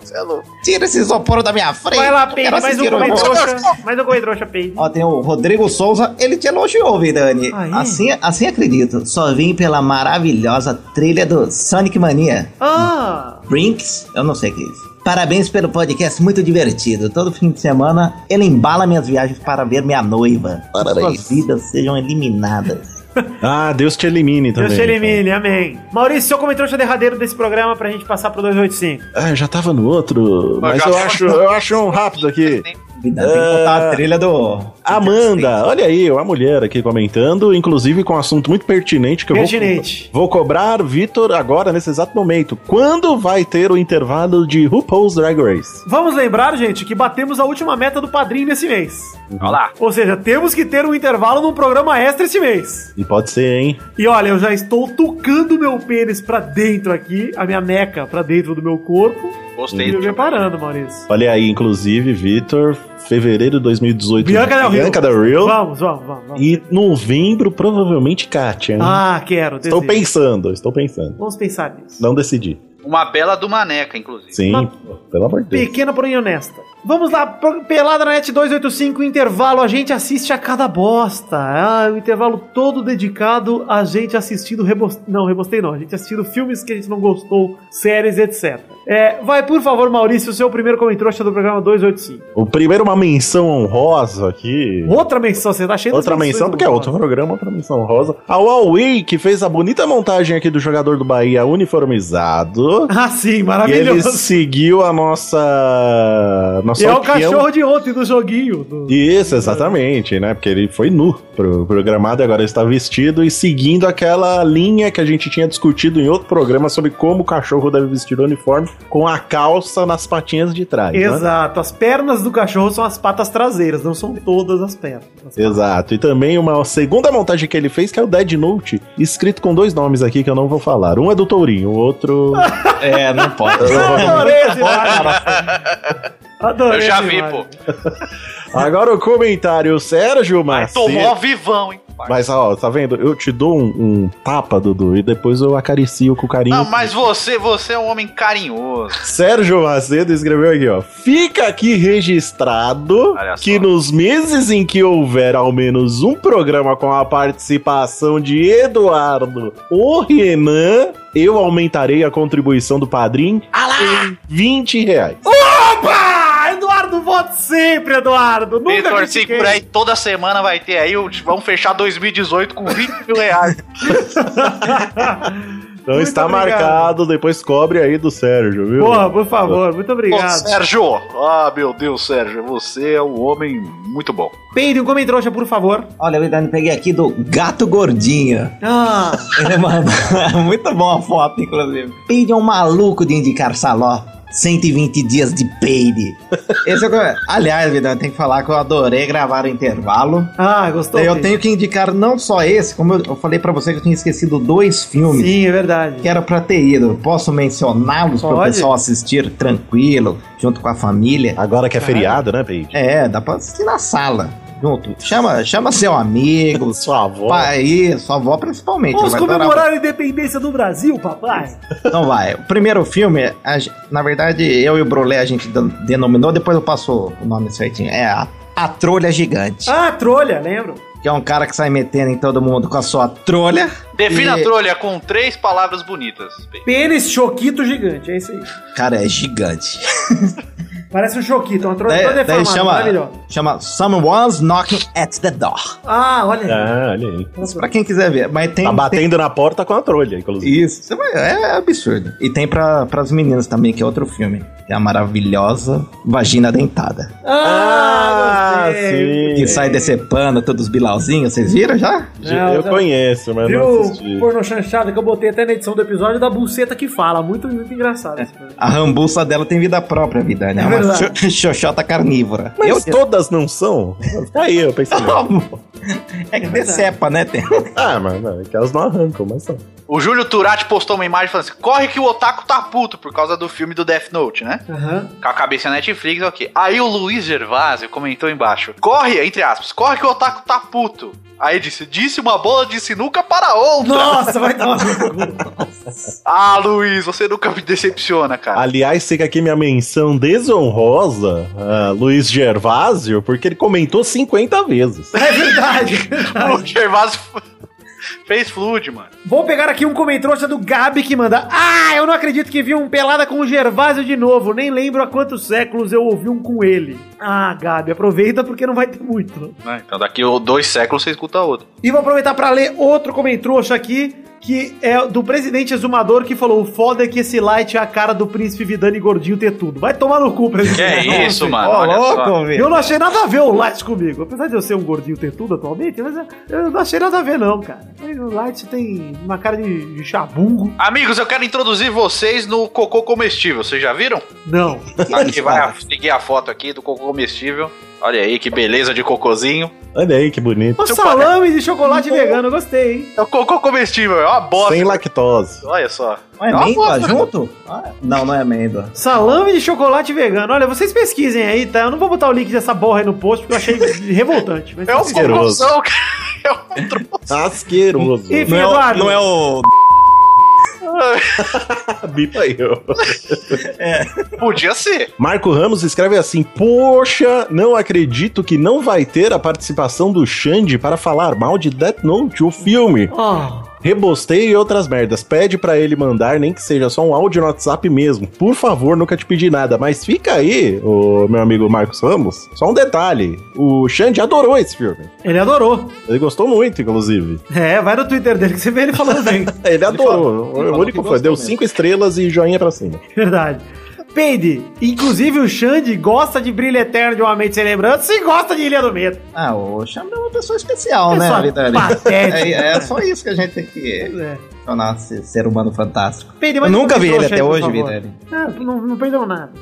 Speaker 5: Você é louco.
Speaker 3: Tira esse isoporo da minha frente.
Speaker 6: Vai lá,
Speaker 3: eu
Speaker 6: Peide,
Speaker 3: quero
Speaker 6: mais um
Speaker 3: assistir o
Speaker 6: comer
Speaker 3: gol.
Speaker 6: trouxa. Mais um comer trouxa, Peide.
Speaker 3: Ó, tem o Rodrigo Souza, ele te elogiou, Vidani.
Speaker 6: Ah, é?
Speaker 3: Assim, assim acredito. Só vim pela maravilhosa trilha do Sonic Mania.
Speaker 6: Ah!
Speaker 3: Brinks? Eu não sei o que é isso. Parabéns pelo podcast, muito divertido. Todo fim de semana ele embala minhas viagens para ver minha noiva.
Speaker 4: Parabéns.
Speaker 3: Suas vidas sejam eliminadas.
Speaker 4: Ah, Deus te elimine também.
Speaker 6: Deus te elimine, amém. Maurício, seu comentrouxa derradeiro desse programa pra gente passar pro 285.
Speaker 4: Ah, eu já tava no outro, mas
Speaker 5: já
Speaker 4: eu
Speaker 5: tava
Speaker 4: acho, eu acho um rápido aqui.
Speaker 3: Vida, tem que botar a trilha do.
Speaker 4: É, Amanda, olha aí, a mulher aqui comentando, inclusive com um assunto muito pertinente que eu
Speaker 6: Pertinente.
Speaker 4: vou, vou cobrar Vitor agora nesse exato momento. Quando vai ter o intervalo de RuPaul's Drag Race?
Speaker 6: Vamos lembrar, gente, que batemos a última meta do padrinho nesse mês.
Speaker 5: Olha lá.
Speaker 6: Ou seja, temos que ter um intervalo num programa extra esse mês.
Speaker 4: E pode ser, hein?
Speaker 6: E olha, eu já estou tocando meu pênis pra dentro aqui, a minha meca pra dentro do meu corpo.
Speaker 5: Gostei.
Speaker 6: E eu preparando, Maurício.
Speaker 4: Olha aí, inclusive, Vitor, fevereiro de 2018.
Speaker 6: Bianca Del Rio.
Speaker 4: Bianca Del Rio.
Speaker 6: Vamos, vamos, vamos. vamos.
Speaker 4: E novembro, provavelmente, Kátia. hein?
Speaker 6: Ah, quero.
Speaker 4: estou
Speaker 6: desejo.
Speaker 4: pensando, estou pensando.
Speaker 6: Vamos pensar nisso.
Speaker 4: Não decidi.
Speaker 5: Uma bela do Maneca, inclusive.
Speaker 4: Sim,
Speaker 6: Mas-
Speaker 4: pô, pelo amor de Deus.
Speaker 6: Pequena, porém honesta. Vamos lá, pro- Pelada na Net 285, intervalo. A gente assiste a cada bosta. Ah, o intervalo todo dedicado a gente assistindo. Rebos... Não, rebostei não. A gente assistindo filmes que a gente não gostou, séries, etc. É, vai, por favor, Maurício, o seu primeiro comentrouxa do programa 285.
Speaker 4: O primeiro, uma menção honrosa aqui.
Speaker 6: Outra menção, você tá cheio de
Speaker 4: Outra
Speaker 6: menções
Speaker 4: menção, porque é outro
Speaker 6: honrosas.
Speaker 4: programa, outra menção rosa. A Huawei, que fez a bonita montagem aqui do jogador do Bahia uniformizado.
Speaker 6: Ah, sim,
Speaker 4: E ele
Speaker 6: maravilhoso.
Speaker 4: seguiu a nossa. nossa
Speaker 6: E é o
Speaker 4: opinião.
Speaker 6: cachorro de ontem do joguinho. do-
Speaker 4: Isso, exatamente, né? Porque ele foi nu pro programado e agora está vestido e seguindo aquela linha que a gente tinha discutido em outro programa sobre como o cachorro deve vestir o uniforme com a calça nas patinhas de trás. né?
Speaker 6: Exato, as pernas do cachorro são as patas traseiras, não são todas as pernas. As
Speaker 4: Exato. E também uma segunda montagem que ele fez, que é o Dead Note, escrito com dois nomes aqui que eu não vou falar. Um é do Tourinho, o outro.
Speaker 3: É, não pode.
Speaker 6: Adorei esse imagem. Adorei
Speaker 5: Eu já
Speaker 6: essa
Speaker 5: vi,
Speaker 6: imagem.
Speaker 4: Agora o comentário, Sérgio Macedo.
Speaker 5: Tomou vivão, hein?
Speaker 4: Mas ó, tá vendo? Eu te dou um, um tapa, Dudu, e depois eu acaricio com carinho.
Speaker 5: Não, mas você, você é um homem carinhoso.
Speaker 4: Sérgio Macedo escreveu aqui, ó. Fica aqui registrado
Speaker 5: Olha só.
Speaker 4: que nos meses em que houver ao menos um programa com a participação de Eduardo ou Renan, eu aumentarei a contribuição do padrinho em 20 reais.
Speaker 6: Opa! Eduardo, voto sempre, Eduardo! Nunca
Speaker 5: Vitor,
Speaker 6: critiquei. <laughs>
Speaker 5: segura aí, toda semana vai ter aí. o- Vamos fechar 2018 com 20 mil reais.
Speaker 4: Então
Speaker 6: Muito
Speaker 4: está
Speaker 6: obrigado.
Speaker 4: marcado, depois cobre aí do Sérgio, viu?
Speaker 6: Porra, por favor, muito
Speaker 5: Ô,
Speaker 6: obrigado.
Speaker 5: Sérgio! Ah, meu Deus, Sérgio, você é um homem muito bom.
Speaker 6: Peide um comentrouxa, por favor.
Speaker 3: Olha, Vidani, peguei aqui do Gato Gordinho.
Speaker 6: Ah, <laughs> é
Speaker 3: é Ele mandou. Muito bom a foto, inclusive. Peide um maluco de indicar saló.
Speaker 9: 120 dias de peide.
Speaker 3: Esse é o que- Aliás, Vidal, tem que falar que eu adorei gravar o intervalo.
Speaker 6: Ah, gostou?
Speaker 3: Eu
Speaker 6: Pedro?
Speaker 3: tenho que indicar não só esse, como eu- eu falei pra você que eu tinha esquecido dois filmes
Speaker 6: Sim, é verdade.
Speaker 3: que era pra ter ido. Posso mencioná-los para o
Speaker 6: Pode.
Speaker 3: pessoal assistir tranquilo, junto com a família.
Speaker 4: Agora que é feriado, né, Peide?
Speaker 3: É, dá pra assistir na sala, junto. Chama, chama seu
Speaker 4: <laughs>
Speaker 3: amigo,
Speaker 4: Sua avó.
Speaker 3: pai, sua avó principalmente.
Speaker 6: Vamos
Speaker 3: ela vai adorar
Speaker 6: comemorar a independência do Brasil, papai.
Speaker 3: Então vai. O primeiro filme, a gen- na verdade, eu e o Brulé a gente den- denominou, depois eu passo o nome certinho. É a, a Trolha Gigante.
Speaker 6: Ah, trolha, lembro.
Speaker 3: Que é um cara que sai metendo em todo mundo com a sua trolha.
Speaker 5: Defina
Speaker 3: E-
Speaker 5: a trolha com três palavras bonitas.
Speaker 6: Pênis choquito gigante, é isso aí.
Speaker 3: Cara, é gigante.
Speaker 6: Parece um choquito, uma trolha
Speaker 3: Daí,
Speaker 6: toda
Speaker 3: daí
Speaker 6: deformada,
Speaker 3: chama,
Speaker 6: maravilhosa.
Speaker 3: chama Someone's Knocking at the Door.
Speaker 6: Ah, olha
Speaker 3: É.
Speaker 6: aí.
Speaker 4: Ah, olha aí.
Speaker 3: Isso pra quem quiser ver. Mas tem.
Speaker 4: Tá
Speaker 3: tem-
Speaker 4: batendo na porta com a trolha, inclusive.
Speaker 3: Isso, Você vai- é absurdo. E tem pra, pras meninas também, que é outro filme. Que é a maravilhosa Vagina Dentada.
Speaker 6: Ah, gostei.
Speaker 3: Que sai decepando todos os bilauzinhos, vocês viram já?
Speaker 6: Não, tá
Speaker 4: eu
Speaker 6: já-
Speaker 4: conheço, mas não
Speaker 6: Viu
Speaker 4: assisti.
Speaker 6: o porno chanchado que eu botei até na edição do episódio da buceta que fala? Muito, muito engraçado. esse filme.
Speaker 3: A rambuça dela tem vida própria, vida, né?
Speaker 6: É
Speaker 3: É uma cho-
Speaker 6: verdade.
Speaker 3: xoxota é carnívora.
Speaker 4: Mas todas não são? Tá Aí eu
Speaker 3: <laughs>
Speaker 4: pensei.
Speaker 3: é que decepa, né? Tem-
Speaker 4: ah, mas não, é que elas não arrancam, mas são.
Speaker 5: O Júlio Turati postou uma imagem falando assim: corre que o Otaku tá puto por causa do filme do Death Note, né?
Speaker 6: Aham.
Speaker 5: Com a cabeça na Netflix, ok. Aí o Luiz Gervásio comentou embaixo: corre, entre aspas, corre que o Otaku tá puto. Aí disse: disse uma bola de sinuca para outra.
Speaker 6: Nossa, vai tomar no cu.
Speaker 5: Ah, Luiz, você nunca me decepciona, cara.
Speaker 4: Aliás, fica aqui minha menção desonrosa a Luiz Gervásio, porque ele comentou 50 vezes.
Speaker 6: <laughs> É verdade.
Speaker 5: <laughs> o Gervásio f- fez flude, mano.
Speaker 6: Vou pegar aqui um comentrouxa do Gabi que manda. Ah, eu não acredito que vi um pelada com o Gervásio de novo. Nem lembro há quantos séculos eu ouvi um com ele. Ah, Gabi, aproveita porque não vai ter muito.
Speaker 5: Né, Então daqui a dois séculos você escuta outro.
Speaker 6: E vou aproveitar pra ler outro comentrouxa aqui, que é do presidente exumador que falou: o foda é que esse light é a cara do príncipe Vidani gordinho ter tudo. Vai tomar no cu, presidente.
Speaker 5: Que é isso, mano?
Speaker 3: Ô,
Speaker 5: olha só.
Speaker 3: louco, velho.
Speaker 6: Eu não achei nada a ver o Light comigo. Apesar de eu ser um gordinho tetudo atualmente, mas eu- eu não achei nada a ver, não, cara. O Light tem uma cara de de chabungo.
Speaker 5: Amigos, eu quero introduzir vocês no cocô comestível. Vocês já viram?
Speaker 6: Não.
Speaker 5: Aqui vai
Speaker 3: tá,
Speaker 5: a, peguei a foto aqui do cocô comestível. Olha aí que beleza de cocôzinho.
Speaker 4: Olha aí que
Speaker 3: É
Speaker 4: bonito.
Speaker 3: tipo
Speaker 6: Um salame de chocolate vegano, eu gostei, hein?
Speaker 5: É o cocô comestível, é uma bosta.
Speaker 4: Sem lactose.
Speaker 5: Olha só.
Speaker 3: Não é amêndoa junto? Ah, Não, não é amêndoa.
Speaker 6: Salame de chocolate vegano. Olha, vocês pesquisem aí, tá? Eu não vou botar o link dessa borra aí no post, porque eu achei <laughs> revoltante. Mas...
Speaker 5: É um
Speaker 4: Asqueroso.
Speaker 5: cocôzão, cara.
Speaker 4: Asqueroso.
Speaker 6: <laughs> Enfim,
Speaker 3: Não é, o-
Speaker 6: Eduardo.
Speaker 3: não é o.
Speaker 4: Bipa eu.
Speaker 5: Podia ser.
Speaker 4: Marco Ramos escreve assim: Poxa, não acredito que não vai ter a participação do Xande para falar mal de Death Note, o filme.
Speaker 6: Ah,
Speaker 4: Rebostei e outras merdas. Pede pra ele mandar, nem que seja só um áudio no WhatsApp mesmo. Por favor, nunca te pedi nada. Mas fica aí, ô, meu amigo Marcos Ramos. Só um detalhe: o Xande adorou esse filme.
Speaker 6: ele adorou.
Speaker 4: Ele gostou muito, inclusive.
Speaker 6: É, vai no Twitter dele que você vê ele falando bem. <laughs>
Speaker 4: Ele, adorou.
Speaker 3: falou- ele
Speaker 4: o
Speaker 3: falou
Speaker 4: único
Speaker 3: que
Speaker 4: foi.
Speaker 3: gostou
Speaker 4: Deu
Speaker 3: mesmo.
Speaker 4: cinco estrelas e joinha pra cima.
Speaker 6: Verdade. Peide, inclusive o Xande gosta de Brilho Eterno de Uma Mente Sem Lembrança e gosta de Ilha do Medo.
Speaker 3: Ah, o Xandão é uma pessoa especial,
Speaker 6: Pessoa
Speaker 3: né, Vitali?
Speaker 6: patética.
Speaker 3: É, é só isso que a gente tem que
Speaker 6: É.
Speaker 3: tornar esse ser humano fantástico.
Speaker 6: Peide,
Speaker 3: Eu
Speaker 6: mas
Speaker 3: nunca vi ele
Speaker 6: trouxa aí,
Speaker 3: até
Speaker 6: por
Speaker 3: hoje,
Speaker 6: favor.
Speaker 3: Vitali.
Speaker 6: Ah, não, não perdeu nada.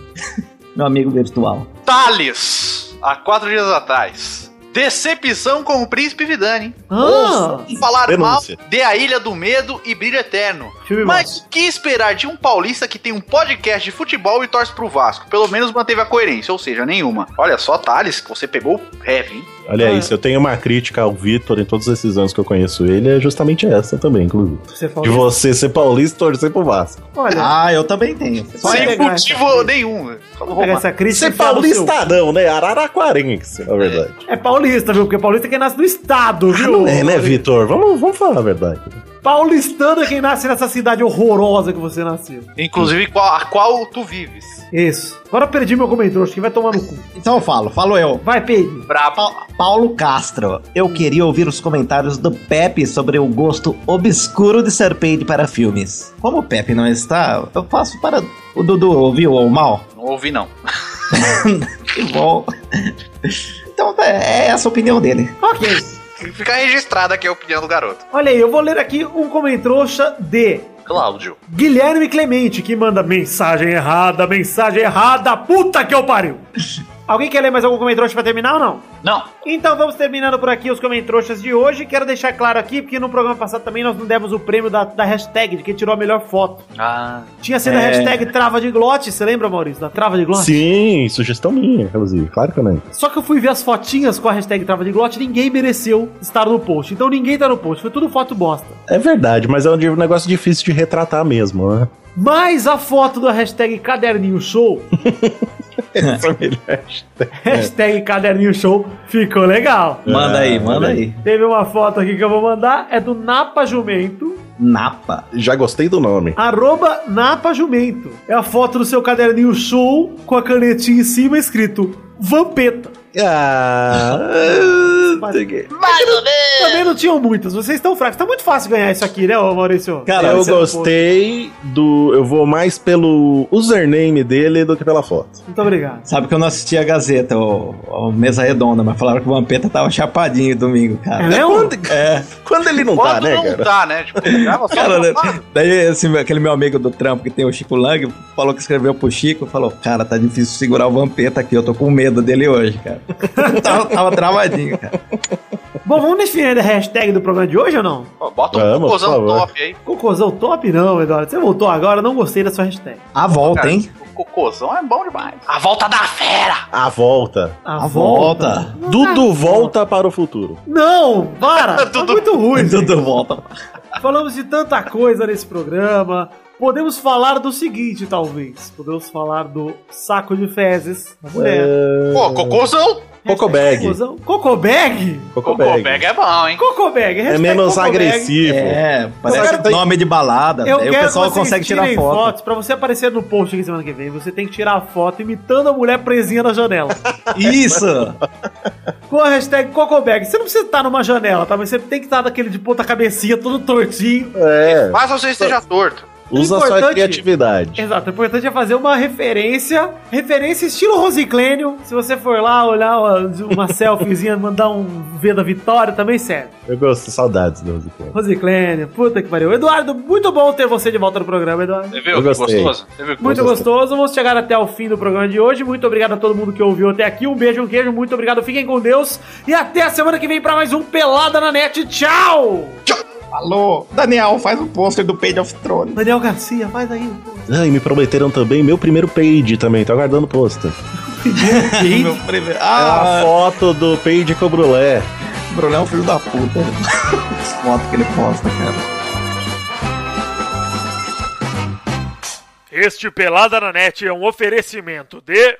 Speaker 3: Meu amigo virtual.
Speaker 5: Thales, há quatro dias atrás. Decepção com o príncipe Vidani.
Speaker 6: Ah,
Speaker 5: um Falar
Speaker 4: Denúncia.
Speaker 5: mal de A Ilha do Medo e Brilho Eterno.
Speaker 6: Filme
Speaker 5: Mas o que esperar de um paulista que tem um podcast de futebol e torce pro Vasco? Pelo menos manteve a coerência, ou seja, nenhuma. Olha só, Thales, que você pegou heavy, hein?
Speaker 4: Olha aí, se eu tenho uma crítica ao Vitor em todos esses anos que eu conheço ele, é justamente essa também, inclusive.
Speaker 6: você
Speaker 4: De
Speaker 6: falou.
Speaker 4: você ser paulista e torcer pro Vasco.
Speaker 6: Olha,
Speaker 3: Ah, eu também tenho. Só
Speaker 6: Sim.
Speaker 5: Sem
Speaker 6: pegar
Speaker 5: motivo
Speaker 6: essa-
Speaker 5: nenhum. Só
Speaker 6: vou
Speaker 5: roubar.
Speaker 6: pegar essa crítica.
Speaker 4: Ser
Speaker 6: e enfiar no seu-
Speaker 4: é paulista não, né? Araraquarense, na verdade.
Speaker 6: É paulista, viu? Porque paulista é quem nasce no estado,
Speaker 4: Ah,
Speaker 6: viu?
Speaker 4: não é, né, Vitor? Vamos, vamos falar a verdade.
Speaker 6: Paulistano é quem nasce nessa cidade horrorosa que você nasceu.
Speaker 5: Inclusive, qual- a qual tu vives.
Speaker 6: Isso. Agora eu perdi meu comentário, acho que vai tomar no cu.
Speaker 3: Então eu falo, falo eu.
Speaker 6: Vai, Peide.
Speaker 5: Brabo.
Speaker 3: Pa- Paulo Castro, eu queria ouvir os comentários do Pepe sobre o gosto obscuro de Serpente para filmes. Como o Pepe não está, eu faço para o Dudu ouvir ou mal.
Speaker 5: Não ouvi, não.
Speaker 3: Que bom. <laughs> Então é é essa a opinião dele.
Speaker 6: Ok.
Speaker 5: Fica registrada aqui a opinião do garoto.
Speaker 6: Olha aí, eu vou ler aqui um comentrouxa de
Speaker 5: Cláudio.
Speaker 6: Guilherme Clemente, que manda mensagem errada, mensagem errada, puta que
Speaker 4: <laughs>
Speaker 6: eu pariu! Alguém quer ler mais algum comentário pra terminar ou não?
Speaker 5: Não.
Speaker 6: Então vamos terminando por aqui os comentroxas de hoje. Quero deixar claro aqui, porque no programa passado também nós não demos o prêmio da, da hashtag, de quem tirou a melhor foto.
Speaker 5: Ah,
Speaker 6: Tinha sido a
Speaker 13: É.
Speaker 6: hashtag trava de glote, você lembra, Maurício? Da trava de glote?
Speaker 4: Sim, sugestão minha, inclusive. Claro que eu lembro.
Speaker 6: Só que eu fui ver as fotinhas com a hashtag trava de glote, ninguém mereceu estar no post. Então ninguém tá no post, foi tudo foto bosta.
Speaker 4: É verdade, mas é um di- negócio difícil de retratar mesmo, né?
Speaker 6: Mas a foto da hashtag caderninho show,
Speaker 4: <laughs> Essa é a melhor.
Speaker 6: <laughs> hashtag caderninho show, ficou legal.
Speaker 3: Manda aí, manda aí.
Speaker 6: Teve uma foto aqui que eu vou mandar, é do Napa Jumento,
Speaker 3: Napa.
Speaker 4: <laughs> Já gostei do nome.
Speaker 6: arroba Napa Jumento. É a foto do seu caderninho show com a canetinha em cima escrito Vampeta.
Speaker 4: Ah,
Speaker 6: Mas- Também não tinham muitas, vocês estão fracos. Tá muito fácil ganhar isso aqui, né, ô Maurício?
Speaker 4: cara, eu
Speaker 3: é um
Speaker 4: gostei do. Eu vou mais pelo username dele do que pela foto.
Speaker 6: Muito obrigado.
Speaker 3: Sabe que eu não assisti a Gazeta, ou, ou Mesa Redonda, mas falaram que o Vampeta tava chapadinho domingo,
Speaker 6: É
Speaker 3: cara.
Speaker 6: mesmo?
Speaker 3: É,
Speaker 4: Quando ele não tá,
Speaker 5: quando
Speaker 4: né,
Speaker 5: não
Speaker 4: cara?
Speaker 5: tá, né? Tipo, grava só
Speaker 3: cara,
Speaker 5: uma
Speaker 3: né?
Speaker 5: fase.
Speaker 3: daí esse meu- aquele meu amigo do trampo que tem o Chico Lang falou que escreveu pro Chico, falou, cara, tá difícil segurar o Vampeta aqui, eu tô com medo dele hoje, cara. <laughs> tava, tava travadinho, cara.
Speaker 6: Bom, vamos definir a hashtag do programa de hoje ou não?
Speaker 5: Ó, Bota um
Speaker 4: Vamos, por
Speaker 5: cocôzão
Speaker 4: favor.
Speaker 5: top aí.
Speaker 6: Cocôzão top não, Eduardo. Você voltou agora, não gostei da sua hashtag.
Speaker 3: A volta,
Speaker 5: Cara,
Speaker 3: hein?
Speaker 5: O cocôzão é bom demais. A volta da fera!
Speaker 4: A volta.
Speaker 3: A volta.
Speaker 4: Dudu volta para o futuro.
Speaker 6: Não, para! tá
Speaker 5: Dudu.
Speaker 6: muito ruim. gente.
Speaker 3: Dudu volta.
Speaker 6: Falamos de tanta coisa nesse programa. Podemos falar do seguinte, talvez. Podemos falar do saco de fezes da mulher.
Speaker 5: Pô, cocôzão!
Speaker 4: Cocobag.
Speaker 6: Cocôzão. Cocobag?
Speaker 4: Cocobag.
Speaker 5: Cocobag é bom, hein?
Speaker 6: Cocobag.
Speaker 4: É
Speaker 6: hashtag
Speaker 4: menos
Speaker 6: Cocobag.
Speaker 4: agressivo.
Speaker 3: É, parece
Speaker 6: quero-
Speaker 3: nome de balada.
Speaker 6: Eu
Speaker 3: Daí
Speaker 6: quero
Speaker 3: o pessoal
Speaker 6: que vocês
Speaker 3: consegue tirar
Speaker 6: tirem
Speaker 3: foto.
Speaker 6: fotos. Pra você aparecer no post aqui semana que vem, você tem que tirar a foto imitando a mulher presinha na janela.
Speaker 3: Isso!
Speaker 6: com a hashtag Cocobag. Você não precisa estar numa janela, tá? Mas você tem que estar naquele de ponta cabecinha, todo tortinho.
Speaker 4: É.
Speaker 5: Mas você esteja torto.
Speaker 4: Usa a sua
Speaker 6: Importante-
Speaker 4: criatividade.
Speaker 6: Exato, o importante é fazer uma referência, referência estilo Rosiclênio. Se você for lá olhar uma, <laughs> uma selfiezinha, mandar um V da vitória, também serve.
Speaker 4: Eu gosto, saudades do Ziclone.
Speaker 6: Rosiclênio, puta que pariu. Eduardo, muito bom ter você de volta no programa, Eduardo.
Speaker 5: Você viu
Speaker 4: Eu
Speaker 5: que é
Speaker 4: gostei.
Speaker 5: gostoso? Você viu que
Speaker 6: Muito gostoso, vamos chegar até o fim do programa de hoje. Muito obrigado a todo mundo que ouviu até aqui. Um beijo, um queijo, muito obrigado, fiquem com Deus. E até a semana que vem pra mais um Pelada na Net. Tchau!
Speaker 3: Alô, Daniel, faz o pôster do Page of Thrones.
Speaker 6: Daniel Garcia, faz aí.
Speaker 4: Ah, e me prometeram também meu primeiro page também, tô aguardando o pôster.
Speaker 3: Meu primeiro.
Speaker 4: É a
Speaker 3: Ah,
Speaker 4: foto do page com brulé.
Speaker 3: o Bruno é um filho da puta. As fotos que ele posta, cara.
Speaker 6: Este Pelada na Net é um oferecimento de.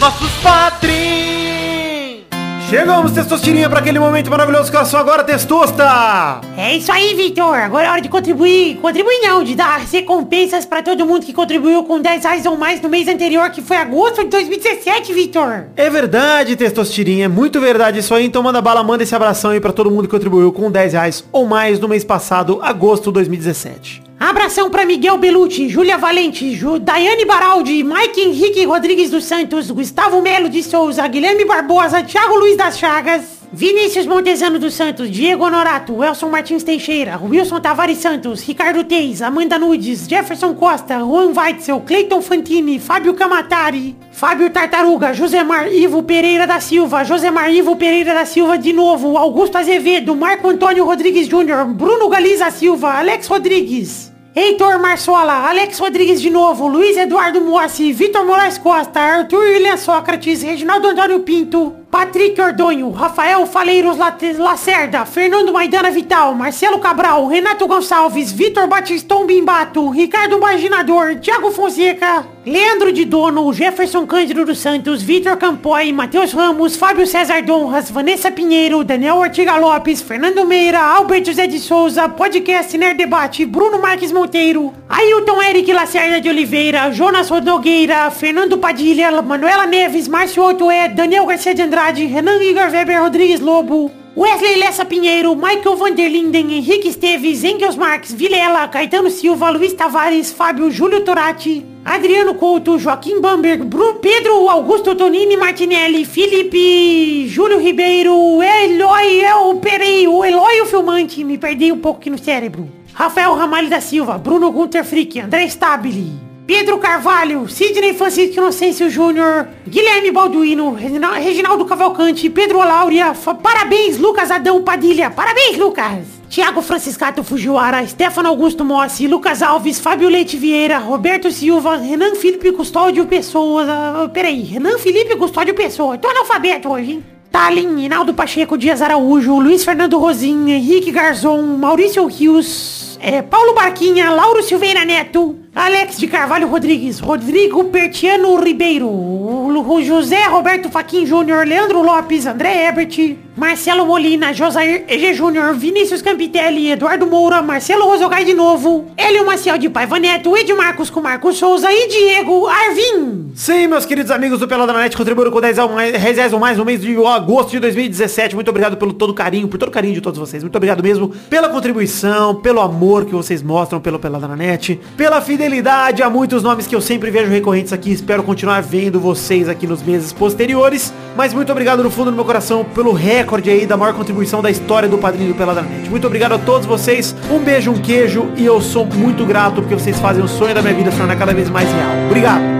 Speaker 6: Nossos Patrim! Chegamos, Testosterinha, para aquele momento maravilhoso que é só agora, Testosta!
Speaker 10: É isso aí, Vitor. Agora é hora de contribuir. Contribuir não, de dar recompensas pra todo mundo que contribuiu com 10 reais ou mais no mês anterior, que foi agosto de 2017, Vitor.
Speaker 6: É verdade, Testosterinha, é muito verdade isso aí. Então manda bala, manda esse abração aí para todo mundo que contribuiu com 10 reais ou mais no mês passado, agosto de 2017.
Speaker 10: Abração pra Miguel Belucci, Júlia Valente, Ju, Daiane Baraldi, Mike Henrique Rodrigues dos Santos, Gustavo Melo de Souza, Guilherme Barbosa, Thiago Luiz das Chagas, Vinícius Montezano dos Santos, Diego Honorato, Elson Martins Teixeira, Wilson Tavares Santos, Ricardo Teis, Amanda Nudes, Jefferson Costa, Juan Weitzel, Cleiton Fantini, Fábio Camatari, Fábio Tartaruga, Josemar Ivo Pereira da Silva, Josemar Ivo Pereira da Silva de novo, Augusto Azevedo, Marco Antônio Rodrigues Júnior, Bruno Galiza Silva, Alex Rodrigues, Heitor Marçola, Alex Rodrigues de novo, Luiz Eduardo Moacir, Vitor Moraes Costa, Arthur William Sócrates, Reginaldo Antônio Pinto, Patrick Ordonho, Rafael Faleiros Late- Lacerda, Fernando Maidana Vital, Marcelo Cabral, Renato Gonçalves, Vitor Batiston Bimbato, Ricardo Imaginador, Thiago Fonseca, Leandro de Dono, Jefferson Cândido dos Santos, Vitor Campoy, Matheus Ramos, Fábio César Donras, Vanessa Pinheiro, Daniel Ortiga Lopes, Fernando Meira, Alberto Zé de Souza, Podcast Nerd Debate, Bruno Marques Monteiro, Ailton Eric Lacerda de Oliveira, Jonas Rodogueira, Fernando Padilha, Manuela Neves, Márcio Otoé, Daniel Garcia de Andrade, Renan Igor Weber Rodrigues Lobo,
Speaker 7: Wesley Lessa Pinheiro, Michael Vanderlinden, Henrique Esteves, Engels Marx, Vilela, Caetano Silva, Luiz Tavares, Fábio Júlio Torati, Adriano Couto, Joaquim Bamberg, Bru- Pedro Augusto Tonini Martinelli, Felipe Júlio Ribeiro, Eloy, eu, peraí, o Eloy o filmante, me perdi um pouco aqui no cérebro. Rafael Ramalho da Silva, Bruno Gunter Frick, André Stabile, Pedro Carvalho, Sidney Francisco Inocêncio Júnior, Guilherme Balduino, Regina- Reginaldo Cavalcante, Pedro Lauria, fa- parabéns Lucas Adão Padilha, parabéns Lucas! Tiago Franciscato Fujiwara, Stefano Augusto Mossi, Lucas Alves, Fábio Leite Vieira, Roberto Silva, Renan Felipe Custódio Pessoa, ah, peraí, Renan Felipe Custódio Pessoa, tô analfabeto hoje, hein? Talin, Hinaldo Pacheco, Dias Araújo, Luiz Fernando Rosin, Henrique Garzon, Maurício Rios, é, Paulo Barquinha, Lauro Silveira Neto, Alex de Carvalho Rodrigues, Rodrigo Pertiano Ribeiro, Lu- José Roberto Faquin Júnior, Leandro Lopes, André Ebert, Marcelo Molina, Josair EG Júnior, Vinícius Campitelli, Eduardo Moura, Marcelo Rosogai de novo, Hélio Maciel de Paiva Neto, Edmarcos com Marcos Souza e Diego Arvin.
Speaker 6: Sim, meus queridos amigos do Peladronete, contribuíram com 10 ao mais, reais ou mais no mês de agosto de 2017. Muito obrigado pelo todo carinho, por todo o carinho de todos vocês. Muito obrigado mesmo pela contribuição, pelo amor que vocês mostram pelo Peladronete, pela fidelidade a muitos nomes que eu sempre vejo recorrentes aqui. Espero continuar vendo vocês aqui nos meses posteriores. Mas muito obrigado no fundo do meu coração pelo recorde aí da maior contribuição da história do Padrinho do Peladronete. Muito obrigado a todos vocês. Um beijo, um queijo e eu sou muito grato porque vocês fazem o sonho da minha vida se tornar cada vez mais real. Obrigado.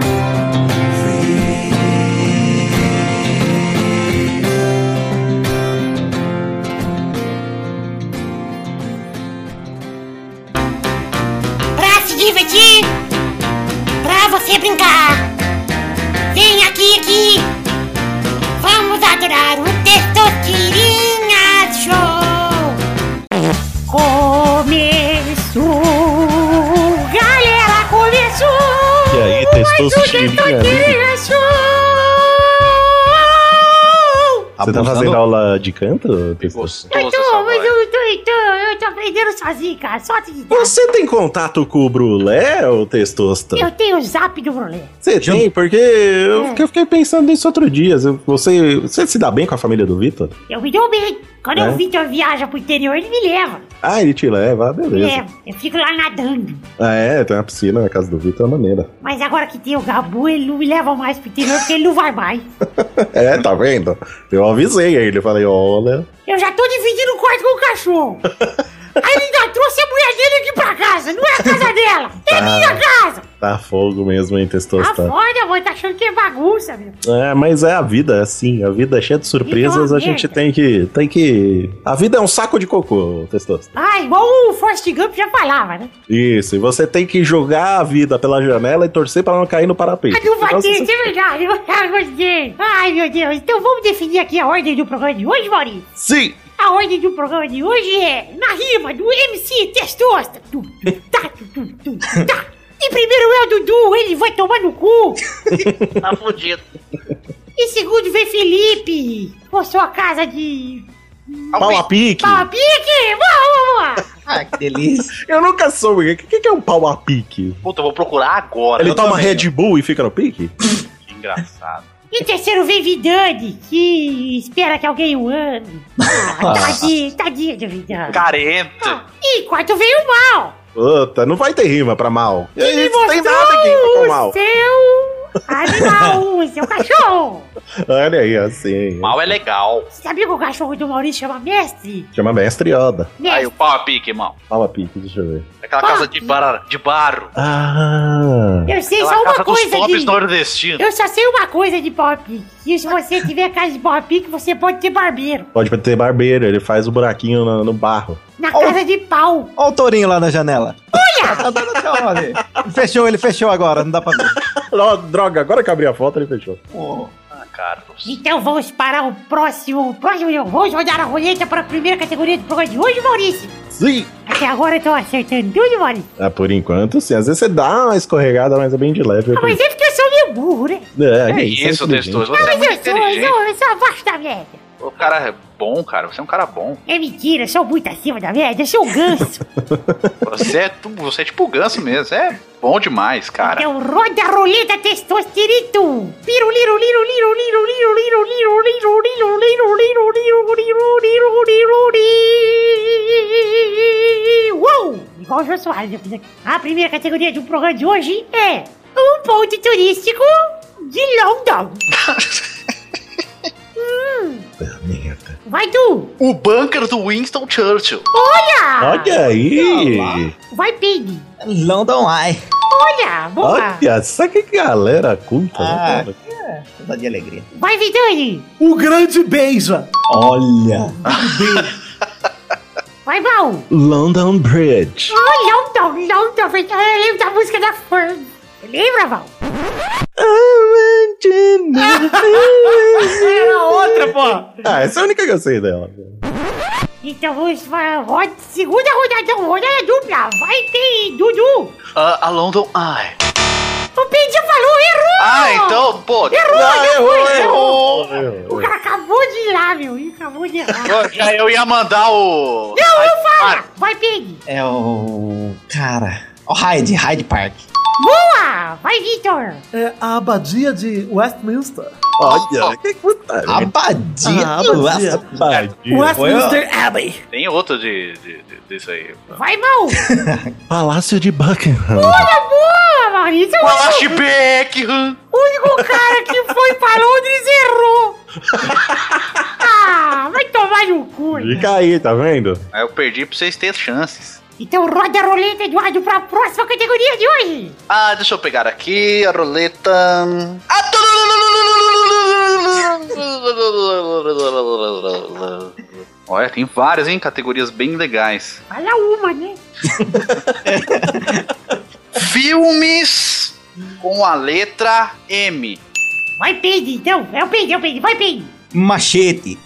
Speaker 14: Pra se divertir, pra você brincar. Vem aqui, aqui. Vamos adorar o Testosterinha Show.
Speaker 7: Começou, galera, começou!
Speaker 4: E aí, testosterinha ali.
Speaker 7: é Show!
Speaker 4: Você tá
Speaker 3: Abusando-
Speaker 4: fazendo aula de canto, testosterona?
Speaker 5: Gostoso essa
Speaker 7: Tô, mas
Speaker 5: voz.
Speaker 7: eu tô, eu tô, eu tô aprendendo sozinho, cara. Só te
Speaker 4: Você tem contato com o Brulé, ô Testosta?
Speaker 7: Eu tenho o zap do Brulé.
Speaker 4: Você tem, porque eu, porque eu fiquei pensando nisso outro dia. Você, você se dá bem com a família do Vitor?
Speaker 7: Eu me dou bem. Quando
Speaker 4: É?
Speaker 7: o Vitor viaja pro interior, ele me leva.
Speaker 4: Ah, ele te leva, ah,
Speaker 7: Me
Speaker 4: beleza.
Speaker 7: leva. Eu fico lá nadando.
Speaker 4: Ah, é, tem uma piscina na casa do Vitor, é maneira.
Speaker 7: Mas agora que tem o Gabu, ele não me leva mais pro interior porque ele não vai mais.
Speaker 4: <laughs> É, tá vendo? Eu avisei ele, falei, olha...
Speaker 7: Eu já tô dividindo o quarto com
Speaker 4: <laughs>
Speaker 7: o cachorro. Aí ainda trouxe a mulher dele aqui pra casa. Não é a casa dela. É
Speaker 4: Tá.
Speaker 7: minha casa.
Speaker 4: Tá fogo mesmo, hein,
Speaker 7: Tá
Speaker 4: Testosta?
Speaker 7: foda, mãe. Tá achando que é bagunça, meu.
Speaker 4: É, mas é a vida, é assim. A vida é cheia de surpresas,
Speaker 7: Então,
Speaker 4: a gente
Speaker 7: merda.
Speaker 4: tem que, tem que... A vida é um saco de cocô, Testosta.
Speaker 7: Ah, igual o Forrest Gump já falava, né?
Speaker 4: Isso, e você tem que jogar a vida pela janela e torcer pra não cair no parapeito.
Speaker 7: Ah, não vai
Speaker 4: Senão
Speaker 7: ter,
Speaker 4: você-
Speaker 7: isso é verdade. Ah, gostei. Ai, meu Deus. Então vamos definir aqui a ordem do programa de hoje, Maurício.
Speaker 5: Sim!
Speaker 7: A ordem do programa de hoje é na rima do MC Testosta. Tu, tu, tá, tu, tu, tu, tu, tá. E primeiro é o Dudu, ele vai tomar no cu.
Speaker 9: Tá fudido.
Speaker 7: E segundo vem Felipe, com sua casa de
Speaker 4: Pau a pique!
Speaker 7: pau a pique. Vamos, vamos, vamos.
Speaker 9: Ah, que delícia.
Speaker 4: Eu nunca soube. O que, que é um pau a pique?
Speaker 5: Puta, eu vou procurar agora.
Speaker 4: Ele
Speaker 5: Eu
Speaker 4: toma
Speaker 5: também,
Speaker 4: Red Bull e fica no pique?
Speaker 5: ó. Que engraçado.
Speaker 7: E terceiro vem Vidani, que espera que alguém o ame. Ah, tadinho, tadinho do Vidani.
Speaker 5: Careta.
Speaker 7: E quarto vem o Mal.
Speaker 4: Puta, não vai ter rima pra mal.
Speaker 7: Ele
Speaker 4: não tem
Speaker 7: mostrou
Speaker 4: nada que rima com
Speaker 7: o
Speaker 4: mal.
Speaker 7: seu animal, o seu cachorro.
Speaker 4: <laughs> Olha aí, assim.
Speaker 5: Mal é legal.
Speaker 7: Você sabia que o cachorro do Maurício chama mestre?
Speaker 4: Chama mestre Yoda.
Speaker 5: Aí o
Speaker 7: Mestre.
Speaker 5: pau a pique, irmão.
Speaker 4: Pau a pique, deixa eu ver.
Speaker 5: Aquela
Speaker 7: Pau a
Speaker 5: casa de, bar... de barro.
Speaker 4: Ah.
Speaker 7: Eu sei
Speaker 5: Aquela
Speaker 7: só
Speaker 5: casa
Speaker 7: uma
Speaker 5: dos
Speaker 7: coisa
Speaker 5: pobres
Speaker 7: de...
Speaker 5: nordestinos.
Speaker 7: Eu só sei uma coisa de pau a pique. Que
Speaker 4: <laughs>
Speaker 7: se você tiver casa de pau a pique, você pode ter barbeiro.
Speaker 4: Pode ter barbeiro, ele faz o buraquinho no, no barro.
Speaker 7: Na casa de pau.
Speaker 3: Olha o tourinho lá na janela. Olha! Tá dando tchau ali. Fechou, ele fechou agora, não dá pra ver.
Speaker 4: Ó, droga, agora que eu abri a foto, ele fechou.
Speaker 5: Ah, Carlos.
Speaker 7: Então vamos para o próximo. O próximo eu vou rodar a roleta para a primeira categoria do programa de hoje, Maurício.
Speaker 4: Sim!
Speaker 7: Até agora eu tô acertando tudo, Maurício.
Speaker 4: Ah, por enquanto, sim. Às vezes você dá uma escorregada, mas é bem de leve.
Speaker 7: Ah, mas é porque eu sou meio burro, né?
Speaker 4: É,
Speaker 5: É
Speaker 4: que é
Speaker 5: isso,
Speaker 4: inteligente.
Speaker 5: Testoso. Você é
Speaker 7: Mas
Speaker 5: muito
Speaker 7: eu sou, eu
Speaker 5: inteligente.
Speaker 7: sou, eu sou abaixo da média.
Speaker 5: O cara é bom, cara. Você é um cara bom.
Speaker 7: É mentira, eu sou muito acima da média, eu sou um ganso.
Speaker 5: Você é, tu- você é tipo o ganso mesmo. Você é bom demais, cara.
Speaker 7: Então roda a roleta testosterito! Piru, liru, liru, liru, liru, liru, liru, liru, liru, liru, liru, liru, liru, liru, liru, liru, igual o Jô Soares. Eu fiz aqui. A primeira categoria de um programa de hoje é um ponto turístico de London. Hum. Vai tu!
Speaker 5: O bunker do Winston Churchill.
Speaker 7: Olha!
Speaker 4: Olha aí!
Speaker 7: Vai, Pig!
Speaker 3: É, London Eye.
Speaker 7: Olha! Boa!
Speaker 4: Olha, sabe que galera culta?
Speaker 3: Ah,
Speaker 4: né, cara?
Speaker 3: Toda de alegria.
Speaker 7: Vai, Vidani!
Speaker 6: O grande beija.
Speaker 3: Olha.
Speaker 7: Vai, Val!
Speaker 4: London Bridge.
Speaker 7: Oh, London, London! Eu lembro da música da Fern. Lembra, Val?
Speaker 4: <laughs>
Speaker 6: Era outra, pô.
Speaker 4: Ah, essa é a única que eu sei dela.
Speaker 7: Então vamos para a roda, segunda rodada, rodada dupla. Vai ter Dudu.
Speaker 5: Ah, a London Eye.
Speaker 7: O Pedro já falou, errou!
Speaker 5: Ah, então, pô.
Speaker 7: Errou,
Speaker 5: Ah,
Speaker 7: errou,
Speaker 5: errou,
Speaker 7: errou.
Speaker 5: errou.
Speaker 7: O cara acabou de errar, meu. Ele acabou de errar.
Speaker 5: Eu- Já eu ia mandar o. ah,
Speaker 7: Não, eu falo! Vai, Pedro.
Speaker 3: É o. Cara. O Hyde, Hyde Park.
Speaker 7: Boa! Vai, Victor.
Speaker 6: É a abadia de Westminster.
Speaker 4: Olha, que
Speaker 3: É
Speaker 4: puta.
Speaker 3: Abadia.
Speaker 6: Ah, abadia.
Speaker 3: Nossa,
Speaker 6: Westminster Abbey.
Speaker 5: Tem outro de, de, de- disso aí.
Speaker 7: Vai, Mal.
Speaker 4: <laughs> Palácio de Buckingham.
Speaker 7: Olha, boa, Maurício. é o
Speaker 5: Palácio Beckham.
Speaker 7: único cara que foi pra Londres
Speaker 3: <laughs>
Speaker 7: e errou. Ah, vai tomar no cu. né?
Speaker 4: Fica aí, tá vendo?
Speaker 5: Aí eu perdi pra vocês terem chances.
Speaker 7: Então roda a roleta, Eduardo, pra próxima categoria de hoje.
Speaker 5: Ah, deixa eu pegar aqui a roleta. Ah, tu- Olha, tem várias, hein? Categorias bem legais.
Speaker 7: Fala uma, né?
Speaker 5: Filmes com a letra M.
Speaker 7: Vai, Pedro, então. É o Pedro, é o Pedro. Vai, Pedro.
Speaker 3: Machete.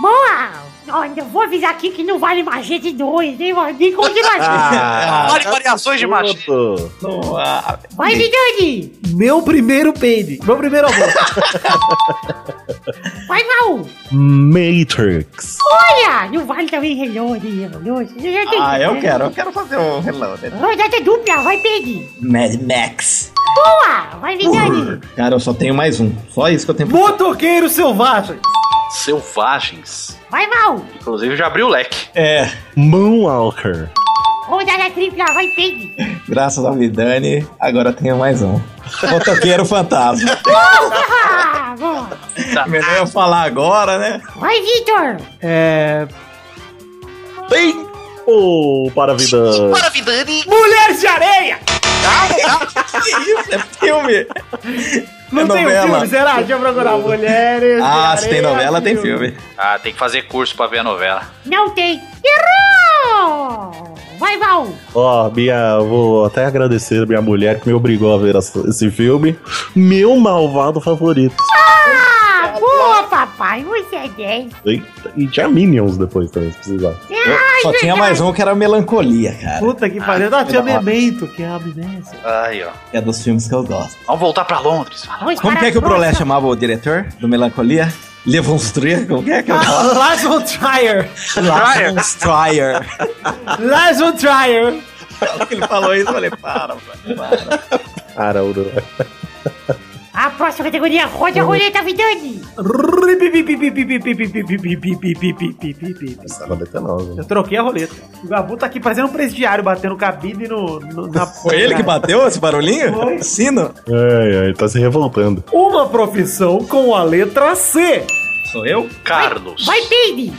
Speaker 7: Boa! Olha, eu vou avisar aqui que não vale Machete 2, hein, mano? Nem
Speaker 3: <laughs>
Speaker 7: continuação.
Speaker 3: Ah,
Speaker 5: Olha, variações de machismo.
Speaker 4: Pronto.
Speaker 7: Vai, Vidani!
Speaker 6: Meu primeiro peide. Meu
Speaker 3: <laughs>
Speaker 6: primeiro amor.
Speaker 7: Vai, Mal!
Speaker 4: Matrix.
Speaker 7: Olha! Não vale também Reload, Reload.
Speaker 3: Ah, eu quero. Eu quero fazer o reloaded.
Speaker 7: Rodada dupla, vai, Pedro!
Speaker 3: Mad Max.
Speaker 7: Boa! Vai, Vidani!
Speaker 3: Cara, eu só tenho mais um. Só isso que eu tenho. pra-
Speaker 6: Motoqueiro selvagem.
Speaker 5: Selvagens.
Speaker 7: Vai, Mal!
Speaker 5: Inclusive, já abriu o leque.
Speaker 3: É.
Speaker 4: Moonwalker.
Speaker 7: Rodada tripla, vai, Pedro!
Speaker 3: Graças a Vidani, agora eu tenho mais um. Motoqueiro fantasma. É
Speaker 7: Ah, boa!
Speaker 3: Melhor eu falar agora, né?
Speaker 7: Vai, Vitor!
Speaker 6: É...
Speaker 4: Ou para a vida.
Speaker 6: Mulheres de areia.
Speaker 3: Que isso? É filme.
Speaker 6: Não
Speaker 3: É
Speaker 6: tem um
Speaker 3: novela.
Speaker 6: filme, será? Deixa eu
Speaker 3: <laughs>
Speaker 6: procurar mulheres
Speaker 3: Ah,
Speaker 6: de
Speaker 3: se tem
Speaker 6: areia,
Speaker 3: novela, tem filme.
Speaker 5: Ah, tem que fazer curso pra ver a novela.
Speaker 7: Não tem! Errou! Vai, Val!
Speaker 4: Ó, minha. Vou até agradecer a minha mulher que me obrigou a ver essa- esse filme. Meu malvado favorito.
Speaker 7: Ah, boa, papai! Você é 10!
Speaker 4: Eita, E tinha Minions depois também, se precisar.
Speaker 3: Só tinha mais um que era Melancolia, cara.
Speaker 6: Puta que pariu. Ah, tinha Memento, que é a amnésia.
Speaker 5: Aí, ó.
Speaker 3: É dos filmes que eu gosto.
Speaker 5: Vamos voltar pra Londres.
Speaker 7: Vamos
Speaker 3: Como
Speaker 7: para
Speaker 3: que é
Speaker 7: a
Speaker 3: que o Brolé
Speaker 7: próxima-
Speaker 3: chamava o diretor do Melancolia? Levonstrier? Como que é que eu falo?
Speaker 6: Ah, Lars von Trier.
Speaker 3: Levonstrier.
Speaker 6: Lars von Trier.
Speaker 3: Ele falou isso, eu falei, para, mano, para.
Speaker 4: Cara, o-
Speaker 7: A próxima categoria, roda a roleta, Vidani!
Speaker 4: essa roleta é nova.
Speaker 6: Eu troquei a roleta. O Gabu tá aqui fazendo um presidiário, batendo cabide no, no- na
Speaker 3: Foi ele que bateu esse barulhinho?
Speaker 6: Foi.
Speaker 3: Sino?
Speaker 4: Ai, ai, tá se revoltando.
Speaker 6: Uma profissão com a letra C.
Speaker 3: Sou eu?
Speaker 5: Carlos.
Speaker 7: Vai, Pedro!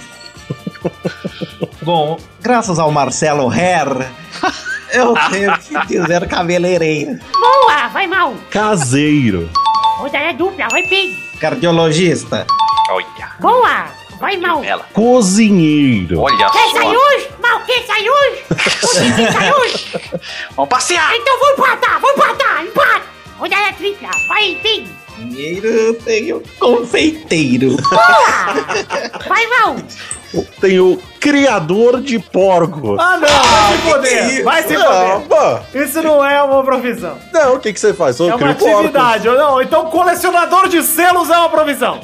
Speaker 3: Bom, graças ao Marcelo Herr, <laughs> eu tenho que dizer cabeleireiro.
Speaker 7: Boa! Vai, Mal!
Speaker 4: Caseiro.
Speaker 7: Rodada dupla, vai, Pedro!
Speaker 3: Cardiologista.
Speaker 5: Olha.
Speaker 7: Boa! Vai, Mal!
Speaker 5: Ela.
Speaker 4: Cozinheiro.
Speaker 5: Olha
Speaker 7: Quer sair
Speaker 5: só.
Speaker 7: hoje? Mal, quer sair hoje? Você quer sair hoje?
Speaker 5: Vamos passear.
Speaker 7: Então vou empatar, vou empatar, empate! Rodada tripla, vai, Pedro!
Speaker 3: Primeiro tenho confeiteiro.
Speaker 7: Vai, Mal!
Speaker 4: Tem o criador de porco.
Speaker 6: Ah, não! Vai se
Speaker 3: isso?
Speaker 6: foder! Vai se
Speaker 4: não,
Speaker 6: foder!
Speaker 4: pô,
Speaker 6: Isso não é uma profissão.
Speaker 4: não, o que, que você faz? Eu
Speaker 6: É uma
Speaker 4: crio porcos.
Speaker 6: atividade. ou Não, então colecionador de selos é uma profissão.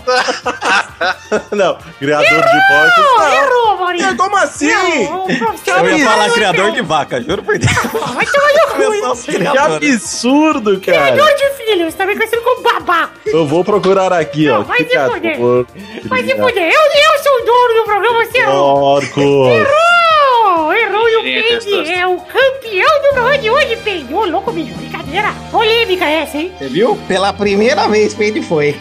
Speaker 4: Não, criador de Ah, porcos.
Speaker 7: Não,
Speaker 4: Não.
Speaker 7: errou, Maurício!
Speaker 4: Como assim?
Speaker 7: Não, o professor-
Speaker 3: Eu ia falar
Speaker 7: Não, um
Speaker 3: criador
Speaker 7: não.
Speaker 3: de vaca, juro por <laughs> Deus.
Speaker 7: Vai tomar no cu!
Speaker 3: Começou os
Speaker 4: Que
Speaker 3: criadores.
Speaker 4: absurdo, cara.
Speaker 7: Criador de filhos, também conhecido como babaca!
Speaker 4: Eu vou procurar aqui,
Speaker 7: Não,
Speaker 4: ó.
Speaker 7: vai se
Speaker 4: criador
Speaker 7: fuder.
Speaker 4: de
Speaker 7: Vai se fuder, eu, eu sou o dono do programa, você errou!
Speaker 4: Porcos.
Speaker 7: Errou! Errou e o
Speaker 5: Direita,
Speaker 7: Pedro
Speaker 5: Estos.
Speaker 7: é o campeão campeão do Round hoje, Peide. Ô, louco, bicho, brincadeira. Polêmica essa, hein?
Speaker 3: Você viu? Pela primeira vez, Peide foi.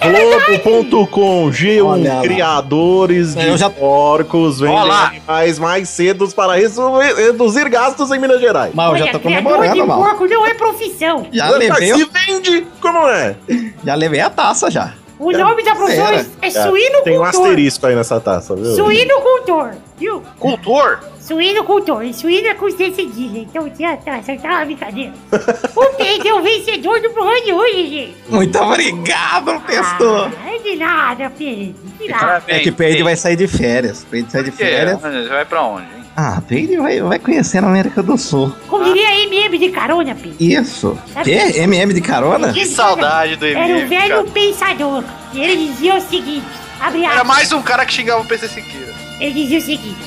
Speaker 4: Globo.com,
Speaker 3: Olha
Speaker 4: G1,
Speaker 3: lá. É,
Speaker 4: criadores de
Speaker 3: Eu já-
Speaker 4: porcos
Speaker 5: Olha
Speaker 4: vendem
Speaker 5: lá.
Speaker 4: animais mais cedos para resu- reduzir gastos em Minas Gerais.
Speaker 3: Mal, Ah, já tô
Speaker 7: criador de
Speaker 3: comemorando, mal.
Speaker 7: porco não é profissão.
Speaker 3: Já
Speaker 4: Mas
Speaker 3: levei, um-
Speaker 4: Se vende, como é?
Speaker 3: já levei a taça já.
Speaker 7: O nome da profissão é, é suíno
Speaker 4: Tem um
Speaker 7: cultor.
Speaker 4: asterisco aí nessa taça, viu?
Speaker 7: Suíno cultor, viu?
Speaker 5: Cultor?
Speaker 7: Suíno cultor. E suíno é com C cedilha. Então tinha tá, acertar
Speaker 3: <laughs>
Speaker 7: uma brincadeira. o Peide é o vencedor do Round hoje, gente.
Speaker 3: Muito obrigado, pessoa.
Speaker 7: Ah, de nada, Peide. De nada.
Speaker 3: É
Speaker 5: Parabéns.
Speaker 3: que Peide vai sair de férias. Peide sai de
Speaker 5: Tá É,
Speaker 3: férias.
Speaker 5: você vai pra onde, hein?
Speaker 3: Ah, Peide vai, vai conhecer a América do Sul.
Speaker 7: Como diria MM de carona, Peide.
Speaker 3: Isso. Quê? MM de
Speaker 7: <laughs>
Speaker 3: carona?
Speaker 5: Que saudade do
Speaker 7: Era um
Speaker 5: MM,
Speaker 7: velho
Speaker 5: cara.
Speaker 7: pensador. E ele dizia o seguinte: abre
Speaker 5: Era
Speaker 7: aspas.
Speaker 5: mais um cara que xingava o PC Siqueira.
Speaker 7: Ele dizia o seguinte: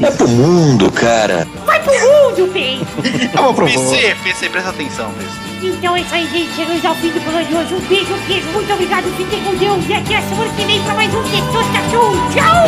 Speaker 7: vai pro mundo, cara. Vai pro mundo, bem.
Speaker 3: Eu vou pro voo.
Speaker 5: PC, PC, presta atenção, PC.
Speaker 7: Então é isso aí, gente. Chegamos ao fim do programa de hoje. Um beijo, um queijo. Muito obrigado. Fiquem com Deus. E até a semana que vem pra mais um Testostas Show. Tchau!